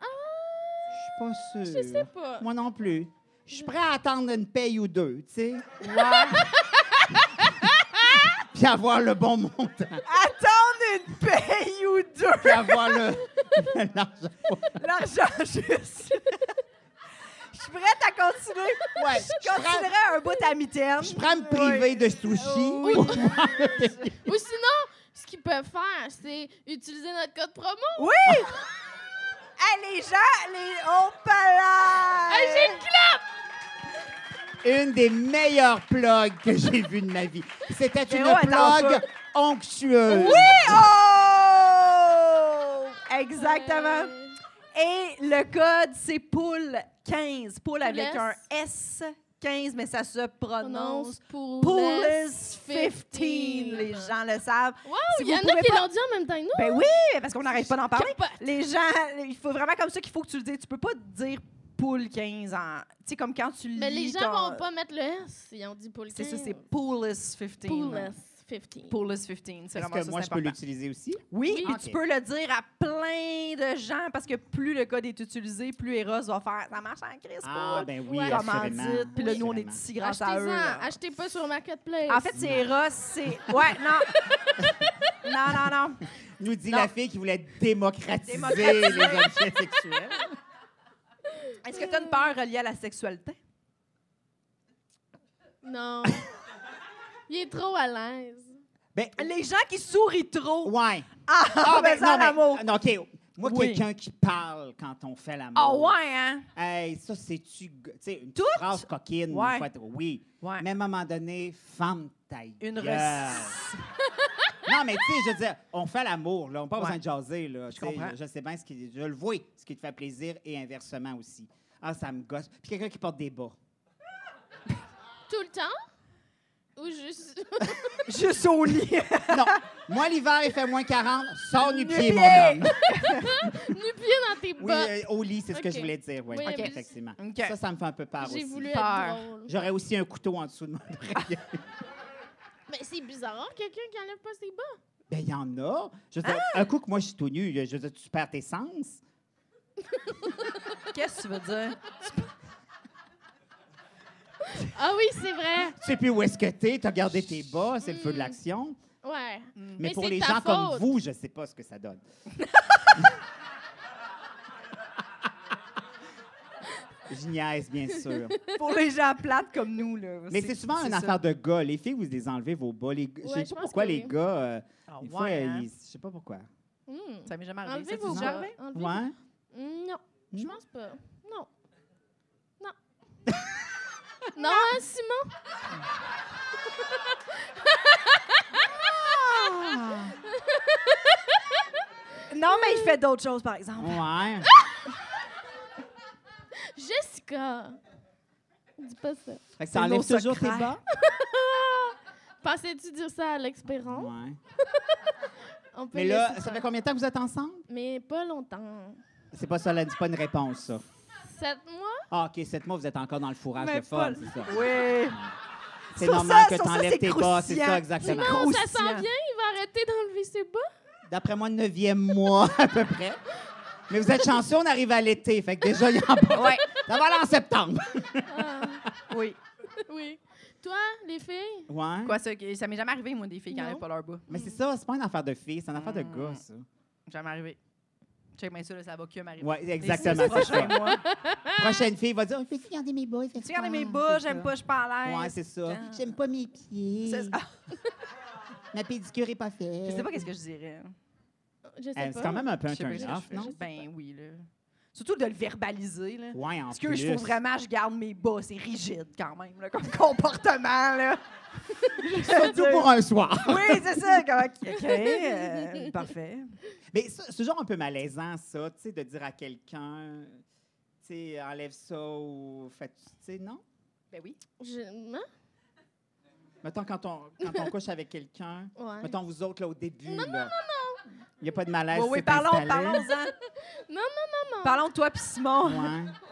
Speaker 4: Je suis pas sûre.
Speaker 3: je sais pas.
Speaker 4: Moi non plus. Je suis prêt à attendre une paye ou deux, tu sais. Puis avoir le bon montant.
Speaker 2: Attendre une paye ou deux.
Speaker 4: Puis avoir le. l'argent.
Speaker 2: L'argent juste. Je suis prête à continuer.
Speaker 4: Ouais,
Speaker 2: Je continuerai un bout à mi-terme.
Speaker 4: Je prends me priver de
Speaker 2: Oui.
Speaker 4: sushi.
Speaker 3: Ou sinon, ce qu'ils peuvent faire, c'est utiliser notre code promo.
Speaker 2: Oui! hey, les gens, les... on palais!
Speaker 3: Hey, Ah, j'ai une clap!
Speaker 4: Une des meilleures plugs que j'ai vues de ma vie. C'était une
Speaker 2: Véro, attends
Speaker 4: plug
Speaker 2: pas.
Speaker 4: onctueuse.
Speaker 2: Oui! Oh! Exactement.
Speaker 3: Euh,
Speaker 2: Et le code, c'est poule 15. Poule avec
Speaker 3: Poules.
Speaker 2: un S 15, mais ça se prononce
Speaker 3: prononce pour
Speaker 2: Poules 15.
Speaker 3: 15.
Speaker 2: Les gens le savent.
Speaker 3: Wow,
Speaker 2: Si
Speaker 3: il y
Speaker 2: vous
Speaker 3: en a
Speaker 2: pouvez
Speaker 3: qui
Speaker 2: pas-
Speaker 3: l'ont dit en même temps que nous.
Speaker 2: Ben oui, parce qu'on n'arrête pas d'en parler.
Speaker 3: Capote.
Speaker 2: Les gens, il faut vraiment comme ça qu'il faut que tu le dises. Tu peux pas dire poule 15 en. Tu sais, comme quand tu lis.
Speaker 3: Mais les gens
Speaker 2: ton-
Speaker 3: vont pas mettre le S. Ils ont dit pour le 15.
Speaker 2: C'est ça, c'est poule 15.
Speaker 3: pour le S. 15.
Speaker 2: Poules 15, c'est
Speaker 4: Est-ce
Speaker 2: vraiment
Speaker 4: que
Speaker 2: ça,
Speaker 4: moi,
Speaker 2: c'est
Speaker 4: je peux
Speaker 2: important.
Speaker 4: l'utiliser aussi?
Speaker 2: Oui,
Speaker 3: Oui.
Speaker 2: puis
Speaker 4: Ok.
Speaker 2: tu peux le dire à plein de gens parce que plus le code est utilisé, plus Eros va faire ça marche en crise.
Speaker 4: Ah, ben oui,
Speaker 3: Ouais.
Speaker 4: assurément.
Speaker 2: Comment dire? Puis là, nous, on est
Speaker 4: Assurément.
Speaker 2: ici grâce à eux.
Speaker 3: Achetez-en.
Speaker 2: là.
Speaker 3: Achetez pas sur Marketplace.
Speaker 2: En fait, c'est Eros, c'est. Ouais, non. non, non, non.
Speaker 4: Nous dit
Speaker 2: Non.
Speaker 4: la fille qui voulait démocratiser,
Speaker 2: Démocratiser.
Speaker 4: les objets sexuels.
Speaker 2: Est-ce que tu as une peur reliée à la sexualité?
Speaker 3: non. il est trop à l'aise.
Speaker 4: Ben,
Speaker 2: Les gens qui sourient trop.
Speaker 4: ouais.
Speaker 2: Ah,
Speaker 4: Ah, ben,
Speaker 2: faisant
Speaker 4: non, mais-
Speaker 2: l'amour.
Speaker 4: non, OK. Moi,
Speaker 2: Oui.
Speaker 4: quelqu'un qui parle quand on fait l'amour.
Speaker 2: Ah ouais, hein?
Speaker 4: Hey, ça, c'est-tu... g- Tu sais, une
Speaker 2: Tout?
Speaker 4: petite phrase coquine. une
Speaker 2: Ouais.
Speaker 4: fois de- oui.
Speaker 2: Ouais.
Speaker 4: Mais à un moment donné, femme taille.
Speaker 2: Une
Speaker 4: non, mais tu sais, je veux dire, on fait l'amour, là. On n'a pas
Speaker 2: Ouais.
Speaker 4: besoin de jaser, là. Tu sais,
Speaker 2: comprends.
Speaker 4: Je sais bien ce qui... Je le vois, ce qui te fait plaisir et inversement aussi. Ah, ça me gosse. Puis quelqu'un qui porte des bas.
Speaker 3: Tout le temps? Ou juste.
Speaker 2: Juste au lit.
Speaker 4: Non. Moi, l'hiver, il fait moins 40. Sors du pied,
Speaker 2: Nu-pied.
Speaker 4: mon homme.
Speaker 3: nu-pied dans tes
Speaker 4: Oui,
Speaker 3: bottes?
Speaker 4: euh, au lit, c'est ce que
Speaker 3: Ok.
Speaker 4: je voulais dire. Oui,
Speaker 3: Oui,
Speaker 4: Ok,
Speaker 3: mais-
Speaker 4: effectivement.
Speaker 2: Ok.
Speaker 4: Ça, ça me fait un peu peur
Speaker 3: J'ai
Speaker 4: aussi.
Speaker 3: voulu
Speaker 2: Peur.
Speaker 3: être drôle.
Speaker 4: J'aurais aussi un couteau en dessous de mon oreille.
Speaker 3: Mais c'est bizarre, hein, quelqu'un qui enlève pas ses bas.
Speaker 4: ben, il y en a. Je veux dire,
Speaker 3: Ah!
Speaker 4: un coup que moi, je suis tout nu, je veux dire, tu perds tes sens.
Speaker 2: Qu'est-ce que tu veux dire?
Speaker 3: Ah oui, c'est vrai.
Speaker 4: Tu sais plus où est-ce que t'es, t'as gardé tes bas, c'est le
Speaker 3: Hmm.
Speaker 4: feu de l'action.
Speaker 3: Ouais.
Speaker 4: Mm. Mais,
Speaker 3: Mais
Speaker 4: pour
Speaker 3: c'est
Speaker 4: les
Speaker 3: ta
Speaker 4: gens comme
Speaker 3: faute.
Speaker 4: vous, je sais pas ce que ça donne. Je niaise, bien sûr.
Speaker 2: Pour les gens plates comme nous, là.
Speaker 4: Mais c'est souvent une
Speaker 2: ça.
Speaker 4: affaire de gars. Les filles, vous les enlevez vos bas. Les... gars-
Speaker 3: Ouais,
Speaker 4: je
Speaker 3: je
Speaker 4: sais pas
Speaker 3: pense
Speaker 4: pourquoi
Speaker 3: que
Speaker 4: les
Speaker 3: oui.
Speaker 4: gars, euh,
Speaker 2: Ah
Speaker 4: des
Speaker 2: ouais,
Speaker 4: fois,
Speaker 2: hein?
Speaker 4: ils- je sais pas pourquoi.
Speaker 3: Hmm.
Speaker 2: Ça m'est jamais arrivé.
Speaker 3: Enlevez
Speaker 2: ça, c'est
Speaker 3: vos
Speaker 2: déjà
Speaker 3: bas.
Speaker 2: arrivé?
Speaker 3: Enlevez vos-
Speaker 4: Ouais. Mm.
Speaker 3: Non, je
Speaker 4: Non.
Speaker 3: pense pas. Non. Non. non, hein, Simon.
Speaker 2: Non, mais il fait d'autres choses, par exemple.
Speaker 4: Ouais.
Speaker 3: Jessica. Dis pas ça.
Speaker 4: Fait
Speaker 2: C'est
Speaker 4: que t'enlèves
Speaker 2: nos
Speaker 4: toujours tes
Speaker 2: secrets.
Speaker 4: bas?
Speaker 3: Pensais-tu dire ça à Alex Perron?
Speaker 4: Ouais.
Speaker 3: On peut
Speaker 4: Mais là,
Speaker 3: laisser
Speaker 4: ça
Speaker 3: faire.
Speaker 4: fait combien de temps que vous êtes ensemble?
Speaker 3: Mais pas longtemps.
Speaker 4: C'est pas ça, là, c'est pas une réponse, ça.
Speaker 3: Sept mois?
Speaker 4: Ah, OK, sept mois, vous êtes encore dans le fourrage
Speaker 2: Mais
Speaker 4: de folle,
Speaker 2: pas-
Speaker 4: c'est ça.
Speaker 2: Oui.
Speaker 4: C'est
Speaker 2: Sur
Speaker 4: normal
Speaker 2: ça-
Speaker 4: que
Speaker 2: sur ça,
Speaker 4: t'enlèves
Speaker 2: c'est
Speaker 4: tes bas, c'est
Speaker 2: croustillant.
Speaker 4: ça, exactement.
Speaker 3: Non, ça
Speaker 2: Croustillant.
Speaker 3: s'en vient, il va arrêter d'enlever ses bas.
Speaker 4: D'après moi, neuvième mois, à peu près. Mais vous êtes chanceux, on arrive à l'été, fait que déjà, il y en a
Speaker 2: Ouais.
Speaker 4: Ça va aller en septembre.
Speaker 2: Oui.
Speaker 3: Oui. Toi, les filles?
Speaker 4: Ouais.
Speaker 2: Quoi, ça, que- ça m'est jamais arrivé, moi, des filles qui
Speaker 3: Non.
Speaker 2: n'enlèvent pas leur bas.
Speaker 4: Mais c'est ça, c'est pas une affaire de filles, c'est une affaire de gars, ça.
Speaker 2: Jamais arrivé. Check bien ça, là, ça va que m'arriver.
Speaker 4: Ouais,
Speaker 2: Les
Speaker 4: exactement,
Speaker 2: six
Speaker 4: c'est ça.
Speaker 2: prochains mois.
Speaker 4: Prochaine fille va dire, oh, peux-tu garder mes bas? il fait
Speaker 2: Tu
Speaker 3: Ah,
Speaker 2: regardes mes
Speaker 4: froid,
Speaker 2: bas,
Speaker 4: c'est
Speaker 2: j'aime
Speaker 4: ça.
Speaker 2: pas, je suis pas à l'aise.
Speaker 4: Ouais, c'est ça.
Speaker 2: Putain.
Speaker 4: J'aime pas mes pieds.
Speaker 2: C'est- Ah,
Speaker 4: Ma pédicure est pas faite.
Speaker 2: Je sais pas qu'est-ce que je dirais.
Speaker 3: Je sais
Speaker 4: Eh,
Speaker 3: pas.
Speaker 4: C'est quand même un peu
Speaker 2: Je
Speaker 4: un
Speaker 2: sais pas qu'est-ce que
Speaker 4: turn-off,
Speaker 2: je
Speaker 4: non?
Speaker 2: ferais. Ben oui, là. Surtout de le verbaliser, là.
Speaker 4: Ouais, en
Speaker 2: Parce que je
Speaker 4: plus.
Speaker 2: faut vraiment, je garde mes bas. C'est rigide quand même, là, comme comportement, là.
Speaker 4: Surtout pour un soir.
Speaker 2: Oui, c'est ça. comme, OK, ok, euh, parfait.
Speaker 4: Mais ça, c'est toujours un peu malaisant, ça, tu sais, de dire à quelqu'un, tu sais, enlève ça ou fais tu sais, non?
Speaker 2: Ben oui.
Speaker 3: Je- hein?
Speaker 4: Mettons, quand on, quand on couche avec quelqu'un,
Speaker 3: Ouais.
Speaker 4: mettons, vous autres, là, au début, non, non, non, non! Il n'y a pas de malaise.
Speaker 2: oui, oui,
Speaker 4: Euh, c'est
Speaker 2: parlons,
Speaker 4: installé.
Speaker 2: parlons-en.
Speaker 3: Non, non, non, non.
Speaker 2: Parlons de toi puis Simon.
Speaker 4: Ouais.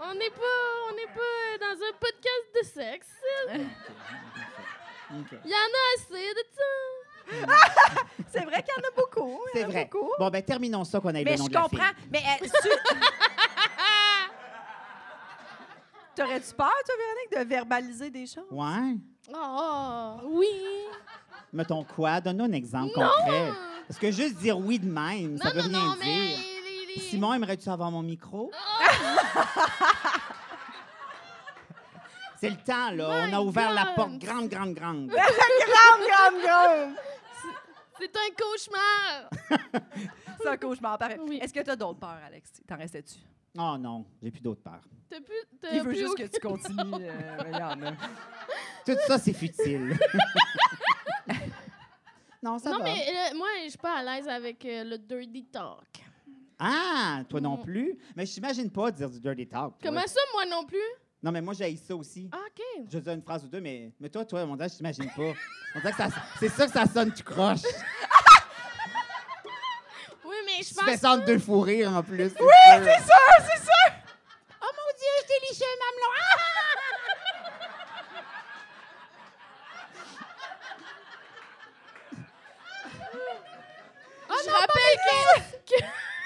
Speaker 3: On n'est pas, on n'est pas dans un podcast de sexe.
Speaker 4: OK.
Speaker 3: Il y en a assez de ça.
Speaker 2: C'est vrai qu'il y en a beaucoup. hein, il y
Speaker 4: C'est
Speaker 2: en a
Speaker 4: vrai.
Speaker 2: beaucoup.
Speaker 4: Bon, ben, terminons ça qu'on a
Speaker 2: Mais
Speaker 4: le
Speaker 2: je
Speaker 4: nom de la fille.
Speaker 2: comprends. Mais euh, tu- T'aurais-tu peur, toi, Véronique, de verbaliser des choses?
Speaker 4: Ouais.
Speaker 2: Ah.
Speaker 3: Oh, oui.
Speaker 4: Mettons quoi? Donne-nous un exemple concret. Parce que juste dire oui de même, ça veut
Speaker 3: non,
Speaker 4: rien
Speaker 3: non, non,
Speaker 4: dire.
Speaker 3: mais. les- les-
Speaker 4: Simon, aimerais-tu avoir mon micro? C'est le temps, là.
Speaker 3: My
Speaker 4: On a ouvert la
Speaker 3: God.
Speaker 4: porte grande, grande, grande.
Speaker 2: grande, grande, grande!
Speaker 3: C'est un cauchemar.
Speaker 2: C'est un cauchemar, pareil.
Speaker 3: Oui.
Speaker 2: Est-ce que t'as d'autres peurs, Alex? T'en restais-tu?
Speaker 4: Oh non, j'ai plus d'autres peurs.
Speaker 3: T'as plus. t'as
Speaker 2: Il veut
Speaker 3: plus
Speaker 2: juste
Speaker 3: aucun-
Speaker 2: que tu continues. euh, il y en a.
Speaker 4: Tout ça, c'est futile. non, ça
Speaker 3: Non,
Speaker 4: va.
Speaker 3: mais euh, moi, je suis pas à l'aise avec euh, le dirty talk.
Speaker 4: Ah, toi non
Speaker 3: Mm.
Speaker 4: plus. Mais je t'imagine pas dire du dirty talk. toi.
Speaker 3: Comment ça, moi non plus?
Speaker 4: Non, mais moi, j'ai ça aussi.
Speaker 3: Ah, OK.
Speaker 4: Je dis une phrase ou deux, mais, mais toi, toi, mon dirait je t'imagine pas. On dirait que ça, c'est ça que ça sonne, tu croches.
Speaker 3: Oui, mais je
Speaker 4: Tu fais
Speaker 3: pense.
Speaker 4: ça entre deux fous rires en plus. Oui, c'est ça,
Speaker 2: c'est ça!
Speaker 4: Oh mon Dieu, je t'ai liché un mamelon.
Speaker 3: Ah, je rappelle que. que-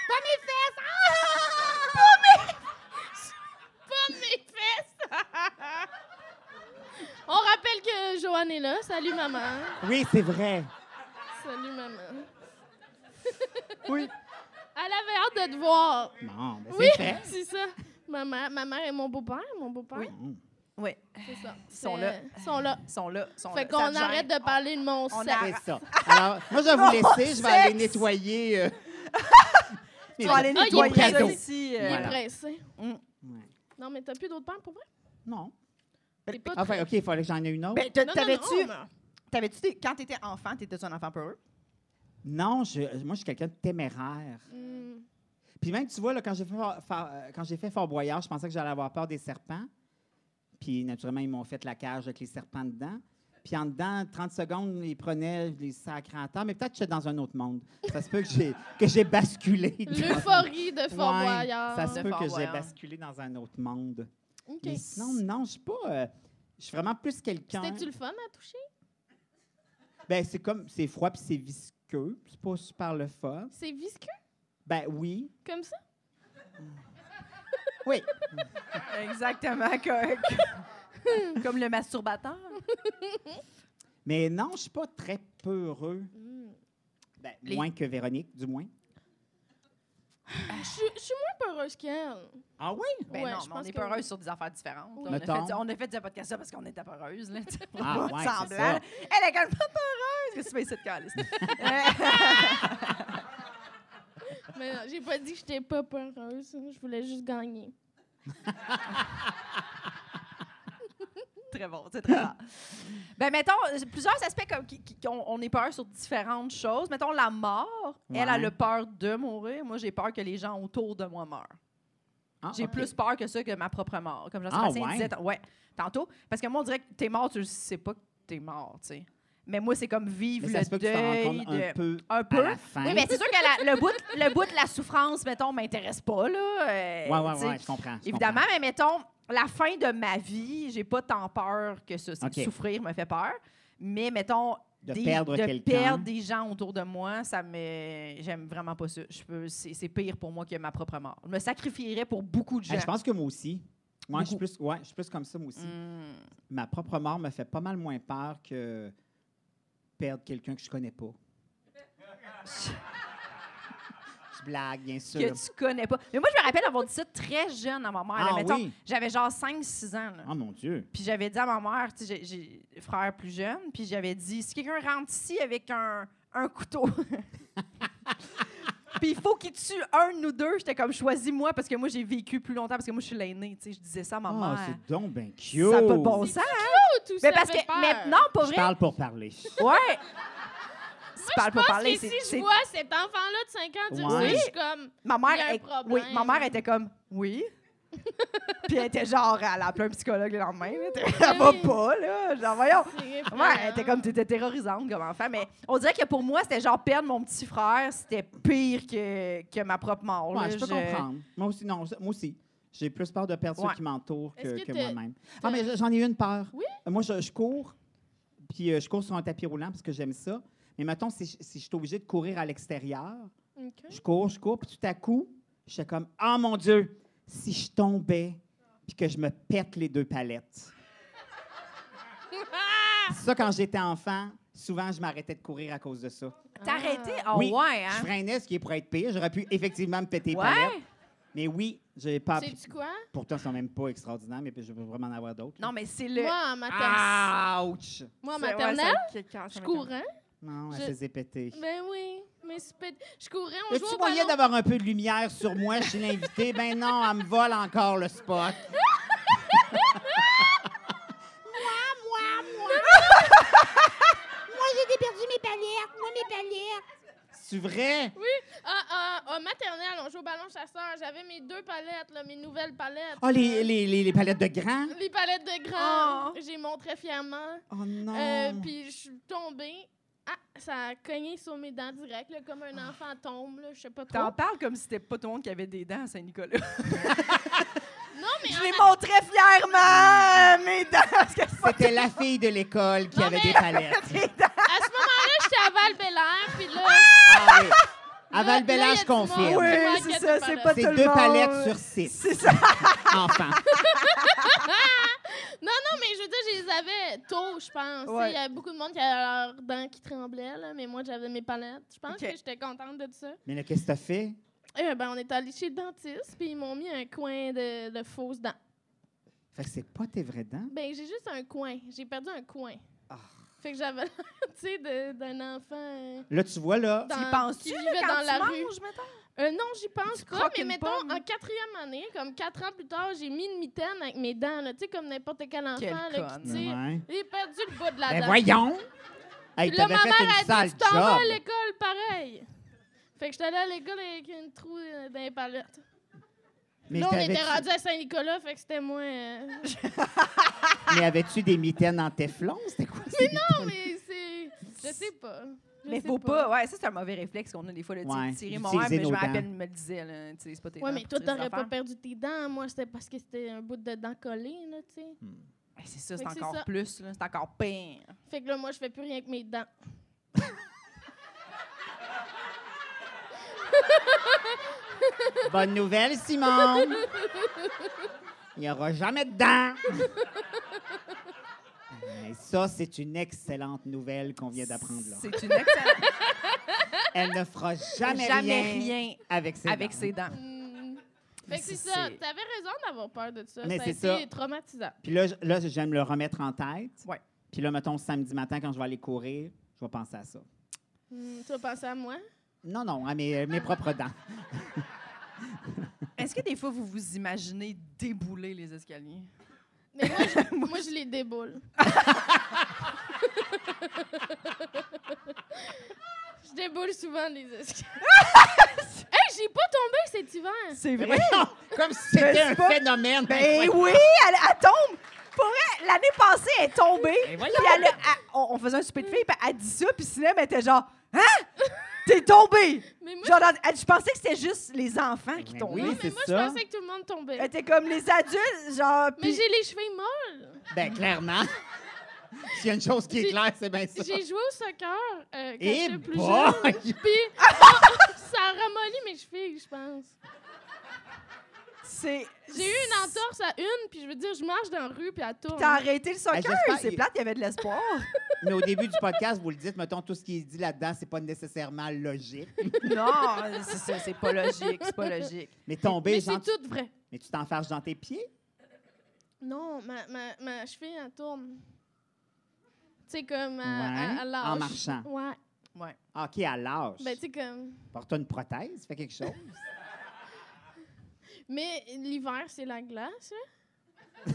Speaker 4: Pas mes fesses!
Speaker 3: Pas mes fesses. On rappelle que Joanne est là. Salut, maman.
Speaker 4: Oui, c'est vrai.
Speaker 3: Salut, maman.
Speaker 4: Oui.
Speaker 3: Elle avait hâte de te voir.
Speaker 4: Bon, ben,
Speaker 3: Oui,
Speaker 4: c'est fait.
Speaker 3: c'est ça. Ma mère, ma mère et mon beau-père, mon beau-père.
Speaker 4: Mm.
Speaker 2: Oui,
Speaker 3: C'est ça. Ils
Speaker 2: sont là.
Speaker 3: Ils sont là.
Speaker 2: ils sont là. ils sont là.
Speaker 3: Fait
Speaker 2: Ça Ah,
Speaker 3: qu'on
Speaker 2: te gêne.
Speaker 3: arrête de parler de mon
Speaker 2: on
Speaker 3: sexe.
Speaker 2: arrête.
Speaker 4: C'est ça. Alors, moi, je vais vous
Speaker 2: Mon
Speaker 4: laisser. Je vais aller
Speaker 2: sexe!
Speaker 4: nettoyer. euh,
Speaker 2: Tu vas aller
Speaker 3: Ah, il est
Speaker 2: nettoyer
Speaker 4: prêt.
Speaker 2: ça ici.
Speaker 3: Il
Speaker 2: euh,
Speaker 3: est
Speaker 2: voilà.
Speaker 3: pressé.
Speaker 4: Ouais.
Speaker 3: Non, mais t'as plus d'autres pains pour vrai?
Speaker 4: Non.
Speaker 3: T'es pas
Speaker 4: Ah, Enfin, euh,
Speaker 3: prêt.
Speaker 4: OK, il fallait que j'en aie une autre.
Speaker 2: Ben, t'a-
Speaker 3: Non, non,
Speaker 2: t'avais-tu,
Speaker 3: non, non.
Speaker 2: t'avais-tu des- quand t'étais enfant, t'étais-tu un enfant peureux?
Speaker 4: Non, je- moi, je suis quelqu'un de téméraire.
Speaker 3: Hmm.
Speaker 4: Puis même, tu vois, là, quand j'ai fait, Fort- Fort- euh, quand j'ai fait Fort Boyard, je pensais que j'allais avoir peur des serpents. Puis naturellement, ils m'ont fait la cage avec les serpents dedans. Puis en dedans, 30 secondes, ils prenaient les sacrés en terre. Mais peut-être que j'étais dans un autre monde. Ça se peut que j'ai, que j'ai basculé. dans-
Speaker 3: L'euphorie de Fort
Speaker 4: Ouais,
Speaker 3: Boyard.
Speaker 4: Ça se
Speaker 2: De
Speaker 4: peut
Speaker 2: Fort
Speaker 4: que j'ai
Speaker 2: Boyard.
Speaker 4: basculé dans un autre monde.
Speaker 3: Ok.
Speaker 4: Mais sinon, non, je suis pas... euh, je suis vraiment plus quelqu'un...
Speaker 3: C'était-tu le fun à toucher?
Speaker 4: Ben, c'est comme... C'est froid puis c'est visqueux. C'est pas super le fun.
Speaker 3: C'est visqueux
Speaker 4: Ben oui.
Speaker 3: comme ça?
Speaker 4: Oui.
Speaker 2: Exactement, comme- comme le masturbateur.
Speaker 4: Mais non, je suis pas très peureux.
Speaker 3: Hmm.
Speaker 4: Ben,
Speaker 2: Les-
Speaker 4: Moins que Véronique, du moins.
Speaker 3: Ah, Je suis- je suis moins peureuse qu'elle.
Speaker 4: Ah oui?
Speaker 2: Ben
Speaker 3: Ouais,
Speaker 2: non, mais
Speaker 3: je
Speaker 2: on
Speaker 3: pense
Speaker 2: est
Speaker 3: que-
Speaker 2: peureuses sur des affaires différentes.
Speaker 3: Oui.
Speaker 2: On, a
Speaker 4: Mettons.
Speaker 2: fait, on a fait ce podcast-là parce qu'on était peureuses. Là, tu sais,
Speaker 4: Ah,
Speaker 2: pas
Speaker 4: ouais,
Speaker 2: de
Speaker 4: c'est
Speaker 2: semblant.
Speaker 4: ça.
Speaker 2: Elle est quand même pas peureuse. Qu'est-ce que tu fais ici de calice?
Speaker 3: Mais non, j'ai pas dit que j'étais pas peureuse. Je voulais juste gagner.
Speaker 2: très bon, c'est très rare. Ben, mettons, plusieurs aspects comme, qui- qui- qu'on on est peur sur différentes choses. Mettons, la mort, elle a
Speaker 4: Ouais.
Speaker 2: le peur de mourir. Moi, j'ai peur que les gens autour de moi meurent.
Speaker 4: Ah,
Speaker 2: J'ai
Speaker 4: ok.
Speaker 2: plus peur que ça que ma propre mort. Comme Jean-Sébastien
Speaker 4: Ah, ouais?
Speaker 2: disait t- ouais, tantôt. Parce que moi, on dirait que t'es mort, tu le sais pas que t'es mort, tu sais. Mais moi, c'est comme vivre
Speaker 4: Mais ça se
Speaker 2: le
Speaker 4: peut que tu t'en
Speaker 2: deuil.
Speaker 4: rendes compte un
Speaker 2: de-
Speaker 4: peu.
Speaker 2: un
Speaker 4: À
Speaker 2: peu.
Speaker 4: la fin.
Speaker 2: Oui, mais c'est sûr que la- le, bout, le bout de la souffrance, mettons, m'intéresse pas, là. euh,
Speaker 4: Ouais, ouais,
Speaker 2: tu sais.
Speaker 4: ouais, je comprends. je
Speaker 2: Évidemment,
Speaker 4: comprends.
Speaker 2: mais mettons, la fin de ma vie, j'ai pas tant peur que ça. C'est que
Speaker 4: Ok.
Speaker 2: Souffrir me fait peur. Mais mettons,
Speaker 4: De
Speaker 2: des-
Speaker 4: perdre
Speaker 2: de
Speaker 4: quelqu'un.
Speaker 2: perdre des gens autour de moi, ça me. J'aime vraiment pas ça. Je peux- C'est c'est pire pour moi que ma propre mort. Je me sacrifierais pour beaucoup de gens.
Speaker 4: Hey, je pense que moi aussi. Moi, je suis
Speaker 2: Beaucoup.
Speaker 4: plus, ouais, je suis plus comme ça, moi aussi.
Speaker 2: Hmm.
Speaker 4: Ma propre mort me fait pas mal moins peur que perdre quelqu'un que je connais pas. je blague, bien sûr.
Speaker 2: que tu connais pas. Mais moi, je me rappelle avoir dit ça très jeune à ma mère. là.
Speaker 4: Ah
Speaker 2: Mettons,
Speaker 4: oui?
Speaker 2: J'avais genre 5-6 ans. là.
Speaker 4: Oh mon Dieu.
Speaker 2: Puis j'avais dit à ma mère, tu sais, j'ai- j'ai frère plus jeune, puis j'avais dit si quelqu'un rentre ici avec un, un couteau. Puis il faut qu'il tue un ou deux. J'étais comme, choisis-moi parce que moi, j'ai vécu plus longtemps parce que moi, je suis l'aînée. Tu sais, je disais ça à ma
Speaker 4: Ah,
Speaker 2: mère.
Speaker 4: c'est donc ben cute.
Speaker 2: Ça n'a pas de bon sens. hein?
Speaker 3: Oh, Tout, tout
Speaker 2: Mais
Speaker 3: ça
Speaker 2: parce
Speaker 3: fait
Speaker 2: que
Speaker 3: peur.
Speaker 2: maintenant, pas
Speaker 4: Je
Speaker 2: vrai.
Speaker 4: parle pour parler.
Speaker 2: Ouais. Tu parles pour
Speaker 3: Je pense
Speaker 2: parler.
Speaker 3: que
Speaker 2: c'est-
Speaker 3: si
Speaker 2: c'est-
Speaker 3: je vois cet enfant-là de 5 ans dire
Speaker 4: Ouais.
Speaker 3: ça, je suis comme...
Speaker 2: Ma
Speaker 3: Il y a
Speaker 2: mère,
Speaker 3: un
Speaker 2: elle-
Speaker 3: problème.
Speaker 2: oui, ma mère était comme oui. Puis elle était genre, elle a appelé un psychologue le lendemain. là. Elle va
Speaker 3: Ben Oui.
Speaker 2: pas, là. Genre, voyons.
Speaker 3: c'est
Speaker 2: Ouais,
Speaker 3: effrayant.
Speaker 2: elle était comme, t'étais terrorisante comme enfant. Mais on dirait que pour moi, c'était genre perdre mon petit frère, c'était pire que, que ma propre mort.
Speaker 4: Ouais,
Speaker 2: là.
Speaker 4: je peux
Speaker 2: Je-
Speaker 4: comprendre. Moi aussi, non, ça- moi aussi. J'ai plus peur de perdre
Speaker 2: Ouais.
Speaker 4: ceux qui m'entourent que,
Speaker 3: Est-ce que
Speaker 4: que
Speaker 3: t'as-
Speaker 4: moi-même.
Speaker 3: t'as-
Speaker 4: Ah, mais j'en ai une peur.
Speaker 3: Oui?
Speaker 4: Euh, Moi, je, je cours, puis euh, je cours sur un tapis roulant parce que j'aime ça. Mais mettons, si, je- si je suis obligée de courir à l'extérieur,
Speaker 3: Ok.
Speaker 4: je cours, je cours, puis tout à coup, je suis comme « Ah, mon Dieu! Si je tombais, puis que je me pète les deux palettes.
Speaker 3: Ah! »
Speaker 4: Ça, quand j'étais enfant, souvent, je m'arrêtais de courir à cause de ça.
Speaker 2: T'arrêter? Ah
Speaker 4: Oui,
Speaker 2: ouais,
Speaker 4: Je
Speaker 2: hein?
Speaker 4: freinais, ce qui pourrait être pire. J'aurais pu effectivement me péter les
Speaker 2: Ouais?
Speaker 4: palettes. Mais oui, j'ai
Speaker 2: Ah,
Speaker 4: pas...
Speaker 3: Sais-tu quoi?
Speaker 4: Pourtant, ils sont même pas extraordinaires, mais je veux vraiment en avoir d'autres.
Speaker 2: Non, mais c'est le... Ah!
Speaker 3: Moi, en maternelle,
Speaker 4: Ouch!
Speaker 3: moi, en
Speaker 2: c'est- ouais,
Speaker 3: maternelle
Speaker 2: ça- quand- quand-
Speaker 3: je courais.
Speaker 4: Non, elle
Speaker 3: Je-
Speaker 4: se faisait péter.
Speaker 3: Ben oui, mais c'est pét- je courais, on
Speaker 4: Y
Speaker 3: jouait
Speaker 4: tu
Speaker 3: au
Speaker 4: moyen
Speaker 3: ballon.
Speaker 4: d'avoir un peu de lumière sur moi chez l'invité? Ben non, elle me vole encore le spot. moi, moi, moi! moi, Oh, j'ai déperdu mes palettes! Moi, mes palettes! C'est vrai?
Speaker 3: Ah, ah, ah, maternelle, on jouait au ballon chasseur. J'avais mes deux palettes, là, mes nouvelles palettes.
Speaker 4: Ah, les, les, les, les palettes de grand?
Speaker 3: Les palettes de grand.
Speaker 2: Oh.
Speaker 3: J'ai montré fièrement.
Speaker 4: Oh non!
Speaker 2: Ah.
Speaker 3: Euh, Puis je suis tombée. Ah, ça a cogné sur mes dents direct, là, comme un enfant tombe. Là, je sais pas
Speaker 2: Ah. T'en
Speaker 4: Oh.
Speaker 3: trop.
Speaker 2: parles comme si c'était pas tout le monde qui avait des dents à Saint-Nicolas.
Speaker 3: Non, mais
Speaker 2: Je
Speaker 3: en
Speaker 2: les montrais fièrement, mes dents, parce que c'est pas
Speaker 4: C'était la fille de l'école qui
Speaker 3: Non,
Speaker 4: avait
Speaker 3: mais-
Speaker 4: des palettes.
Speaker 2: des dents.
Speaker 3: À ce moment-là, j'étais à Val-Bélair, puis là...
Speaker 4: Ah oui! À
Speaker 3: Là, là, y a
Speaker 4: Val-Bélaire, je
Speaker 3: du monde.
Speaker 4: confirme.
Speaker 3: Oui.
Speaker 2: Oui, c'est ça, c'est pas tout
Speaker 4: C'est
Speaker 2: le monde.
Speaker 4: deux palettes sur six,
Speaker 2: C'est ça.
Speaker 4: enfant.
Speaker 3: Non, non, mais je veux dire, je les avais tôt, je pense. Tu sais, Il
Speaker 2: Ouais.
Speaker 3: y avait beaucoup de monde qui avait leurs dents qui tremblaient, là, mais moi, j'avais mes palettes. Je pense
Speaker 2: Ok.
Speaker 3: que j'étais contente de ça.
Speaker 4: Mais là, qu'est-ce que t'as fait?
Speaker 3: Eh ben, on est allé chez le dentiste, puis ils m'ont mis un coin de, de fausses dents.
Speaker 4: Fait que c'est pas tes vrais dents.
Speaker 3: Ben, j'ai juste un coin. J'ai perdu un coin.
Speaker 4: Ah.
Speaker 3: Fait que j'avais l'air, tu sais, de- d'un enfant. euh,
Speaker 4: Là, tu vois, là,
Speaker 3: dans-
Speaker 2: Tu y penses-tu
Speaker 3: qui
Speaker 2: là,
Speaker 3: vivait
Speaker 2: quand
Speaker 3: dans
Speaker 2: tu
Speaker 3: la
Speaker 2: manges,
Speaker 3: rue.
Speaker 2: mettons?
Speaker 3: Euh, non, j'y pense
Speaker 2: Tu
Speaker 3: pas,
Speaker 2: croques
Speaker 3: mais
Speaker 2: une
Speaker 3: mettons,
Speaker 2: pomme.
Speaker 3: en quatrième année, comme quatre ans plus tard, j'ai mis une mitaine avec mes dents, là, tu sais, comme n'importe quel enfant
Speaker 2: Quelle
Speaker 3: là,
Speaker 2: conne.
Speaker 3: qui tire.
Speaker 4: Ouais.
Speaker 3: J'ai perdu le bout de la
Speaker 4: Ben
Speaker 3: dent.
Speaker 4: voyons! Hey,
Speaker 3: Puis là,
Speaker 4: t'avais
Speaker 3: ma
Speaker 4: fait
Speaker 3: mère
Speaker 4: une
Speaker 3: a
Speaker 4: sale
Speaker 3: dit, tu t'en vas à
Speaker 4: job.
Speaker 3: l'école, pareil. Fait que j'étais allée à l'école avec une trou euh, dans les palettes.
Speaker 4: Mais
Speaker 3: là, on
Speaker 4: t'avais-tu-
Speaker 3: était rendu à Saint-Nicolas, fait que c'était moins... euh,
Speaker 4: Mais avais-tu des mitaines en téflon? C'était quoi? Mais
Speaker 3: Non, mais c'est... Je sais pas. Je
Speaker 2: Mais
Speaker 3: sais
Speaker 2: faut pas. Ouais, ça, c'est un mauvais réflexe qu'on a des fois. Là, tu sais,
Speaker 4: Ouais,
Speaker 2: tirer mon
Speaker 4: d'utiliser
Speaker 2: mais je me
Speaker 4: nos
Speaker 2: rappelle,
Speaker 4: dents.
Speaker 2: il me le disait. Là, tu sais, c'est pas tes
Speaker 3: Ouais,
Speaker 2: dents
Speaker 3: mais
Speaker 2: pour
Speaker 3: toi,
Speaker 2: tirer des
Speaker 3: t'aurais pas
Speaker 2: affaires.
Speaker 3: perdu tes dents. Moi, c'était parce que c'était un bout de dent collé, là, tu sais.
Speaker 4: Hmm.
Speaker 2: Ben, C'est ça,
Speaker 3: Fait
Speaker 2: c'est
Speaker 3: que c'est
Speaker 2: encore
Speaker 3: ça.
Speaker 2: plus. là, C'est encore pire.
Speaker 3: Fait que là, moi, je fais plus rien que mes dents.
Speaker 4: Bonne nouvelle, Simon! Il n'y aura jamais de dents! Mais ça, c'est une excellente nouvelle qu'on vient d'apprendre. là.
Speaker 2: C'est une excellente.
Speaker 4: Elle ne fera jamais,
Speaker 2: Jamais
Speaker 4: rien,
Speaker 2: rien
Speaker 4: avec ses
Speaker 2: avec
Speaker 4: dents.
Speaker 2: ses dents.
Speaker 3: Hmm. Fait que c'est
Speaker 2: C'est-
Speaker 3: ça.
Speaker 2: c'est-
Speaker 3: T'avais raison d'avoir peur de ça.
Speaker 4: Mais
Speaker 3: ça a
Speaker 4: c'est
Speaker 3: été
Speaker 4: ça.
Speaker 3: traumatisant.
Speaker 4: Puis là, je- là j'aime le remettre en tête.
Speaker 2: Ouais.
Speaker 4: Puis là, mettons, samedi matin, quand je vais aller courir, je vais penser à ça.
Speaker 3: Hmm, tu vas penser à moi?
Speaker 4: Non, non, à mes, euh, mes propres dents.
Speaker 2: Est-ce que des fois, vous vous imaginez débouler les escaliers?
Speaker 3: Mais moi, je, moi, je les déboule. je déboule souvent les escaliers. hey, j'ai pas tombé cet hiver.
Speaker 2: C'est
Speaker 4: Mais voyons, Comme si c'était
Speaker 2: Ben,
Speaker 4: un
Speaker 2: c'est pas-
Speaker 4: phénomène.
Speaker 2: Ben oui, elle, elle tombe. Pour vrai, l'année passée, elle est
Speaker 3: Eh,
Speaker 2: tombée.
Speaker 4: Ben
Speaker 2: Puis
Speaker 4: voyons.
Speaker 2: elle a- elle- on, on faisait un souper de filles, puis elle dit ça, puis Sinem était genre Hein? T'es tombée!
Speaker 3: Mais moi,
Speaker 2: Genre, elle- je pensais que c'était juste les enfants qui
Speaker 4: Ben
Speaker 2: tombaient.
Speaker 3: non,
Speaker 4: oui.
Speaker 3: mais
Speaker 4: c'est
Speaker 3: moi
Speaker 4: ça.
Speaker 3: je pensais que tout le monde tombait.
Speaker 2: Elle était comme les adultes, genre.
Speaker 3: Mais
Speaker 2: Puis
Speaker 3: j'ai les cheveux molles.
Speaker 4: Ben, clairement. S'il y a une chose qui est
Speaker 3: J'ai-
Speaker 4: claire, c'est bien ça.
Speaker 3: J'ai joué au soccer euh, quand
Speaker 4: Eh
Speaker 3: j'étais plus
Speaker 4: boy!
Speaker 3: jeune. Puis ça a ramolli mes cheveux, je pense.
Speaker 2: c'est.
Speaker 3: J'ai eu une entorse à une, puis je veux dire, je marche dans la rue, puis elle tourne.
Speaker 2: T'as arrêté le soccer,
Speaker 4: Ben, j'espère-
Speaker 2: c'est plate, Ah, il y avait de l'espoir.
Speaker 4: Mais au début du podcast, vous le dites, mettons, tout ce qui est dit là-dedans, c'est pas nécessairement logique.
Speaker 2: non, c'est ça, c'est pas logique, c'est pas logique.
Speaker 4: Mais tomber,
Speaker 3: Mais
Speaker 4: genre,
Speaker 3: c'est
Speaker 4: tu-
Speaker 3: tout vrai.
Speaker 4: mais tu t'enfarges dans tes pieds?
Speaker 3: Non, ma, ma, ma cheville, elle tourne. Tu sais, comme
Speaker 4: Ouais,
Speaker 3: à, à, à l'âge.
Speaker 4: en marchant.
Speaker 3: Ouais.
Speaker 2: Ouais.
Speaker 4: Ah, OK, à l'âge.
Speaker 3: Ben, tu sais, comme.
Speaker 4: Porte une prothèse, fais quelque chose.
Speaker 3: Mais l'hiver, c'est la glace, hein?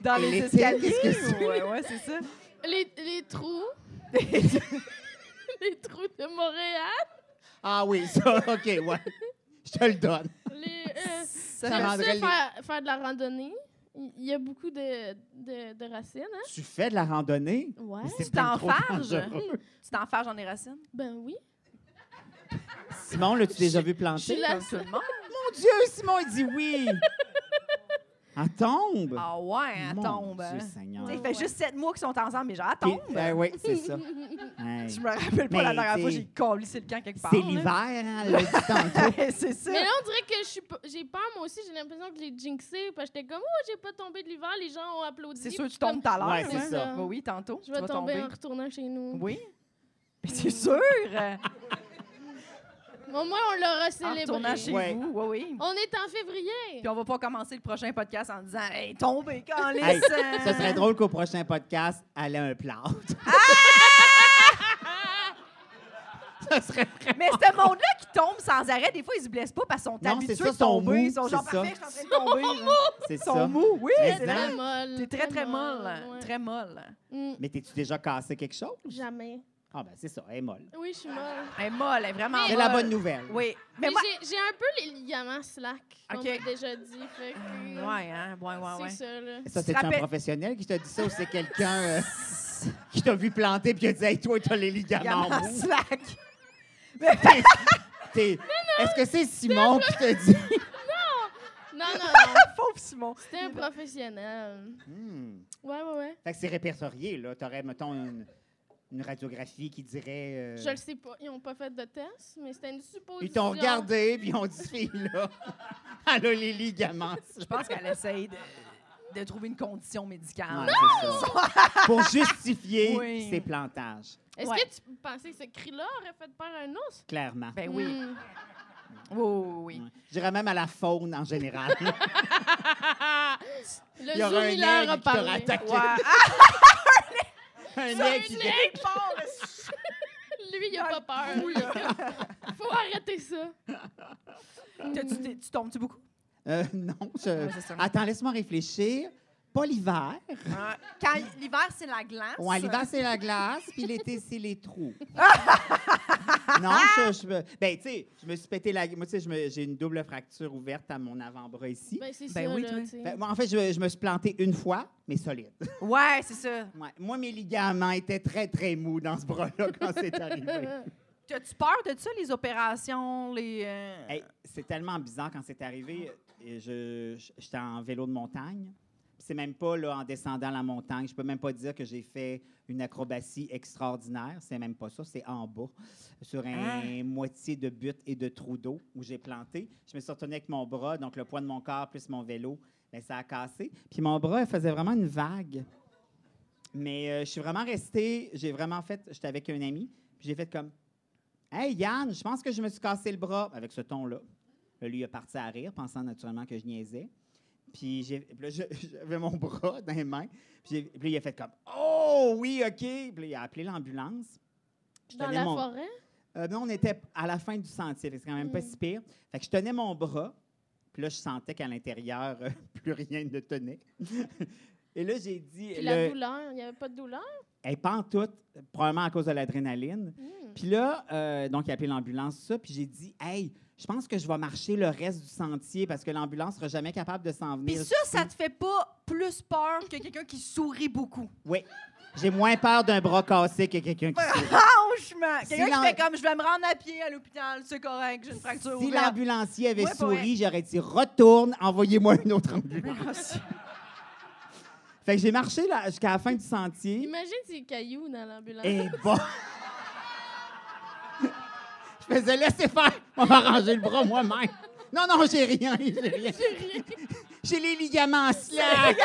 Speaker 2: Dans
Speaker 4: Et
Speaker 2: les
Speaker 4: l'été,
Speaker 2: escaliers.
Speaker 4: qu'est-ce que c'est?
Speaker 2: Ouais, ouais, c'est ça.
Speaker 3: Les, les trous. les trous de Montréal.
Speaker 4: Ah oui, ça, OK, ouais. Je te le donne.
Speaker 3: Les, euh,
Speaker 2: Ça
Speaker 4: Ça
Speaker 3: j'aime
Speaker 4: rendrait
Speaker 3: ça
Speaker 4: les-
Speaker 3: faire, faire de la randonnée. Il il y a beaucoup de, de, de racines, hein?
Speaker 4: Tu fais de la randonnée?
Speaker 3: Ouais.
Speaker 4: Mais c'est
Speaker 2: Tu
Speaker 4: bien trop
Speaker 2: t'enfarges?
Speaker 4: dangereux.
Speaker 2: Tu t'en fâches dans les racines?
Speaker 3: Ben oui.
Speaker 4: Simon, l'as-tu déjà vu
Speaker 3: Je suis
Speaker 4: planter?
Speaker 3: la
Speaker 2: Comme tout le monde.
Speaker 4: Mon Dieu, Simon, il dit oui! Elle tombe!
Speaker 2: Ah ouais, elle
Speaker 4: Mon
Speaker 2: tombe. hein.
Speaker 4: Dieu,
Speaker 2: Tu
Speaker 4: Seigneur.
Speaker 2: sais, il
Speaker 3: Ouais,
Speaker 2: fait
Speaker 3: ouais.
Speaker 2: juste sept mois qu'ils sont ensemble, mais genre, elle
Speaker 4: Puis-
Speaker 2: tombe.
Speaker 4: Ben oui, c'est ça. Hey.
Speaker 2: Je me rappelle pas la
Speaker 4: Mais
Speaker 2: dernière fois,
Speaker 4: c'est-
Speaker 2: j'ai collissé le camp quelque part.
Speaker 4: C'est
Speaker 2: là.
Speaker 4: l'hiver, hein, elle l'a dit tantôt.
Speaker 2: c'est ça.
Speaker 3: Mais là, on dirait que je suis pas- j'ai peur, moi aussi. J'ai l'impression que j'ai jinxé. Parce que j'étais comme, oh, j'ai pas tombé de l'hiver. Les gens ont applaudi.
Speaker 2: C'est sûr,
Speaker 3: Puis
Speaker 2: tu tombes tout à l'heure.
Speaker 4: Ouais, c'est
Speaker 2: hein.
Speaker 4: ça.
Speaker 2: Bah oui, tantôt.
Speaker 3: Je
Speaker 2: tu
Speaker 3: vais
Speaker 2: vas
Speaker 3: tomber, en retournant chez nous.
Speaker 2: Oui. Mais c'est sûr. euh,
Speaker 3: Au moins, on l'aura
Speaker 2: en retournant
Speaker 3: célébré.
Speaker 2: chez
Speaker 4: Ouais.
Speaker 2: vous. Oui, oui.
Speaker 3: On est en février.
Speaker 2: Puis on va pas commencer le prochain podcast en disant Hey, tombez, collissez.
Speaker 4: Hey, Ce serait drôle qu'au prochain podcast, elle ait un plâtre.
Speaker 2: Ah!
Speaker 4: Ce serait vrai.
Speaker 2: Mais ce monde-là qui tombe sans arrêt, des fois, ils se blessent pas parce qu'ils sont
Speaker 4: Non,
Speaker 2: habitués
Speaker 4: c'est ça,
Speaker 2: de tomber.
Speaker 4: sont
Speaker 2: Ils sont
Speaker 4: mous,
Speaker 2: genre
Speaker 4: c'est ça.
Speaker 2: parfait, je suis en train de tomber. genre.
Speaker 4: C'est
Speaker 2: Ils sont
Speaker 4: ça.
Speaker 2: mous, oui.
Speaker 4: Mais
Speaker 2: c'est
Speaker 4: non.
Speaker 2: vrai.
Speaker 3: Très molle.
Speaker 2: T'es très, très molle.
Speaker 3: ouais.
Speaker 2: Très molle.
Speaker 3: Mm,
Speaker 4: Mais t'es-tu déjà cassé quelque chose?
Speaker 3: Jamais.
Speaker 4: Ah ben c'est ça, elle est molle.
Speaker 3: Oui, je suis molle.
Speaker 2: Elle est molle, elle est vraiment
Speaker 3: Mais-
Speaker 4: C'est la bonne nouvelle.
Speaker 2: Oui. Ah. Mais
Speaker 3: Mais
Speaker 2: moi.
Speaker 3: j'ai- j'ai un peu les ligaments slack. On
Speaker 2: Ok.
Speaker 3: m'a déjà dit. Fait que,
Speaker 2: Ouais, hein, ouais, ouais,
Speaker 3: C'est
Speaker 2: ouais.
Speaker 3: ça, là.
Speaker 4: Ça,
Speaker 2: Tu te
Speaker 4: c'est un
Speaker 2: rappelles-
Speaker 4: professionnel qui t'a dit ça ou c'est quelqu'un euh, qui t'a vu planter puis qui a dit Hey, toi, t'as les ligaments
Speaker 2: Gamin
Speaker 4: mous.
Speaker 2: slack.
Speaker 4: T'es- t'es- Est-ce que c'est Simon qui t'a dit
Speaker 3: Non, non, non.
Speaker 2: Pauvre Simon.
Speaker 3: C'était un professionnel.
Speaker 4: Hmm.
Speaker 3: Ouais, ouais, ouais.
Speaker 4: Fait que c'est répertorié, là. T'aurais, mettons, une, une radiographie qui dirait. euh,
Speaker 3: Je le sais pas. Ils ont pas fait de test, mais c'était une supposition.
Speaker 4: Ils t'ont regardé, puis ils ont dit, fille-là, elle a les ligaments.
Speaker 2: Je pense qu'elle essaye de, de trouver une condition médicale.
Speaker 4: Ouais, Ah, c'est ça. Pour justifier
Speaker 2: Oui.
Speaker 4: ses plantages,
Speaker 3: Est-ce
Speaker 2: Ouais.
Speaker 3: que tu pensais que ce cri-là aurait fait peur à un ours?
Speaker 4: Eh clairement.
Speaker 2: Ben oui.
Speaker 3: Hmm.
Speaker 2: Oui, oui, oui.
Speaker 4: Ouais. Je dirais même à la faune en général.
Speaker 3: Le
Speaker 4: Il y aura un
Speaker 3: zoomileur
Speaker 4: aigle
Speaker 3: a
Speaker 4: qui t'aura
Speaker 3: parlé.
Speaker 4: attaqué.
Speaker 2: Ouais.
Speaker 4: un
Speaker 3: un
Speaker 4: aigle qui vient.
Speaker 3: aigle.
Speaker 2: Bon, le
Speaker 3: Lui, il a pas peur. Faut arrêter ça.
Speaker 2: T'as- tu, t'es- tu tombes-tu beaucoup?
Speaker 4: Euh, non, je...
Speaker 2: Ouais, c'est ça. Ah,
Speaker 4: Attends, laisse-moi réfléchir. Pas l'hiver.
Speaker 2: Ouais. Quand l'hiver, c'est la glace.
Speaker 4: Ouais, l'hiver, c'est la glace, puis l'été, c'est les trous. non, je, je me... Ben, tu sais, je me suis pété la... Moi, tu sais, je me- j'ai une double fracture ouverte à mon avant-bras ici.
Speaker 3: Ben, c'est
Speaker 2: Ben
Speaker 3: ça,
Speaker 2: oui,
Speaker 3: là,
Speaker 2: toi.
Speaker 3: tu sais.
Speaker 4: Ben, moi, en fait, je, je me suis planté une fois, mais solide.
Speaker 2: Ouais, c'est ça.
Speaker 4: Ouais. Moi, mes ligaments étaient très, très mous dans ce bras-là quand c'est arrivé.
Speaker 2: T'as-tu peur de ça, les opérations, les... euh,
Speaker 4: Hey, c'est tellement bizarre quand c'est arrivé. Et je- je- J'étais en vélo de montagne. Puis C'est même pas là, en descendant la montagne. Je peux même pas dire que j'ai fait une acrobatie extraordinaire. C'est même pas ça. C'est en bas, sur un moitié de butte et de trou d'eau où j'ai planté. Je me suis retournée avec mon bras, donc le poids de mon corps plus mon vélo, mais ça a cassé. Puis mon bras, il faisait vraiment une vague. Mais euh, je suis vraiment restée. J'ai vraiment fait. J'étais avec un ami. Puis j'ai fait comme. Hey Yann, je pense que je me suis cassé le bras avec ce ton-là. Là, lui, il est parti à rire, pensant naturellement que je niaisais. Puis j'ai- puis là, je- j'avais mon bras dans les mains. Puis, j'ai- puis là, il a fait comme Oh oui, OK. Puis là, il a appelé l'ambulance. Je
Speaker 3: Dans
Speaker 4: tenais
Speaker 3: la
Speaker 4: mon-
Speaker 3: forêt?
Speaker 4: Euh, non, on était à la fin du sentier, fait que c'est quand même pas
Speaker 3: Mm.
Speaker 4: si pire. Fait que je tenais mon bras, puis là, je sentais qu'à l'intérieur, euh, plus rien ne tenait. Et là, j'ai dit.
Speaker 3: Puis la
Speaker 4: le-
Speaker 3: douleur, il n'y avait pas de douleur?
Speaker 4: Hey, pas en tout, probablement à cause de l'adrénaline.
Speaker 3: Hmm.
Speaker 4: Puis là, euh, donc, il a appelé l'ambulance, ça, puis j'ai dit, hey, je pense que je vais marcher le reste du sentier parce que l'ambulance sera jamais capable de s'en venir.
Speaker 2: Puis ça, ça te fait pas plus peur que quelqu'un qui sourit beaucoup.
Speaker 4: Oui. J'ai moins peur d'un bras cassé que quelqu'un qui.
Speaker 2: Franchement!
Speaker 4: Si
Speaker 2: Quelqu'un
Speaker 4: l'en-
Speaker 2: qui fait comme, je vais me rendre à pied à l'hôpital, c'est correct, j'ai une fracture
Speaker 4: Si
Speaker 2: ouverte.
Speaker 4: l'ambulancier avait
Speaker 2: Ouais, pas
Speaker 4: souri, j'aurais dit, retourne, envoyez-moi une autre ambulance. Fait que j'ai marché là, jusqu'à la fin du sentier.
Speaker 3: Imagine ces cailloux dans l'ambulance.
Speaker 4: Et bon. je faisais laisser faire. On va ranger le bras moi-même. Non, non, j'ai rien. J'ai rien. J'ai les ligaments en slack.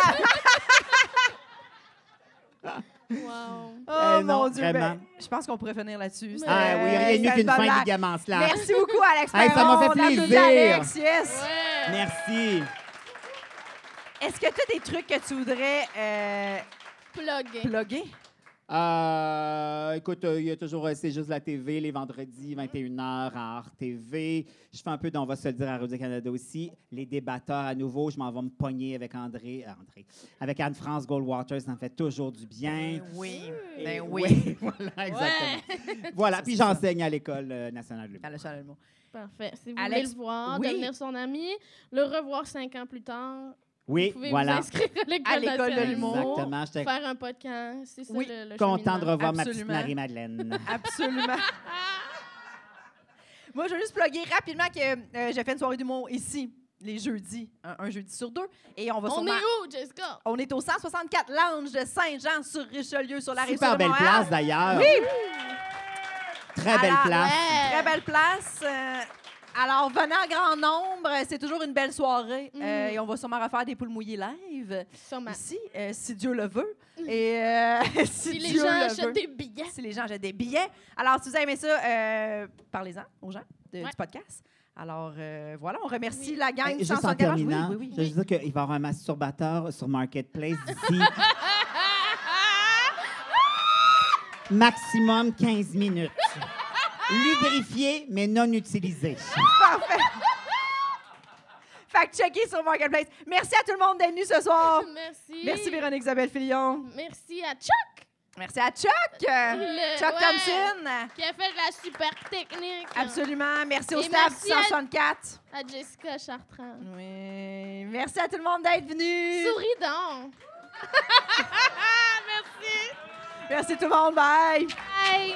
Speaker 3: Wow.
Speaker 2: Oh
Speaker 4: Euh,
Speaker 2: mon
Speaker 4: non,
Speaker 2: Dieu,
Speaker 4: vraiment.
Speaker 2: ben, je pense qu'on pourrait finir là-dessus.
Speaker 4: Ah oui,
Speaker 2: Euh,
Speaker 4: rien de mieux
Speaker 2: c'est
Speaker 4: qu'une
Speaker 2: une
Speaker 4: fin de
Speaker 2: blague.
Speaker 4: ligament en slack.
Speaker 2: Merci beaucoup, Alex.
Speaker 4: Hey, ça m'a
Speaker 2: Perron.
Speaker 4: fait
Speaker 2: On applaudit
Speaker 4: plaisir.
Speaker 2: Alex, yes.
Speaker 3: Ouais.
Speaker 4: Merci.
Speaker 2: Est-ce que tu as des trucs que tu voudrais euh,
Speaker 3: Plug.
Speaker 2: plugger?
Speaker 4: Euh, écoute, euh, il y a toujours, euh, c'est juste la TV, les vendredis,
Speaker 2: Mm.
Speaker 4: 21h à RTV. Je fais un peu d'On va se le dire à Radio-Canada aussi. Les débatteurs à nouveau, je m'en vais me pogner avec André, euh, André, avec Anne-France Goldwater, ça me fait toujours du bien.
Speaker 2: oui.
Speaker 4: Et-
Speaker 2: Ben oui.
Speaker 4: voilà, exactement. Voilà, puis j'enseigne à l'École euh, nationale de l'humour.
Speaker 2: Elle a ça, le mot.
Speaker 3: Parfait. Si vous
Speaker 2: Alex,
Speaker 3: voulez le voir,
Speaker 2: oui.
Speaker 3: devenir son ami, le revoir cinq ans plus tard, vous
Speaker 4: Oui,
Speaker 3: pouvez vous
Speaker 4: voilà.
Speaker 3: inscrire à l'école,
Speaker 2: À l'École de
Speaker 3: nationale
Speaker 2: l'humour.
Speaker 4: Exactement. J'étais
Speaker 3: Faire un podcast, c'est ça
Speaker 2: Oui.
Speaker 3: le, le
Speaker 4: content de
Speaker 3: cheminement.
Speaker 4: revoir ma petite
Speaker 2: Absolument.
Speaker 4: Marie-Madeleine.
Speaker 2: Absolument. Moi, je veux juste plugger rapidement que euh, j'ai fait une soirée d'humour ici, les jeudis, un, un jeudi sur deux. Et on va
Speaker 3: On
Speaker 2: sûrement-
Speaker 3: est où, Jessica?
Speaker 2: On est au 164 Lounge de Saint-Jean sur Richelieu, sur la rive
Speaker 4: Super
Speaker 2: sud de
Speaker 4: belle
Speaker 2: Montréal.
Speaker 4: place d'ailleurs.
Speaker 2: Oui,
Speaker 4: Très belle
Speaker 2: Alors,
Speaker 4: place.
Speaker 3: ouais.
Speaker 2: Très belle place. Euh, alors, venez en grand nombre, euh, c'est toujours une belle soirée. Euh,
Speaker 3: Mm.
Speaker 2: et on va sûrement refaire des poules mouillées live
Speaker 3: Sûrement.
Speaker 2: ici, euh, si Dieu le veut. Et euh, si,
Speaker 3: Mm. Si les
Speaker 2: Dieu
Speaker 3: gens
Speaker 2: le
Speaker 3: achètent
Speaker 2: veut.
Speaker 3: des billets.
Speaker 2: Si les gens achètent des billets. Alors, si vous avez aimé ça, euh, parlez-en aux gens de-
Speaker 3: Ouais.
Speaker 2: du podcast. Alors, euh, voilà, on remercie
Speaker 3: Oui.
Speaker 2: la gang
Speaker 4: Hey,
Speaker 2: du
Speaker 4: Ben, juste en
Speaker 2: 164 Lounge.
Speaker 4: terminant,
Speaker 2: Oui, oui,
Speaker 4: je
Speaker 2: oui.
Speaker 4: veux juste dire qu'il va y avoir un masturbateur sur Marketplace d'ici maximum 15 minutes. Lubrifié, mais non utilisé.
Speaker 2: Fait que checkez sur Marketplace. Merci à tout le monde d'être venu ce soir.
Speaker 3: Merci.
Speaker 2: Oh, Merci Véronique Isabelle Fillon.
Speaker 3: Merci à Chuck
Speaker 2: Merci à Chuck. euh,
Speaker 3: Le-
Speaker 2: Chuck
Speaker 3: ouais.
Speaker 2: Thompson.
Speaker 3: qui a fait de la super technique.
Speaker 2: Absolument. Merci au
Speaker 3: Et
Speaker 2: staff
Speaker 3: merci à-
Speaker 2: 164.
Speaker 3: À Jessica Chartrand.
Speaker 2: Oui. Merci à tout le monde d'être venu.
Speaker 3: Souris donc. Merci.
Speaker 2: Merci tout le monde. Bye.
Speaker 3: Bye.